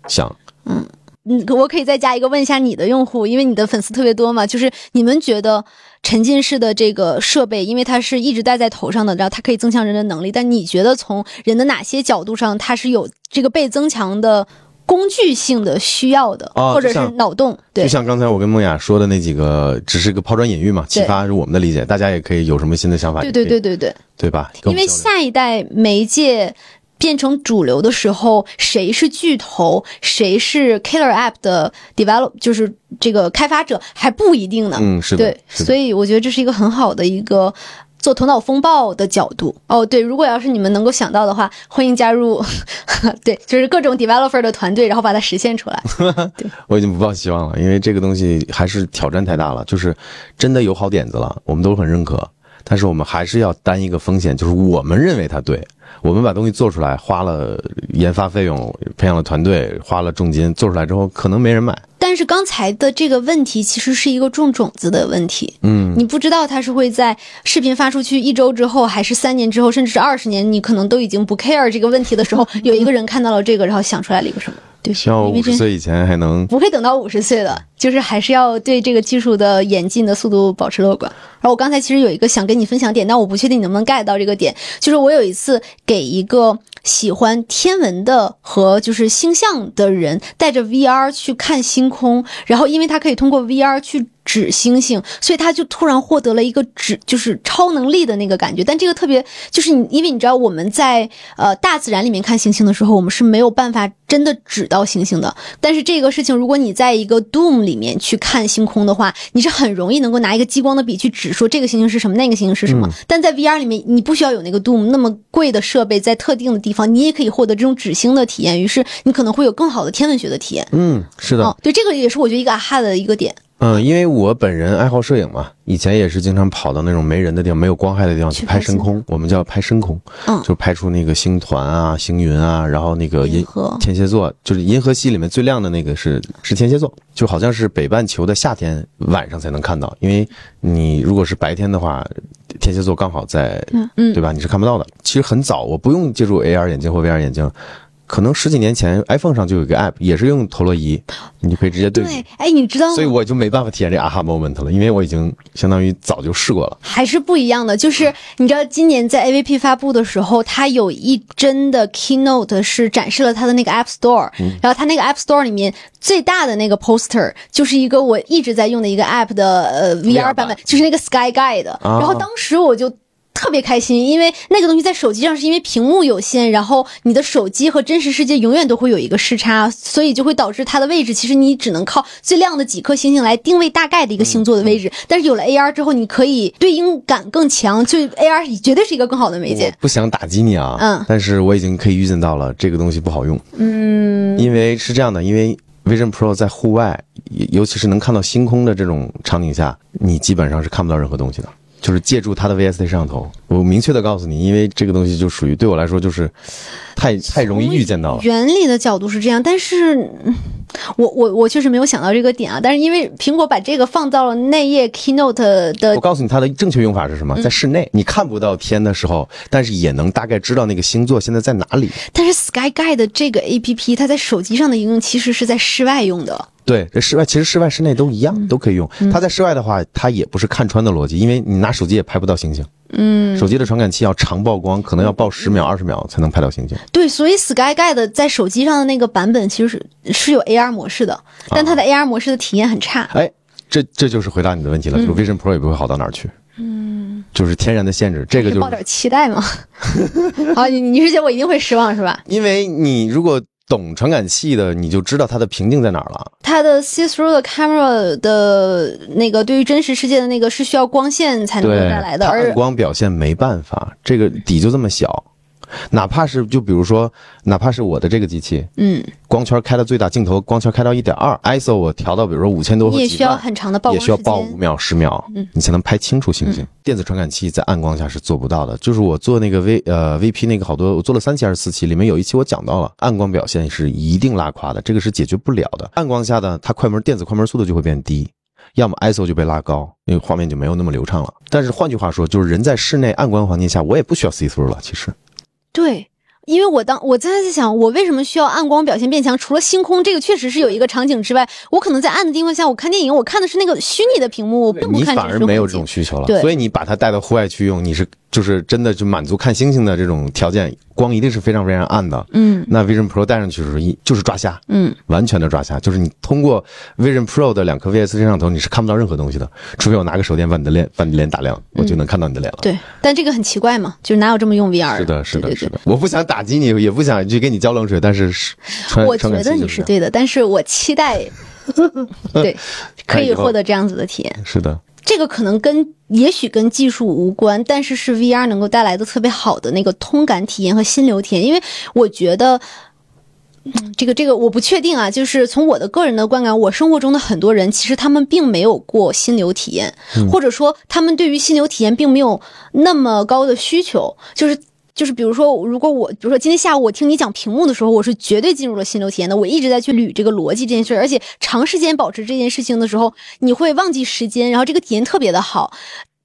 Speaker 1: 想。
Speaker 2: 嗯，我可以再加一个问一下你的用户，因为你的粉丝特别多嘛，就是你们觉得沉浸式的这个设备，因为它是一直戴在头上的，然后它可以增强人的能力，但你觉得从人的哪些角度上，它是有这个被增强的工具性的需要的，
Speaker 1: 哦
Speaker 2: 或
Speaker 1: 就
Speaker 2: 者
Speaker 1: 是像
Speaker 2: 脑洞？对
Speaker 1: 就，像刚才我跟梦雅说的那几个，只是个抛砖引玉嘛，启
Speaker 2: 对
Speaker 1: 发是我们的理解，大家也可以有什么新的想法，
Speaker 2: 对对
Speaker 1: 也可以
Speaker 2: 对对对。
Speaker 1: 对吧？跟
Speaker 2: 因
Speaker 1: 我们
Speaker 2: 为
Speaker 1: 交流
Speaker 2: 下一代媒介变成主流的时候，谁是巨头，谁是 killer app 的 develop，就是这个开发者还不一定呢。
Speaker 1: 嗯是的
Speaker 2: 对，
Speaker 1: 是的
Speaker 2: 所以我觉得这是一个很好的一个。做头脑风暴的角度哦，对，如果要是你们能够想到的话，欢迎加入， 对，就是各种 developer 的团队，然后把它实现出来。
Speaker 1: 我已经不抱希望了，因为这个东西还是挑战太大了。就是真的有好点子了，我们都很认可，但是我们还是要担一个风险，就是我们认为它对，我们把东西做出来，花了研发费用，培养了团队，花了重金，做出来之后可能没人买。
Speaker 2: 但是刚才的这个问题其实是一个种种子的问题，
Speaker 1: 嗯，
Speaker 2: 你不知道它是会在视频发出去一周之后，还是三年之后，甚至是二十年，你可能都已经不 care 这个问题的时候，有一个人看到了这个，然后想出来了一个什么？对，
Speaker 1: 希望我
Speaker 2: 因为
Speaker 1: 五
Speaker 2: 这
Speaker 1: 十岁以前还能
Speaker 2: 不会等到五十岁的，就是还是要对这个技术的演进的速度保持乐观。然后我刚才其实有一个想跟你分享点，但我不确定你能不能 get 到这个点，就是我有一次给一个喜欢天文的和就是星象的人带着 VR 去看星空，然后因为他可以通过 VR 去。指星星，所以他就突然获得了一个指，就是超能力的那个感觉。但这个特别，就是你，因为你知道我们在呃大自然里面看星星的时候，我们是没有办法真的指到星星的。但是这个事情，如果你在一个 Doom 里面去看星空的话，你是很容易能够拿一个激光的笔去指说这个星星是什么，那个星星是什
Speaker 1: 嗯
Speaker 2: 么。但在 VR 里面，你不需要有那个 Doom 那么贵的设备，在特定的地方，你也可以获得这种指星的体验。于是你可能会有更好的天文学的体验。
Speaker 1: 嗯，是的，
Speaker 2: 哦，对，这个也是我觉得一个啊哈的一个点。
Speaker 1: 嗯，因为我本人爱好摄影嘛，以前也是经常跑到那种没人的地方、没有光害的地方去
Speaker 2: 去
Speaker 1: 拍
Speaker 2: 拍
Speaker 1: 深
Speaker 2: 星
Speaker 1: 空，我们叫拍深空，
Speaker 2: 嗯
Speaker 1: 就是拍出那个星团啊、星云啊，然后那个
Speaker 2: 银
Speaker 1: 银
Speaker 2: 河
Speaker 1: 天蝎座，就是银河系里面最亮的那个是是天蝎座，就好像是北半球的夏天晚上才能看到，因为你如果是白天的话，天蝎座刚好在，
Speaker 2: 嗯
Speaker 1: 对吧？你是看不到的。其实很早，我不用借助 AR 眼镜或 VR 眼镜。可能十几年前，iPhone 上就有一个 App，也是用陀螺仪，你就可以直接对比。
Speaker 2: 对，哎，你知道吗？
Speaker 1: 所以我就没办法体验这 aha moment 了，因为我已经相当于早就试过了。
Speaker 2: 还是不一样的。
Speaker 1: 嗯
Speaker 2: 就是你知道，今年在 AVP 发布的时候，它有一帧的 keynote 是展示了它的那个 App Store，、然后
Speaker 1: 嗯
Speaker 2: 它那个 App Store 里面最大的那个 poster 就是一个我一直在用的一个 App 的呃 VR 版
Speaker 1: 版
Speaker 2: 本，就是那个 Sky Guide 的。
Speaker 1: 啊
Speaker 2: 然后当时我就。特别开心，因为那个东西在手机上是因为屏幕有限，然后你的手机和真实世界永远都会有一个视差，所以就会导致它的位置，其实你只能靠最亮的几颗星星来定位大概的一个星座的位置。但是有了 AR 之后，你可以对应感更强，就 AR 绝对是一个更好的媒
Speaker 1: 我
Speaker 2: 介。
Speaker 1: 不想打击你啊，
Speaker 2: 嗯
Speaker 1: 但是我已经可以预见到了这个东西不好用。嗯，因为是这样的，因为 Vision Pro 在户外，尤尤其是能看到星空的这种场景下，你基本上是看不到任何东西的。就是借助它的 VST 摄像头，我明确的告诉你，因为这个东西就属于对我来说就是太太容易预见到了。
Speaker 2: 原理的角度是这样，但是嗯我我我确实没有想到这个点啊。但是因为苹果把这个放到了内页 keynote 的
Speaker 1: 我告诉你它的正确用法是什么，在室内你看不到天的时候，但是也能大概知道那个星座现在在哪里。
Speaker 2: 但是 Sky Guide 的这个 A P P，它在手机上的应用其实是在室外用的。
Speaker 1: 对，这室外其实室外室内都一
Speaker 2: 嗯
Speaker 1: 样，都可以用。它在室外的话，它也不是看穿的逻辑，因为你拿手机也拍不到星星。嗯，手机的传感器要长曝光，可能要曝十秒、二十秒才能拍到星星。
Speaker 2: 对，所以 Sky Guide 在手机上的那个版本其实是是有 AR 模式
Speaker 1: 啊
Speaker 2: 的，但它的 AR 模式的体验很差。
Speaker 1: 哎，这这就是回答你的问
Speaker 2: 嗯
Speaker 1: 题了，就是 Vision Pro 也不会好到哪儿去。嗯，就是天然的限制，这个
Speaker 2: 你
Speaker 1: 就
Speaker 2: 抱
Speaker 1: 是
Speaker 2: 点期待嘛？好，你你是觉得我一定会失望是吧？
Speaker 1: 因为你如果懂传感器的，你就知道它的瓶颈在哪儿了。
Speaker 2: 它的 see through 的 camera 的那个对于真实世界的那个是需要光线才能够
Speaker 1: 对，
Speaker 2: 带嗯来的，
Speaker 1: 它
Speaker 2: 而
Speaker 1: 暗光表现没办法，这个底就这么小，哪怕是就比如说，哪怕是我的这个机器，
Speaker 2: 嗯，
Speaker 1: 光圈开到最大，镜头光圈开到一点二，ISO 我调到比如说五千多
Speaker 2: 你
Speaker 1: 或
Speaker 2: 也
Speaker 1: 几
Speaker 2: 需要
Speaker 1: 万，
Speaker 2: 很长的曝
Speaker 1: 也
Speaker 2: 光
Speaker 1: 需
Speaker 2: 时
Speaker 1: 要报五
Speaker 2: 间。
Speaker 1: 秒十秒，
Speaker 2: 嗯
Speaker 1: 你才能拍清楚星星。电子传感器在暗光下是做不到的。就是我做那个 V 呃 VP 那个好多，我做了三期还是四期，里面有一期我讲到了暗光表现是一定拉胯的，这个是解决不了的。暗光下呢，它快门电子快门速度就会变低。要么 ISO 就被拉高，那个画面就没有那么流畅了。但是换句话说，就是人在室内暗光环境下，我也不需要 see through 了。其实，
Speaker 2: 对，因为我当我真的在想，我为什么需要暗光表现变强？除了星空这个确实是有一个场景之外，我可能在暗的地方下，我看电影，我看的是那个虚拟的屏幕，我并不
Speaker 1: 你
Speaker 2: 看
Speaker 1: 反
Speaker 2: 真
Speaker 1: 而
Speaker 2: 实
Speaker 1: 没有
Speaker 2: 环
Speaker 1: 这种需
Speaker 2: 境。
Speaker 1: 求
Speaker 2: 对
Speaker 1: 了，所以你把它带到户外去用，你是就是真的就满足看星星的这种条件，光一定是非常非常暗的。
Speaker 2: 嗯
Speaker 1: 那 Vision Pro 戴上去的时候，一就是抓瞎，
Speaker 2: 嗯，
Speaker 1: 完全的抓瞎，就是你通过 Vision Pro 的两颗 VS 摄像头，你是看不到任何东西的，除非我拿个手电把你的脸把你的脸打亮，
Speaker 2: 嗯
Speaker 1: 我就能看到你的脸了。
Speaker 2: 对，但这个很奇怪嘛，就是哪有这么用 VR？
Speaker 1: 是的，是
Speaker 2: 对
Speaker 1: 的，
Speaker 2: 对对
Speaker 1: 是的。我不想打击你，也不想去给你浇冷水，但是是传
Speaker 2: 我觉
Speaker 1: 传感
Speaker 2: 得
Speaker 1: 器
Speaker 2: 你
Speaker 1: 就是是
Speaker 2: 对的，但是我 期待，对，可以
Speaker 1: 以后
Speaker 2: 获得这样子的体验。
Speaker 1: 这样是的，
Speaker 2: 这个可能跟也许跟技术无关，但是是 VR 能够带来的特别好的那个通感体验和心流体验。因为我觉得，嗯，这个这个我不确定啊，就是从我的个人的观感，我生活中的很多人其实他们并没有过心流体验，或者说他们对于心流体验并没有那么高的需求，就是。就是比如说，如果我比如说今天下午我听你讲屏幕的时候，我是绝对进入了心流体验的。我一直在去捋这个逻辑这件事儿，而且长时间保持这件事情的时候，你会忘记时间，然后这个体验特别的好。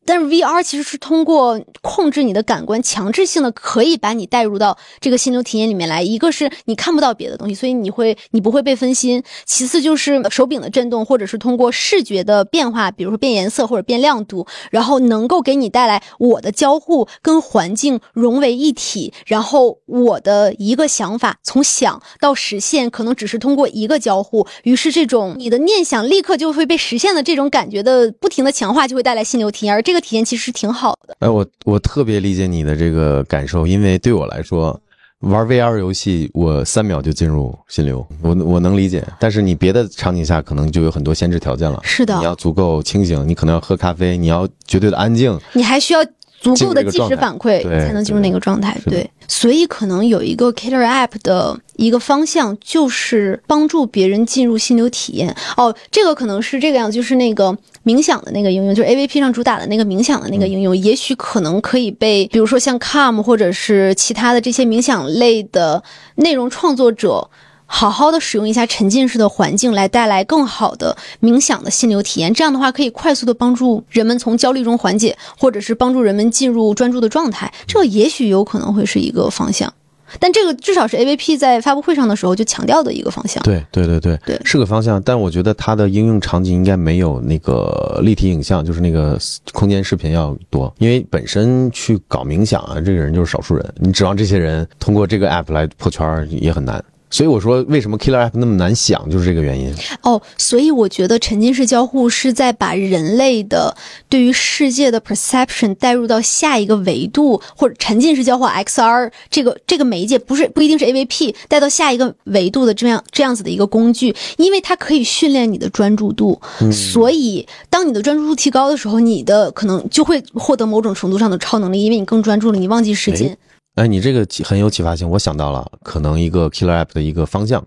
Speaker 2: 但是 VR 其实是通过控制你的感官，强制性的可以把你带入到这个心流体验里面来。一个是你看不到别的东西，所以你会你不会被分心；其次就是手柄的震动，或者是通过视觉的变化，比如说变颜色或者变亮度，然后能够给你带来我的交互跟环境融为一体，然后我的一个想法从想到实现，可能只是通过一个交互，于是这种你的念想立刻就会被实现的这种感觉的不停的强化，就会带来心流体验，而这个体验其实挺好的。
Speaker 1: 哎，我我特别理解你的这个感受，因为对我来说，玩 VR 游戏我三秒就进入心流，我我能理解。但是你别的场景下可能就有很多先置条件了，
Speaker 2: 是的
Speaker 1: 你要足够清醒，你可能要喝咖啡，你要绝对的安静，
Speaker 2: 你还需要足
Speaker 1: 进
Speaker 2: 够
Speaker 1: 入
Speaker 2: 的
Speaker 1: 这个
Speaker 2: 即时
Speaker 1: 状态
Speaker 2: 反馈
Speaker 1: 对
Speaker 2: 才能进入
Speaker 1: 对
Speaker 2: 那个状态。
Speaker 1: 的
Speaker 2: 对，所以可能有一个 Killer App 的一个方向就是帮助别人进入心流体验。哦，这个可能是这个样子，就是那个。冥想的那个应用，就是 AVP 上主打的那个冥想的那
Speaker 1: 嗯
Speaker 2: 个应用，也许可能可以被，比如说像 Calm 或者是其他的这些冥想类的内容创作者，好好的使用一下沉浸式的环境，来带来更好的冥想的心流体验。这样的话，可以快速的帮助人们从焦虑中缓解，或者是帮助人们进入专注的状态。这也许有可能会是一个方向，但这个至少是 AVP 在发布会上的时候就强调的一个方向。
Speaker 1: 对对对对，
Speaker 2: 对
Speaker 1: 是个方向，但我觉得它的应用场景应该没有那个立体影像，就是那个空间视频要多，因为本身去搞冥想啊，这个人就是少数人，你指望这些人通过这个 app 来破圈儿也很难。所以我说，为什么 Killer App 那么难想，就是这个原因。
Speaker 2: 哦，所以我觉得沉浸式交互是在把人类的对于世界的 perception 带入到下一个维度，或者沉浸式交互 XR 这个这个媒介，不是不一定是 AVP 带到下一个维度的这样这样子的一个工具，因为它可以训练你的专注度，
Speaker 1: 嗯
Speaker 2: 所以当你的专注度提高的时候，你的可能就会获得某种程度上的超能力，因为你更专注了，你忘记时间。
Speaker 1: 哎，你这个启很有启发性，我想到了可能一个 Killer App 的一个方向，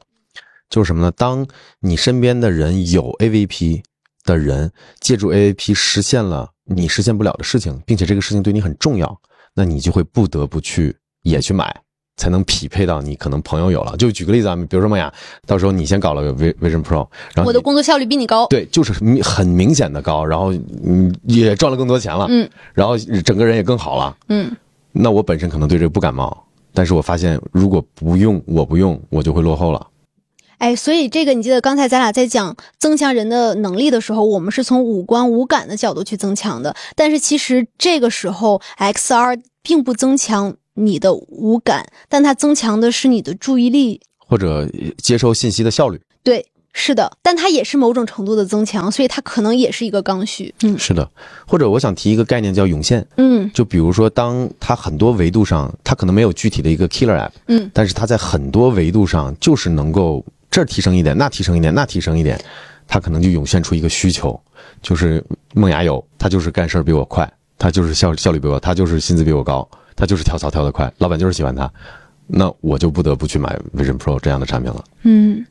Speaker 1: 就是什么呢？当你身边的人有 AVP 的人，借助 AVP 实现了你实现不了的事情，并且这个事情对你很重要，那你就会不得不去也去买，才能匹配到你可能朋友有了。就举个例子啊，比如说梦雅，到时候你先搞了个 Vi- Vision Pro，然后
Speaker 2: 我的
Speaker 1: 你
Speaker 2: 工作效率比你高。
Speaker 1: 对，就是明很明显的高，然后嗯也赚了更多钱了，
Speaker 2: 嗯，
Speaker 1: 然后整个人也更好了，
Speaker 2: 嗯，
Speaker 1: 那我本身可能对这个不感冒，但是我发现如果不用，我不用，我就会落后了。
Speaker 2: 哎，所以这个你记得刚才咱俩在讲增强人的能力的时候，我们是从五官五感的角度去增强的，但是其实这个时候 XR 并不增强你的五感，但它增强的是你的注意力。
Speaker 1: 或者接收信息的效率，
Speaker 2: 对，是的，但它也是某种程度的增强，所以它可能也是一个刚需。嗯
Speaker 1: 是的，或者我想提一个概念叫涌现，
Speaker 2: 嗯
Speaker 1: 就比如说，当它很多维度上，它可能没有具体的一个 killer app，
Speaker 2: 嗯，
Speaker 1: 但是它在很多维度上就是能够这儿提升一点，那提升一点，那提升一点，它可能就涌现出一个需求，就是梦牙有，他就是干事儿比我快，他就是效效率比我高，他就是薪资比我高，他就是跳槽跳得快，老板就是喜欢他，那我就不得不去买 Vision Pro 这样的产品了。
Speaker 2: 嗯。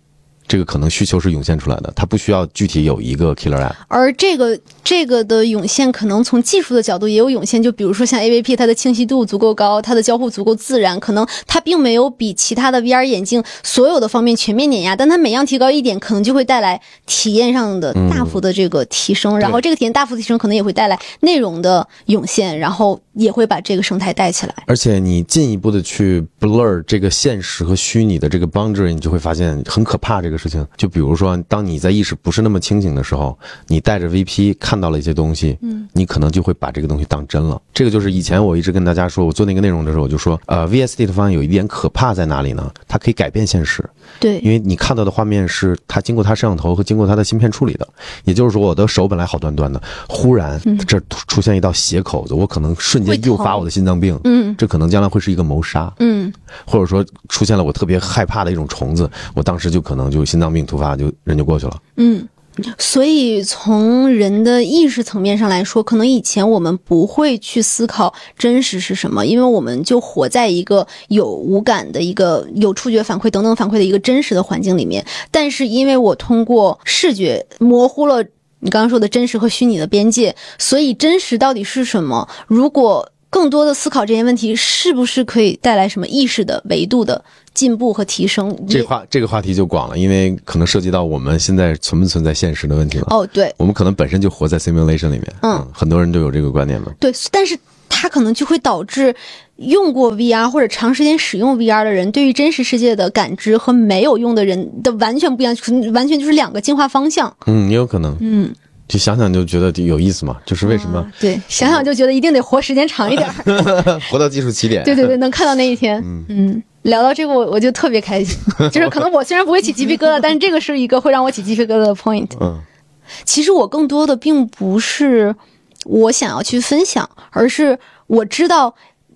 Speaker 1: 这个可能需求是涌现出来的，它不需要具体有一个 killer app。
Speaker 2: 而这个这个的涌现，可能从技术的角度也有涌现，就比如说像 AVP，它的清晰度足够高，它的交互足够自然，可能它并没有比其他的 VR 眼镜所有的方面全面碾压，但它每样提高一点，可能就会带来体验上的
Speaker 1: 嗯
Speaker 2: 大幅的这个提升，然后这个体验大幅提升，可能也会带来内容的涌现，然后也会把这个生态带起来。
Speaker 1: 而且你进一步的去 blur 这个现实和虚拟的这个 boundary，你就会发现很可怕这个事情。就比如说，当你在意识不是那么清醒的时候，你带着 VP 看到了一些东西，嗯，你可能就会把这个东西当真了。这个就是以前我一直跟大家说，我做那个内容的时候，我就说，呃，VST 的方案有一点可怕在哪里呢？它可以改变现实，因
Speaker 2: 对，
Speaker 1: 为你看到的画面是它经过它摄像头和经过它的芯片处理的，也就是说，我的手本来好端端的，忽然
Speaker 2: 嗯
Speaker 1: 这突出现一道血口子，我可能瞬
Speaker 2: 会
Speaker 1: 间
Speaker 2: 疼
Speaker 1: 诱发我的心脏病，
Speaker 2: 嗯
Speaker 1: 这可能将来会是一个谋杀，
Speaker 2: 嗯
Speaker 1: 或者说出现了我特别害怕的一种虫子，我当时就可能就心脏病突发，就人就过去了。
Speaker 2: 嗯。所以，从人的意识层面上来说，可能以前我们不会去思考真实是什么，因为我们就活在一个有五感的一个有触觉反馈等等反馈的一个真实的环境里面。但是，因为我通过视觉模糊了你刚刚说的真实和虚拟的边界，所以真实到底是什么？如果更多的思考这些问题，是不是可以带来什么意识的维度的进步和提升？
Speaker 1: 这
Speaker 2: 也
Speaker 1: 话这个话题就广了，因为可能涉及到我们现在存不存在现实的问题了。
Speaker 2: 哦，对，
Speaker 1: 我们可能本身就活在 simulation 里面，
Speaker 2: 嗯，
Speaker 1: 很多人都有这个观点嘛。
Speaker 2: 对，但是它可能就会导致用过 VR 或者长时间使用 VR 的人，对于真实世界的感知和没有用的人的完全不一样，就是完全就是两个进化方向。
Speaker 1: 嗯，也有可能，
Speaker 2: 嗯，
Speaker 1: 就想想就觉得有意思嘛，就是为什么
Speaker 2: 啊对，想想就觉得一定得活时间长一点儿。
Speaker 1: 活到技术起点？
Speaker 2: 对对对，能看到那一天。嗯。聊到这个，我我就特别开心，就是可能我虽然不会起鸡皮疙瘩，但是这个是一个会让我起鸡皮疙瘩的 point。
Speaker 1: 嗯，
Speaker 2: 其实我更多的并不是我想要去分享，而是我知道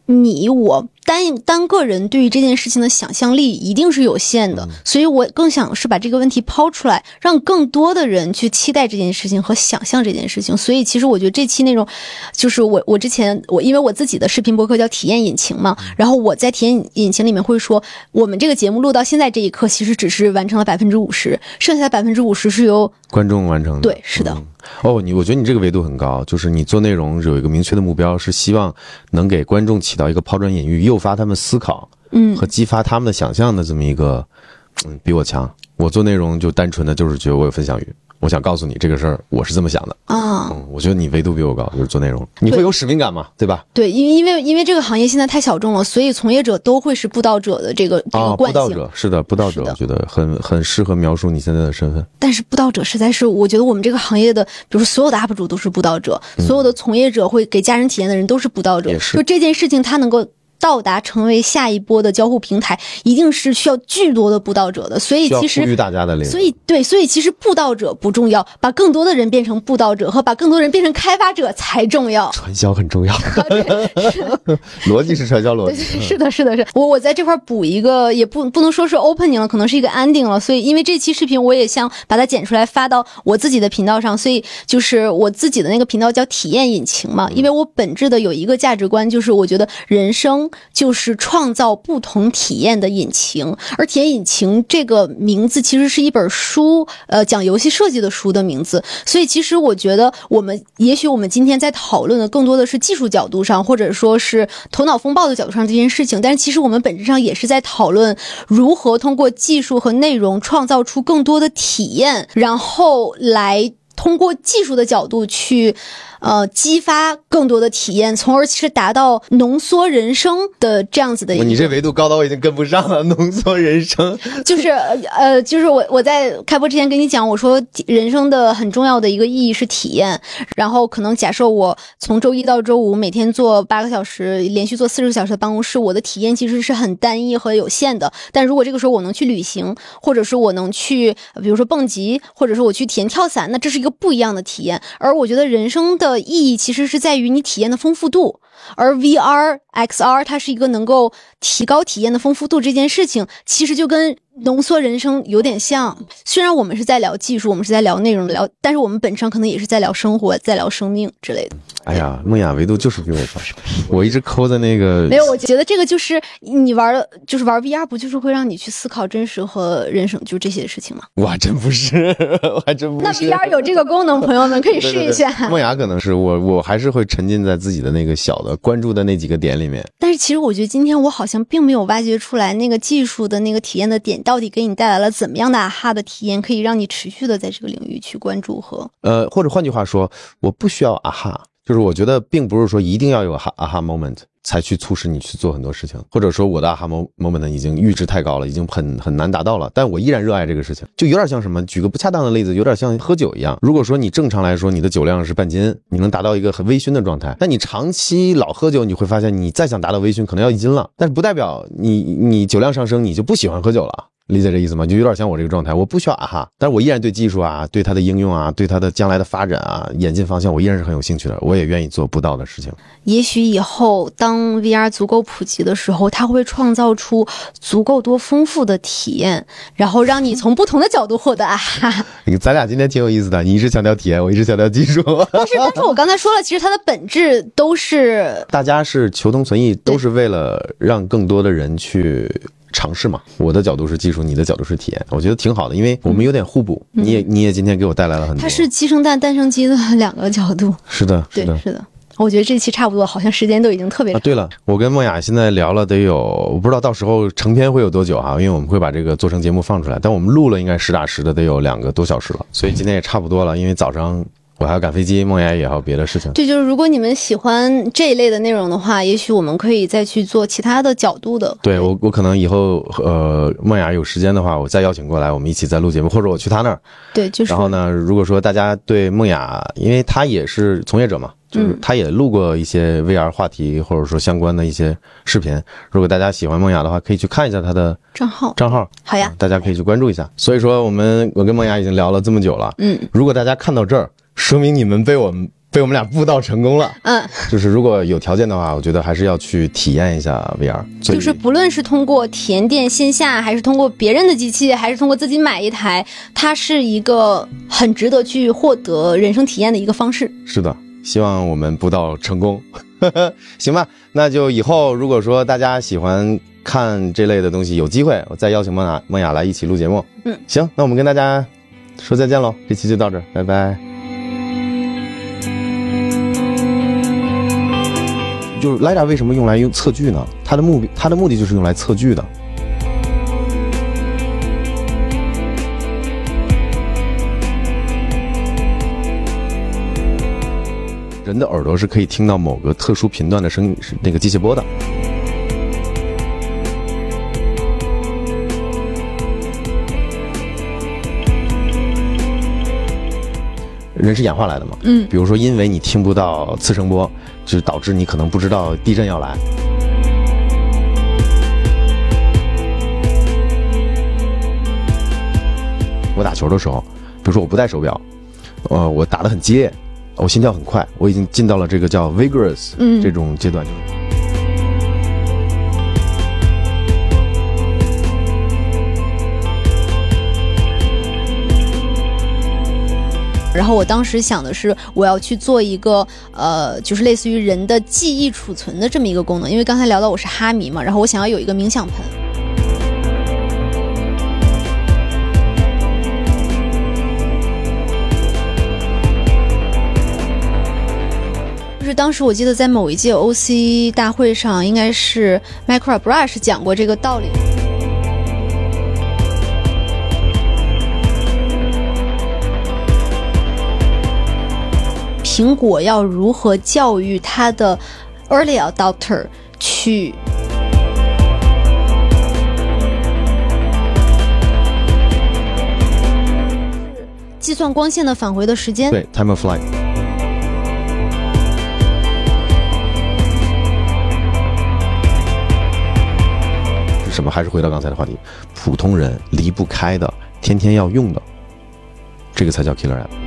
Speaker 2: 你我单单个人对于这件事情的想象力一定是有限的，所以我更想是把这个问题抛出来，让更多的人去期待这件事情和想象这件事情。所以其实我觉得这期内容，就是我我之前我因为我自己的视频博客叫体验引擎嘛，然后我在体验引擎里面会说，我们这个节目录到现在这一刻，其实只是完成了百分之五十，剩下的百分之五十是由
Speaker 1: 观众完成的。
Speaker 2: 对是的
Speaker 1: 嗯哦，你我觉得你这个维度很高，就是你做内容有一个明确的目标，是希望能给观众起到一个抛砖引玉、诱发他们思考
Speaker 2: 嗯
Speaker 1: 和激发他们的想象的这么一个，嗯，比我强。我做内容就单纯的就是觉得我有分享欲，我想告诉你这个事儿我是这么想的。
Speaker 2: 啊。
Speaker 1: 嗯，我觉得你维度比我高，就是做内容，你会有使命感嘛，对吧？
Speaker 2: 对，因因为因为这个行业现在太小众了，所以从业者都会是布道者的这个这
Speaker 1: 啊，
Speaker 2: 个
Speaker 1: 布
Speaker 2: 惯
Speaker 1: 道
Speaker 2: 性。
Speaker 1: 者是的，布道者，
Speaker 2: 是的
Speaker 1: 我觉得很很适合描述你现在的身份。
Speaker 2: 但是布道者实在是，我觉得我们这个行业的，比如说所有的 UP 主都是布道者，所有的从业者会给家人体验的人都是布道者
Speaker 1: 嗯也。是
Speaker 2: 就这件事情，它能够。到达成为下一波的交互平台，一定是需要巨多的布道者的，所以
Speaker 1: 需要
Speaker 2: 哎其
Speaker 1: 呼
Speaker 2: 实
Speaker 1: 吁大家的力量。
Speaker 2: 所以对，所以其实布道者不重要，把更多的人变成布道者和把更多人变成开发者才重要。
Speaker 1: 传销很 重要，
Speaker 2: 啊
Speaker 1: 逻辑是传销逻辑。
Speaker 2: 是的，是的，是我我在这块儿补一个，也不不能说是 opening 了，可能是一个 ending 了。所以，因为这期视频我也想把它剪出来发到我自己的频道上，所以就是我自己的那个频道叫体验引擎嘛。因为我本质的有一个价值观，就是我觉得人生就是创造不同体验的引擎，而体验引擎这个名字其实是一本书，呃，讲游戏设计的书的名字。所以，其实我觉得我们也许我们今天在讨论的更多的是技术角度上，或者说是头脑风暴的角度上这件事情，但是其实我们本质上也是在讨论如何通过技术和内容创造出更多的体验，然后来。通过技术的角度去，呃，激发更多的体验，从而是达到浓缩人生的这样子的一个。
Speaker 1: 你这维度高到我已经跟不上了，浓缩人 生。
Speaker 2: 就是呃，就是我我在开播之前跟你讲，我说人生的很重要的一个意义是体验。然后可能假设我从周一到周五每天做八个小时，连续做四十个小时的办公室，我的体验其实是很单一和有限的。但如果这个时候我能去旅行，或者是我能去，比如说蹦极，或者说我去体验跳伞，那这是一个不一样的体验。而我觉得人生的意义其实是在于你体验的丰富度。而 VR、XR 它是一个能够提高体验的丰富度这件事情，其实就跟浓缩人生有点像。虽然我们是在聊技术，我们是在聊内容，聊，但是我们本质上可能也是在聊生活，在聊生命之类的。
Speaker 1: 哎呀，梦雅维度就是比我高，我一直抠在那个
Speaker 2: 没有。我觉得这个就是你玩，就是玩 VR，不就是会让你去思考真实和人生就这些事情吗？
Speaker 1: 我还真不是， 我还真不是。
Speaker 2: 那 VR 有这个功 能，朋友们可以试一下。
Speaker 1: 梦雅可能是我，我还是会沉浸在自己的那个小的关注的那几个点里面。
Speaker 2: 但是其实我觉得今天我好像并没有挖掘出来那个技术的那个体验的点到底给你带来了怎么样的啊哈的体验，可以让你持续的在这个领域去关注和
Speaker 1: 呃，或者换句话说，我不需要啊哈。就是我觉得，并不是说一定要有哈啊哈 moment 才去促使你去做很多事情，或者说我的啊哈 moment 已经阈值太高了，已经很很难达到了。但我依然热爱这个事情，就有点像什么？举个不恰当的例子，有点像喝酒一样。如果说你正常来说你的酒量是半斤，你能达到一个很微醺的状态，但你长期老喝酒，你会发现你再想达到微醺，可能要一斤了。但是不代表你你酒量上升，你就不喜欢喝酒了。理解这意思吗？就有点像我这个状态，我不需要啊哈，但是我依然对技术啊，对它的应用啊，对它的将来的发展啊，演进方向，我依然是很有兴趣的，我也愿意做不到的事情。
Speaker 2: 也许以后当 VR 足够普及的时候，它会创造出足够多丰富的体验，然后让你从不同的角度获得啊哈。
Speaker 1: 你咱俩今天挺有意思的，你一直强调体验，我一直强调技术。
Speaker 2: 但是，但是我刚才说了，其实它的本质都是
Speaker 1: 大家是求同存异，都是为了让更多的人去。尝试嘛，我的角度是技术，你的角度是体验，我觉得挺好的，因为我们有点互补。你也你也今天给我带来了很多。
Speaker 2: 嗯它是鸡生蛋，蛋生鸡的两个角度。
Speaker 1: 是的，
Speaker 2: 对
Speaker 1: 是的，。
Speaker 2: 是的。我觉得这期差不多，好像时间都已经特别
Speaker 1: 啊，
Speaker 2: 长。
Speaker 1: 对了，我跟梦雅现在聊了得有，我不知道到时候成片会有多久啊，因为我们会把这个做成节目放出来，但我们录了应该实打实的得有两个多小时了，所以今天也差不多了，因为早上我还要赶飞机，梦雅也还有别的事情。
Speaker 2: 对，就是如果你们喜欢这一类的内容的话，也许我们可以再去做其他的角度的。
Speaker 1: 对我，我可能以后呃，梦雅有时间的话，我再邀请过来，我们一起再录节目，或者我去她那儿，
Speaker 2: 对，就是
Speaker 1: 然后呢，如果说大家对梦雅，因为她也是从业者嘛，就是她也录过一些 VR 话题或者说相关的一些视频，如果大家喜欢梦雅的话，可以去看一下她的
Speaker 2: 账号。
Speaker 1: 账号，
Speaker 2: 好呀，
Speaker 1: 啊大家可以去关注一下。所以说，我们我跟梦雅已经聊了这么久了，
Speaker 2: 嗯
Speaker 1: 如果大家看到这儿，说明你们被我们被我们俩布道成功了。
Speaker 2: 嗯，
Speaker 1: 就是如果有条件的话，我觉得还是要去体验一下 VR。所以
Speaker 2: 就是不论是通过体验店线下，还是通过别人的机器，还是通过自己买一台，它是一个很值得去获得人生体验的一个方式。
Speaker 1: 是的，希望我们布道成功。 行吧，那就以后如果说大家喜欢看这类的东西，有机会我再邀请梦雅梦雅来一起录节目。
Speaker 2: 嗯，
Speaker 1: 行，那我们跟大家说再见喽，这期就到这儿，拜拜。就是 LiDAR 为什么用来用测距呢？它的目它的目的就是用来测距的。人的耳朵是可以听到某个特殊频段的声是那个机械波的。人是演化来的嘛？
Speaker 2: 嗯
Speaker 1: 比如说，因为你听不到次声波，就导致你可能不知道地震要来。我打球的时候，比如说我不戴手表，呃，我打得很激烈，我心跳很快，我已经进到了这个叫 vigorous
Speaker 2: 嗯
Speaker 1: 这种阶段。
Speaker 2: 然后我当时想的是，我要去做一个呃，就是类似于人的记忆储存的这么一个功能，因为刚才聊到我是哈迷嘛，然后我想要有一个冥想盆。就是当时我记得在某一届 OC 大会上，应该是 Michael Brush 讲过这个道理。苹果要如何教育它的 early adopter 去计算光线的返回的时间。
Speaker 1: 对，time of flight。是什么？还是回到刚才的话题，普通人离不开的，天天要用的，这个才叫 killer app。